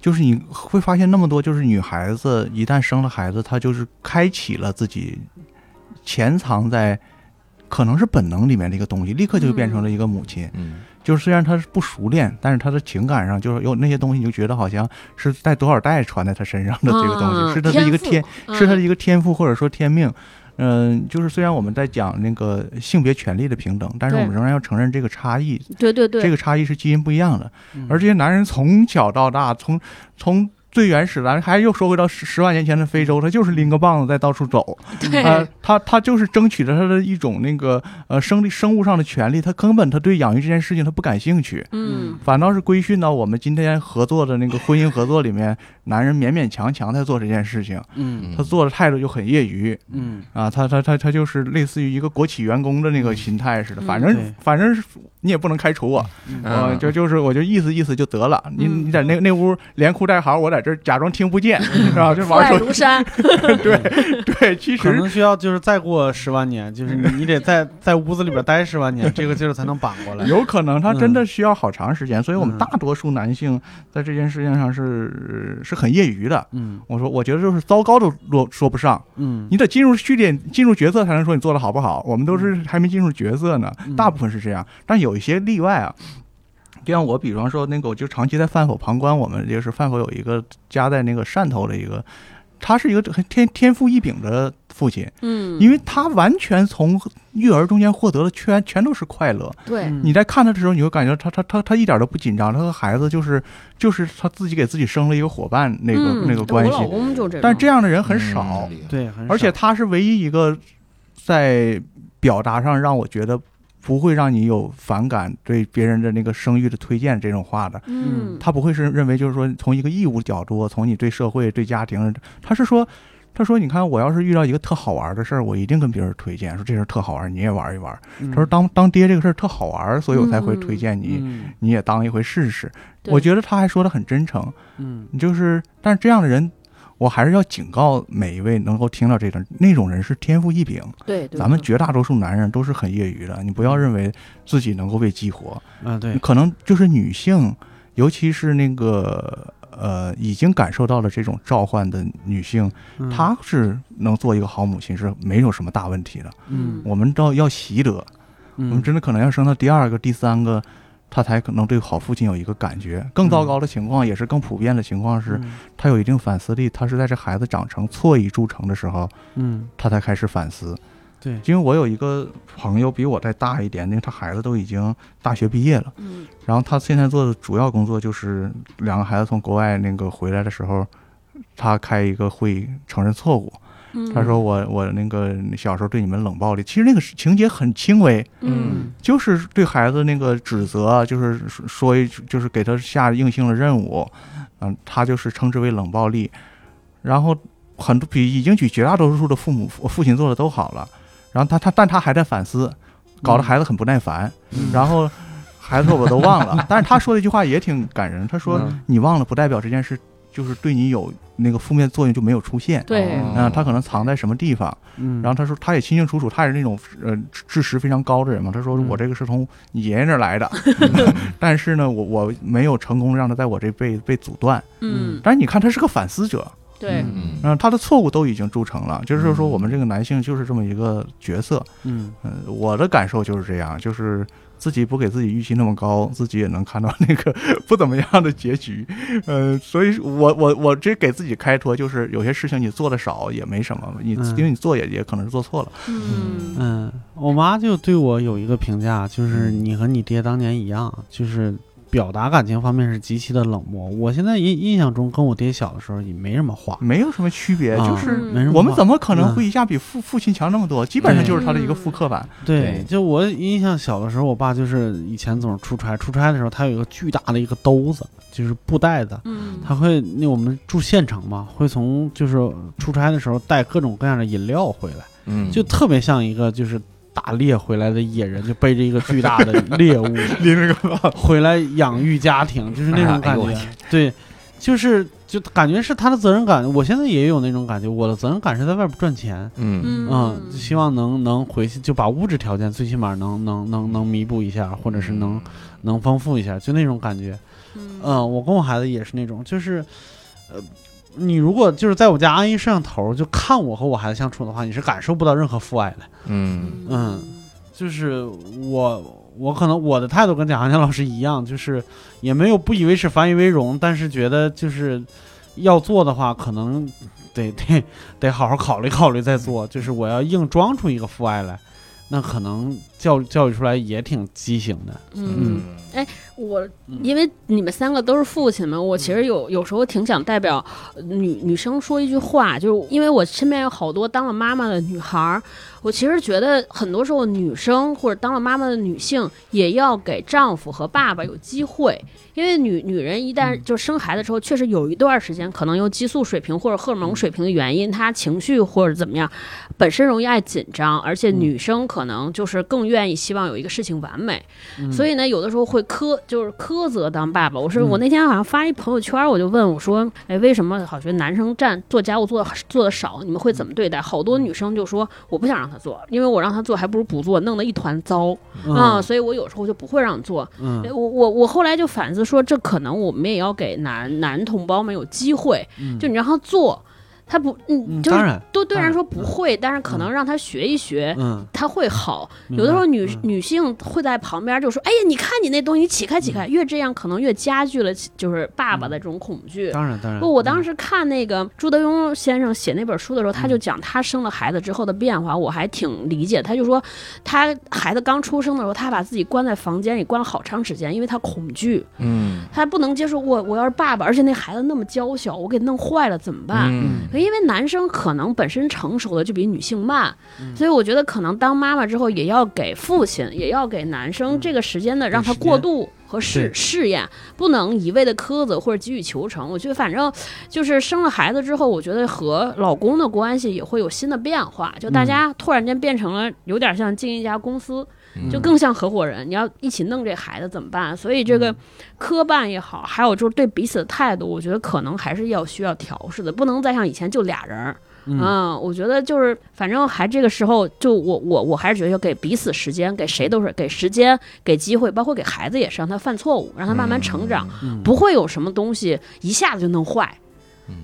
就是你会发现那么多，就是女孩子一旦生了孩子，她就是开启了自己潜藏在可能是本能里面的一个东西，立刻就变成了一个母亲。
嗯
就是虽然他是不熟练，但是他的情感上就是有那些东西，你就觉得好像是在多少代传在他身上的这个东
嗯
西，是他的一个
天
天
赋，嗯
是他的一个天赋或者说天命。嗯，就是虽然我们在讲那个性别权利的平等，但是
对
我们仍然要承认这个差异，
嗯对对对，
这个差异是基因不一样的。
嗯
而这些男人从小到大，从从最原始的，还又说回到十十万年前的非洲，他就是拎个棒子在到处走，
对、
啊
呃，他他就是争取着他的一种那个呃生理生物上的权利，他根本他对养育这件事情他不感兴趣，
嗯，
反倒是规训到我们今天合作的那个婚姻合作里面，男人勉勉强强在做这件事情，
嗯
他做的态度就很业余，
嗯
啊，他他他他就是类似于一个国企员工的那个心态似的，
嗯
反正、
对
反正是你也不能开除我，
嗯
呃就就是我就意思意思就得了。你
嗯
你在那那屋连哭带嚎，我在这儿假装听不见， 是吧？就
父
玩
爱
手
如山，
机。对，其
可
实
能需要就是再过十万年，就是你你得 在在屋子里边待十万年，这个劲儿才能扳过来。
有可能他真的需要好长时间，所以我们
嗯
大多数男性在这件事情上是是很业余的。
嗯
我说，我觉得就是糟糕都说说不上，
嗯，
你得进入序列、进入角色才能说你做的好不好。我们都
嗯
是还没进入角色呢，
嗯
大部分是这样，但有一些例外啊。就像我，比方说那个，我就长期在饭否旁观，我们就是饭否有一个家在那个汕头的一个，他是一个很天天赋异禀的父亲，
嗯，
因为他完全从育儿中间获得的全全都是快乐。
对，
嗯
你在看他的时候，你会感觉他他他他一点都不紧张，他和孩子就是就是他自己给自己生了一个伙伴那个、
嗯
那个关系
我，老公就这种，
但这样的人很
嗯
少。
厉害
对，很
而且
少
他是唯一一个在表达上让我觉得不会让你有反感对别人的那个生育的推荐这种话的。
嗯，
他不会是认为就是说从一个义务角度，从你对社会、对家庭，他是说，他说你看我要是遇到一个特好玩的事儿，我一定跟别人推荐，说这事儿特好玩，你也玩一玩。他说当当爹这个事儿特好玩，所以我才会推荐你，
嗯
你也当一回试试。
对
我觉得他还说的很真诚，
嗯
你就是，但是这样的人，我还是要警告每一位能够听到这种那种人是天赋异禀。
对，对
咱们
对
绝大多数男人都是很业余的，你
嗯
不要认为自己能够被激活，
啊对，
可能就是女性，尤其是那个呃已经感受到了这种召唤的女性，
嗯
她是能做一个好母亲是没有什么大问题的。
嗯
我们到要习得，
嗯
我们真的可能要生到第二个、第三个。她才可能对好父亲有一个感觉。更糟糕的情况，也是更普遍的情况是，
嗯
他有一定反思力，他是在这孩子长成错已铸成的时候，
嗯
他才开始反思。
对
因为我有一个朋友比我再大一点，那他孩子都已经大学毕业了，
嗯
然后他现在做的主要工作就是两个孩子从国外那个回来的时候，他开一个会承认错误。
嗯
他说我我那个小时候对你们冷暴力，其实那个是情节很轻微，
嗯
就是对孩子那个指责啊，就是说说一就是给他下硬性的任务，嗯，他就是称之为冷暴力。然后很多比已经比绝大多数的父母父父亲做的都好了，然后他他但他还在反思，搞得孩子很不耐烦。然后孩子说我都忘了，但是他说的一句话也挺感人，他说、
嗯
你忘了不代表这件事就是对你有那个负面作用就没有出现。
对，
哦
嗯，他可能藏在什么地方，
嗯
然后他说，他也清清楚楚，他也是那种呃知知识非常高的人嘛。他说
嗯
我这个是从你爷爷那儿来的， 但是呢，我我没有成功让他在我这被被阻断。
嗯，
但是你看，他是个反思者，
对，
嗯
嗯、他的错误都已经铸成了，就是说我们这个男性就是这么一个角色。
嗯
嗯、我的感受就是这样，就是。自己不给自己预期那么高，自己也能看到那个 不怎么样的结局，呃，所以我我我这给自己开脱，就是有些事情你做的少也没什么，你、
嗯
因为你做也也可能是做错了。
嗯
嗯，我妈就对我有一个评价，就是
嗯
你和你爹当年一样，就是表达感情方面是极其的冷漠。我现在印印象中跟我爹小的时候也没什么话，
没有什么区别，
啊嗯
就是
没什么话。
我们怎么可能会一下比父父亲强那么多？基本上就是他的一个复刻版。
对
对？
就我印象小的时候，我爸就是以前总是出差，出差的时候他有一个巨大的一个兜子，就是布袋子。
嗯，
他会，那我们住县城嘛，会从就是出差的时候带各种各样的饮料回来。
嗯
就特别像一个就是打猎回来的野人，就背着一个巨大的猎物， 拎着个回来养育 家庭，就是那种
哎
感
呦
觉。
我
对，就是就感觉是他的责任感。我现在也有那种感觉，我的责任感是在外边赚钱。
嗯
嗯
嗯，就希望能能回去，就把物质条件最起码能能能能弥补一下，或者是能
嗯
能丰富一下，就那种感觉。嗯，我跟我孩子也是那种，就是，呃，你如果就是在我家安一摄像头，就看我和我孩子
嗯
相处的话，你是感受不到任何父爱的。
嗯
嗯，就是我我可能我的态度跟贾行家老师一样，就是也没有不以为是，反以为荣，但是觉得就是要做的话，可能得得得好好考虑考虑再做。就是我要硬装出一个父爱来，那可能教教育出来也挺畸形的。
嗯，我因为你们三个都是父亲嘛，我其实有有时候挺想代表女女生说一句话，就是因为我身边有好多当了妈妈的女孩儿，我其实觉得很多时候女生或者当了妈妈的女性也要给丈夫和爸爸有机会，因为女女人一旦就生孩子之后，确实有一段时间可能由激素水平或者荷尔蒙水平的原因，她情绪或者怎么样，本身容易爱紧张，而且女生可能就是更愿意希望有一个事情完美。
嗯
所以呢，有的时候会苛，就是苛责当爸爸。我是、我那天好像发一朋友圈，我就问我说，哎，为什么好学男生占做家务做的做的少？你们会怎么对待？好多女生就说我不想让他做，因为我让他做还不如不做，弄得一团糟啊、
嗯
所以我有时候就不会让做。
嗯
哎我我我后来就反思说，这可能我们也要给男男同胞们有机会，
嗯
就你让他做，他不，嗯，
嗯，
就是
当然，
都对
当然
人说不会，但是可能让他学一学，
嗯，
他会好。
明
有的时候
白
女、
嗯
女性会在旁边就说：“哎呀，你看你那东西，你起开
嗯
起开。越这样，可能越加剧了就是爸爸的这种恐惧。
当然当然，
不，我当
时
时看那个朱德庸先生写那本书的时候，
嗯
他就讲他生了孩子之后的变化，我还挺理解。他就说，他孩子刚出生的时候，他把自己关在房间里关了好长时间，因为他恐惧，
嗯
他不能接受我我要是爸爸，而且那孩子那么娇小，我给弄坏了怎么办？
嗯
因为男生可能本身成熟的就比女性慢，
嗯
所以我觉得可能当妈妈之后也要给父亲，也要给男生这个时间的，让他
嗯时间
过渡和试
对
试验，不能一味的苛责或者急于求成。我觉得反正就是生了孩子之后，我觉得和老公的关系也会有新的变化，就大家突然间变成了有点像经营一家公司，就更像合伙人。你要一起弄这孩子怎么办？所以这个磕绊也好，还有就是对彼此的态度，我觉得可能还是要需要调试的，不能再像以前就俩人儿。
嗯
我觉得就是，反正还这个时候，就我我我还是觉得要给彼此时间，给谁都是给时间，给机会，包括给孩子也是，让他犯错误，让他慢慢成长，
嗯
不会有什么东西一下子就弄坏。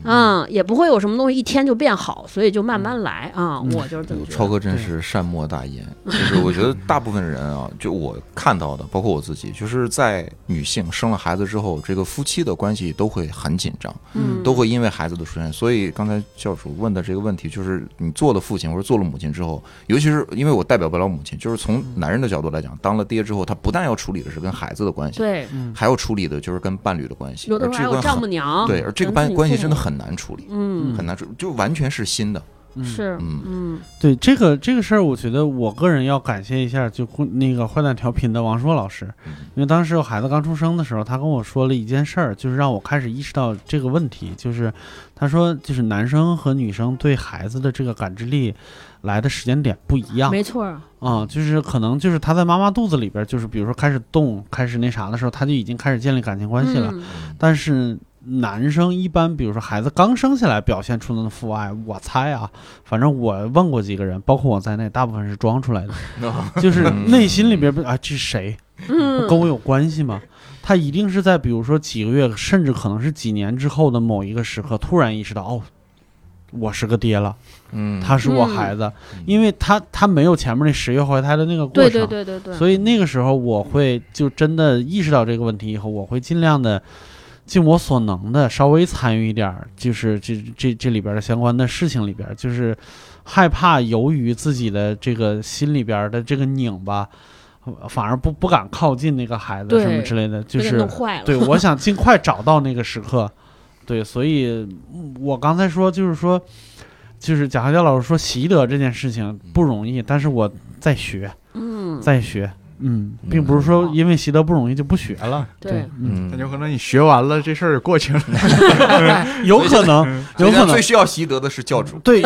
嗯，也不会有什么东西一天就变好，所以就慢慢来啊、我就是这么觉得。
嗯超哥真是善莫大焉，就是我觉得大部分人啊，就我看到的，包括我自己，就是在女性生了孩子之后，这个夫妻的关系都会很紧张，
嗯，
都会因为孩子的出现。所以刚才教主问的这个问题，就是你做了父亲或者做了母亲之后，尤其是因为我代表不了母亲，就
嗯
是从男人的角度来讲，当了爹之后，他不但要处理的是跟孩子的关系，
对，
嗯
还要处理的就是跟伴侣的关系，
有的
而
时候还
这
有
个
丈母
很
娘，
对，而这
跟
个
自
关
己
关系
父
真的
母
很难处理，
嗯，
很难处理，就完全是新的，
是，
嗯
嗯
对这个这个事儿，我觉得我个人要感谢一下，就故那个坏蛋调频的王硕老师，因为当时我孩子刚出生的时候，他跟我说了一件事儿，就是让我开始意识到这个问题，就是他说就是男生和女生对孩子的这个感知力来的时间点不一样，
嗯没错儿，
啊、就是可能就是他在妈妈肚子里边儿，就是比如说开始动、开始那啥的时候，他就已经开始建立感情关系了。
嗯
但是男生一般，比如说孩子刚生下来表现出的父爱，我猜啊，反正我问过几个人，包括我在内，大部分是装出来的，就是内心里边不啊，这是谁？
嗯，
跟我有关系吗？他一定是在比如说几个月，甚至可能是几年之后的某一个时刻，突然意识到哦，我是个爹了，
嗯，
他是我孩子，因为他他没有前面那十月怀胎的那个过
对
程，
对对对对，
所以那个时候我会就真的意识到这个问题以后，我会尽量的尽我所能的稍微参与一点儿，就是这这这里边的相关的事情里边儿，就是害怕由于自己的这个心里边的这个拧巴，呃反而不不敢靠近那个孩子
对
什么之类的，就
被给
是
弄坏了，
对，我想尽快找到那个时刻。对，所以嗯我刚才说就是说，就是贾行家老师说习得这件事情不容易，但是我在学。
嗯，
再学。嗯，并不是说因为习得不容易就不学了。
对，
嗯，
那有可能你学完了这事儿也过去了。
有可能，有可能
最，需要习得的是教主，
对，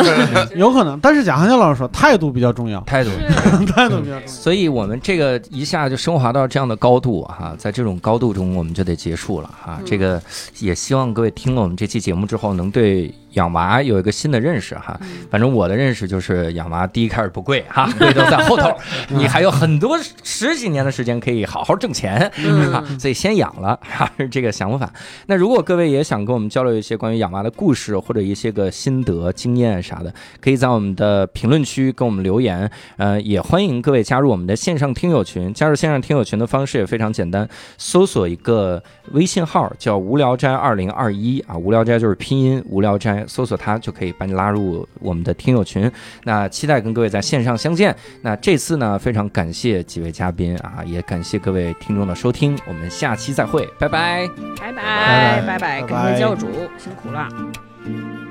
有可能。但是贾行家老师说，态度比较重要，
态度。
嗯
态度比较重要。
所以我们这个一下就升华到这样的高度哈、在这种高度中我们就得结束了哈、
嗯
这个也希望各位听了我们这期节目之后，能对养娃有一个新的认识哈。反正我的认识就是养娃，第一开始不贵哈，贵都在后头，你还有很多十几年的时间可以好好挣钱，
嗯
哈 所以先养了哈，是这个想法。那如果各位也想跟我们交流一些关于养娃的故事或者一些个心得、经验啥的，可以在我们的评论区跟我们留言。呃，也欢迎各位加入我们的线上听友群。加入线上听友群的方式也非常简单，搜索一个微信号叫“无聊斋二零二一”啊，“无聊斋”就是拼音“无聊斋”，搜索它就可以把你拉入我们的听友群。那期待跟各位在线上相见。那这次呢，非常感谢几位嘉宾啊，也感谢各位听众的收听，我们下期再会，拜拜。
拜
拜
嗯
拜拜拜，感谢教主，辛苦了。
拜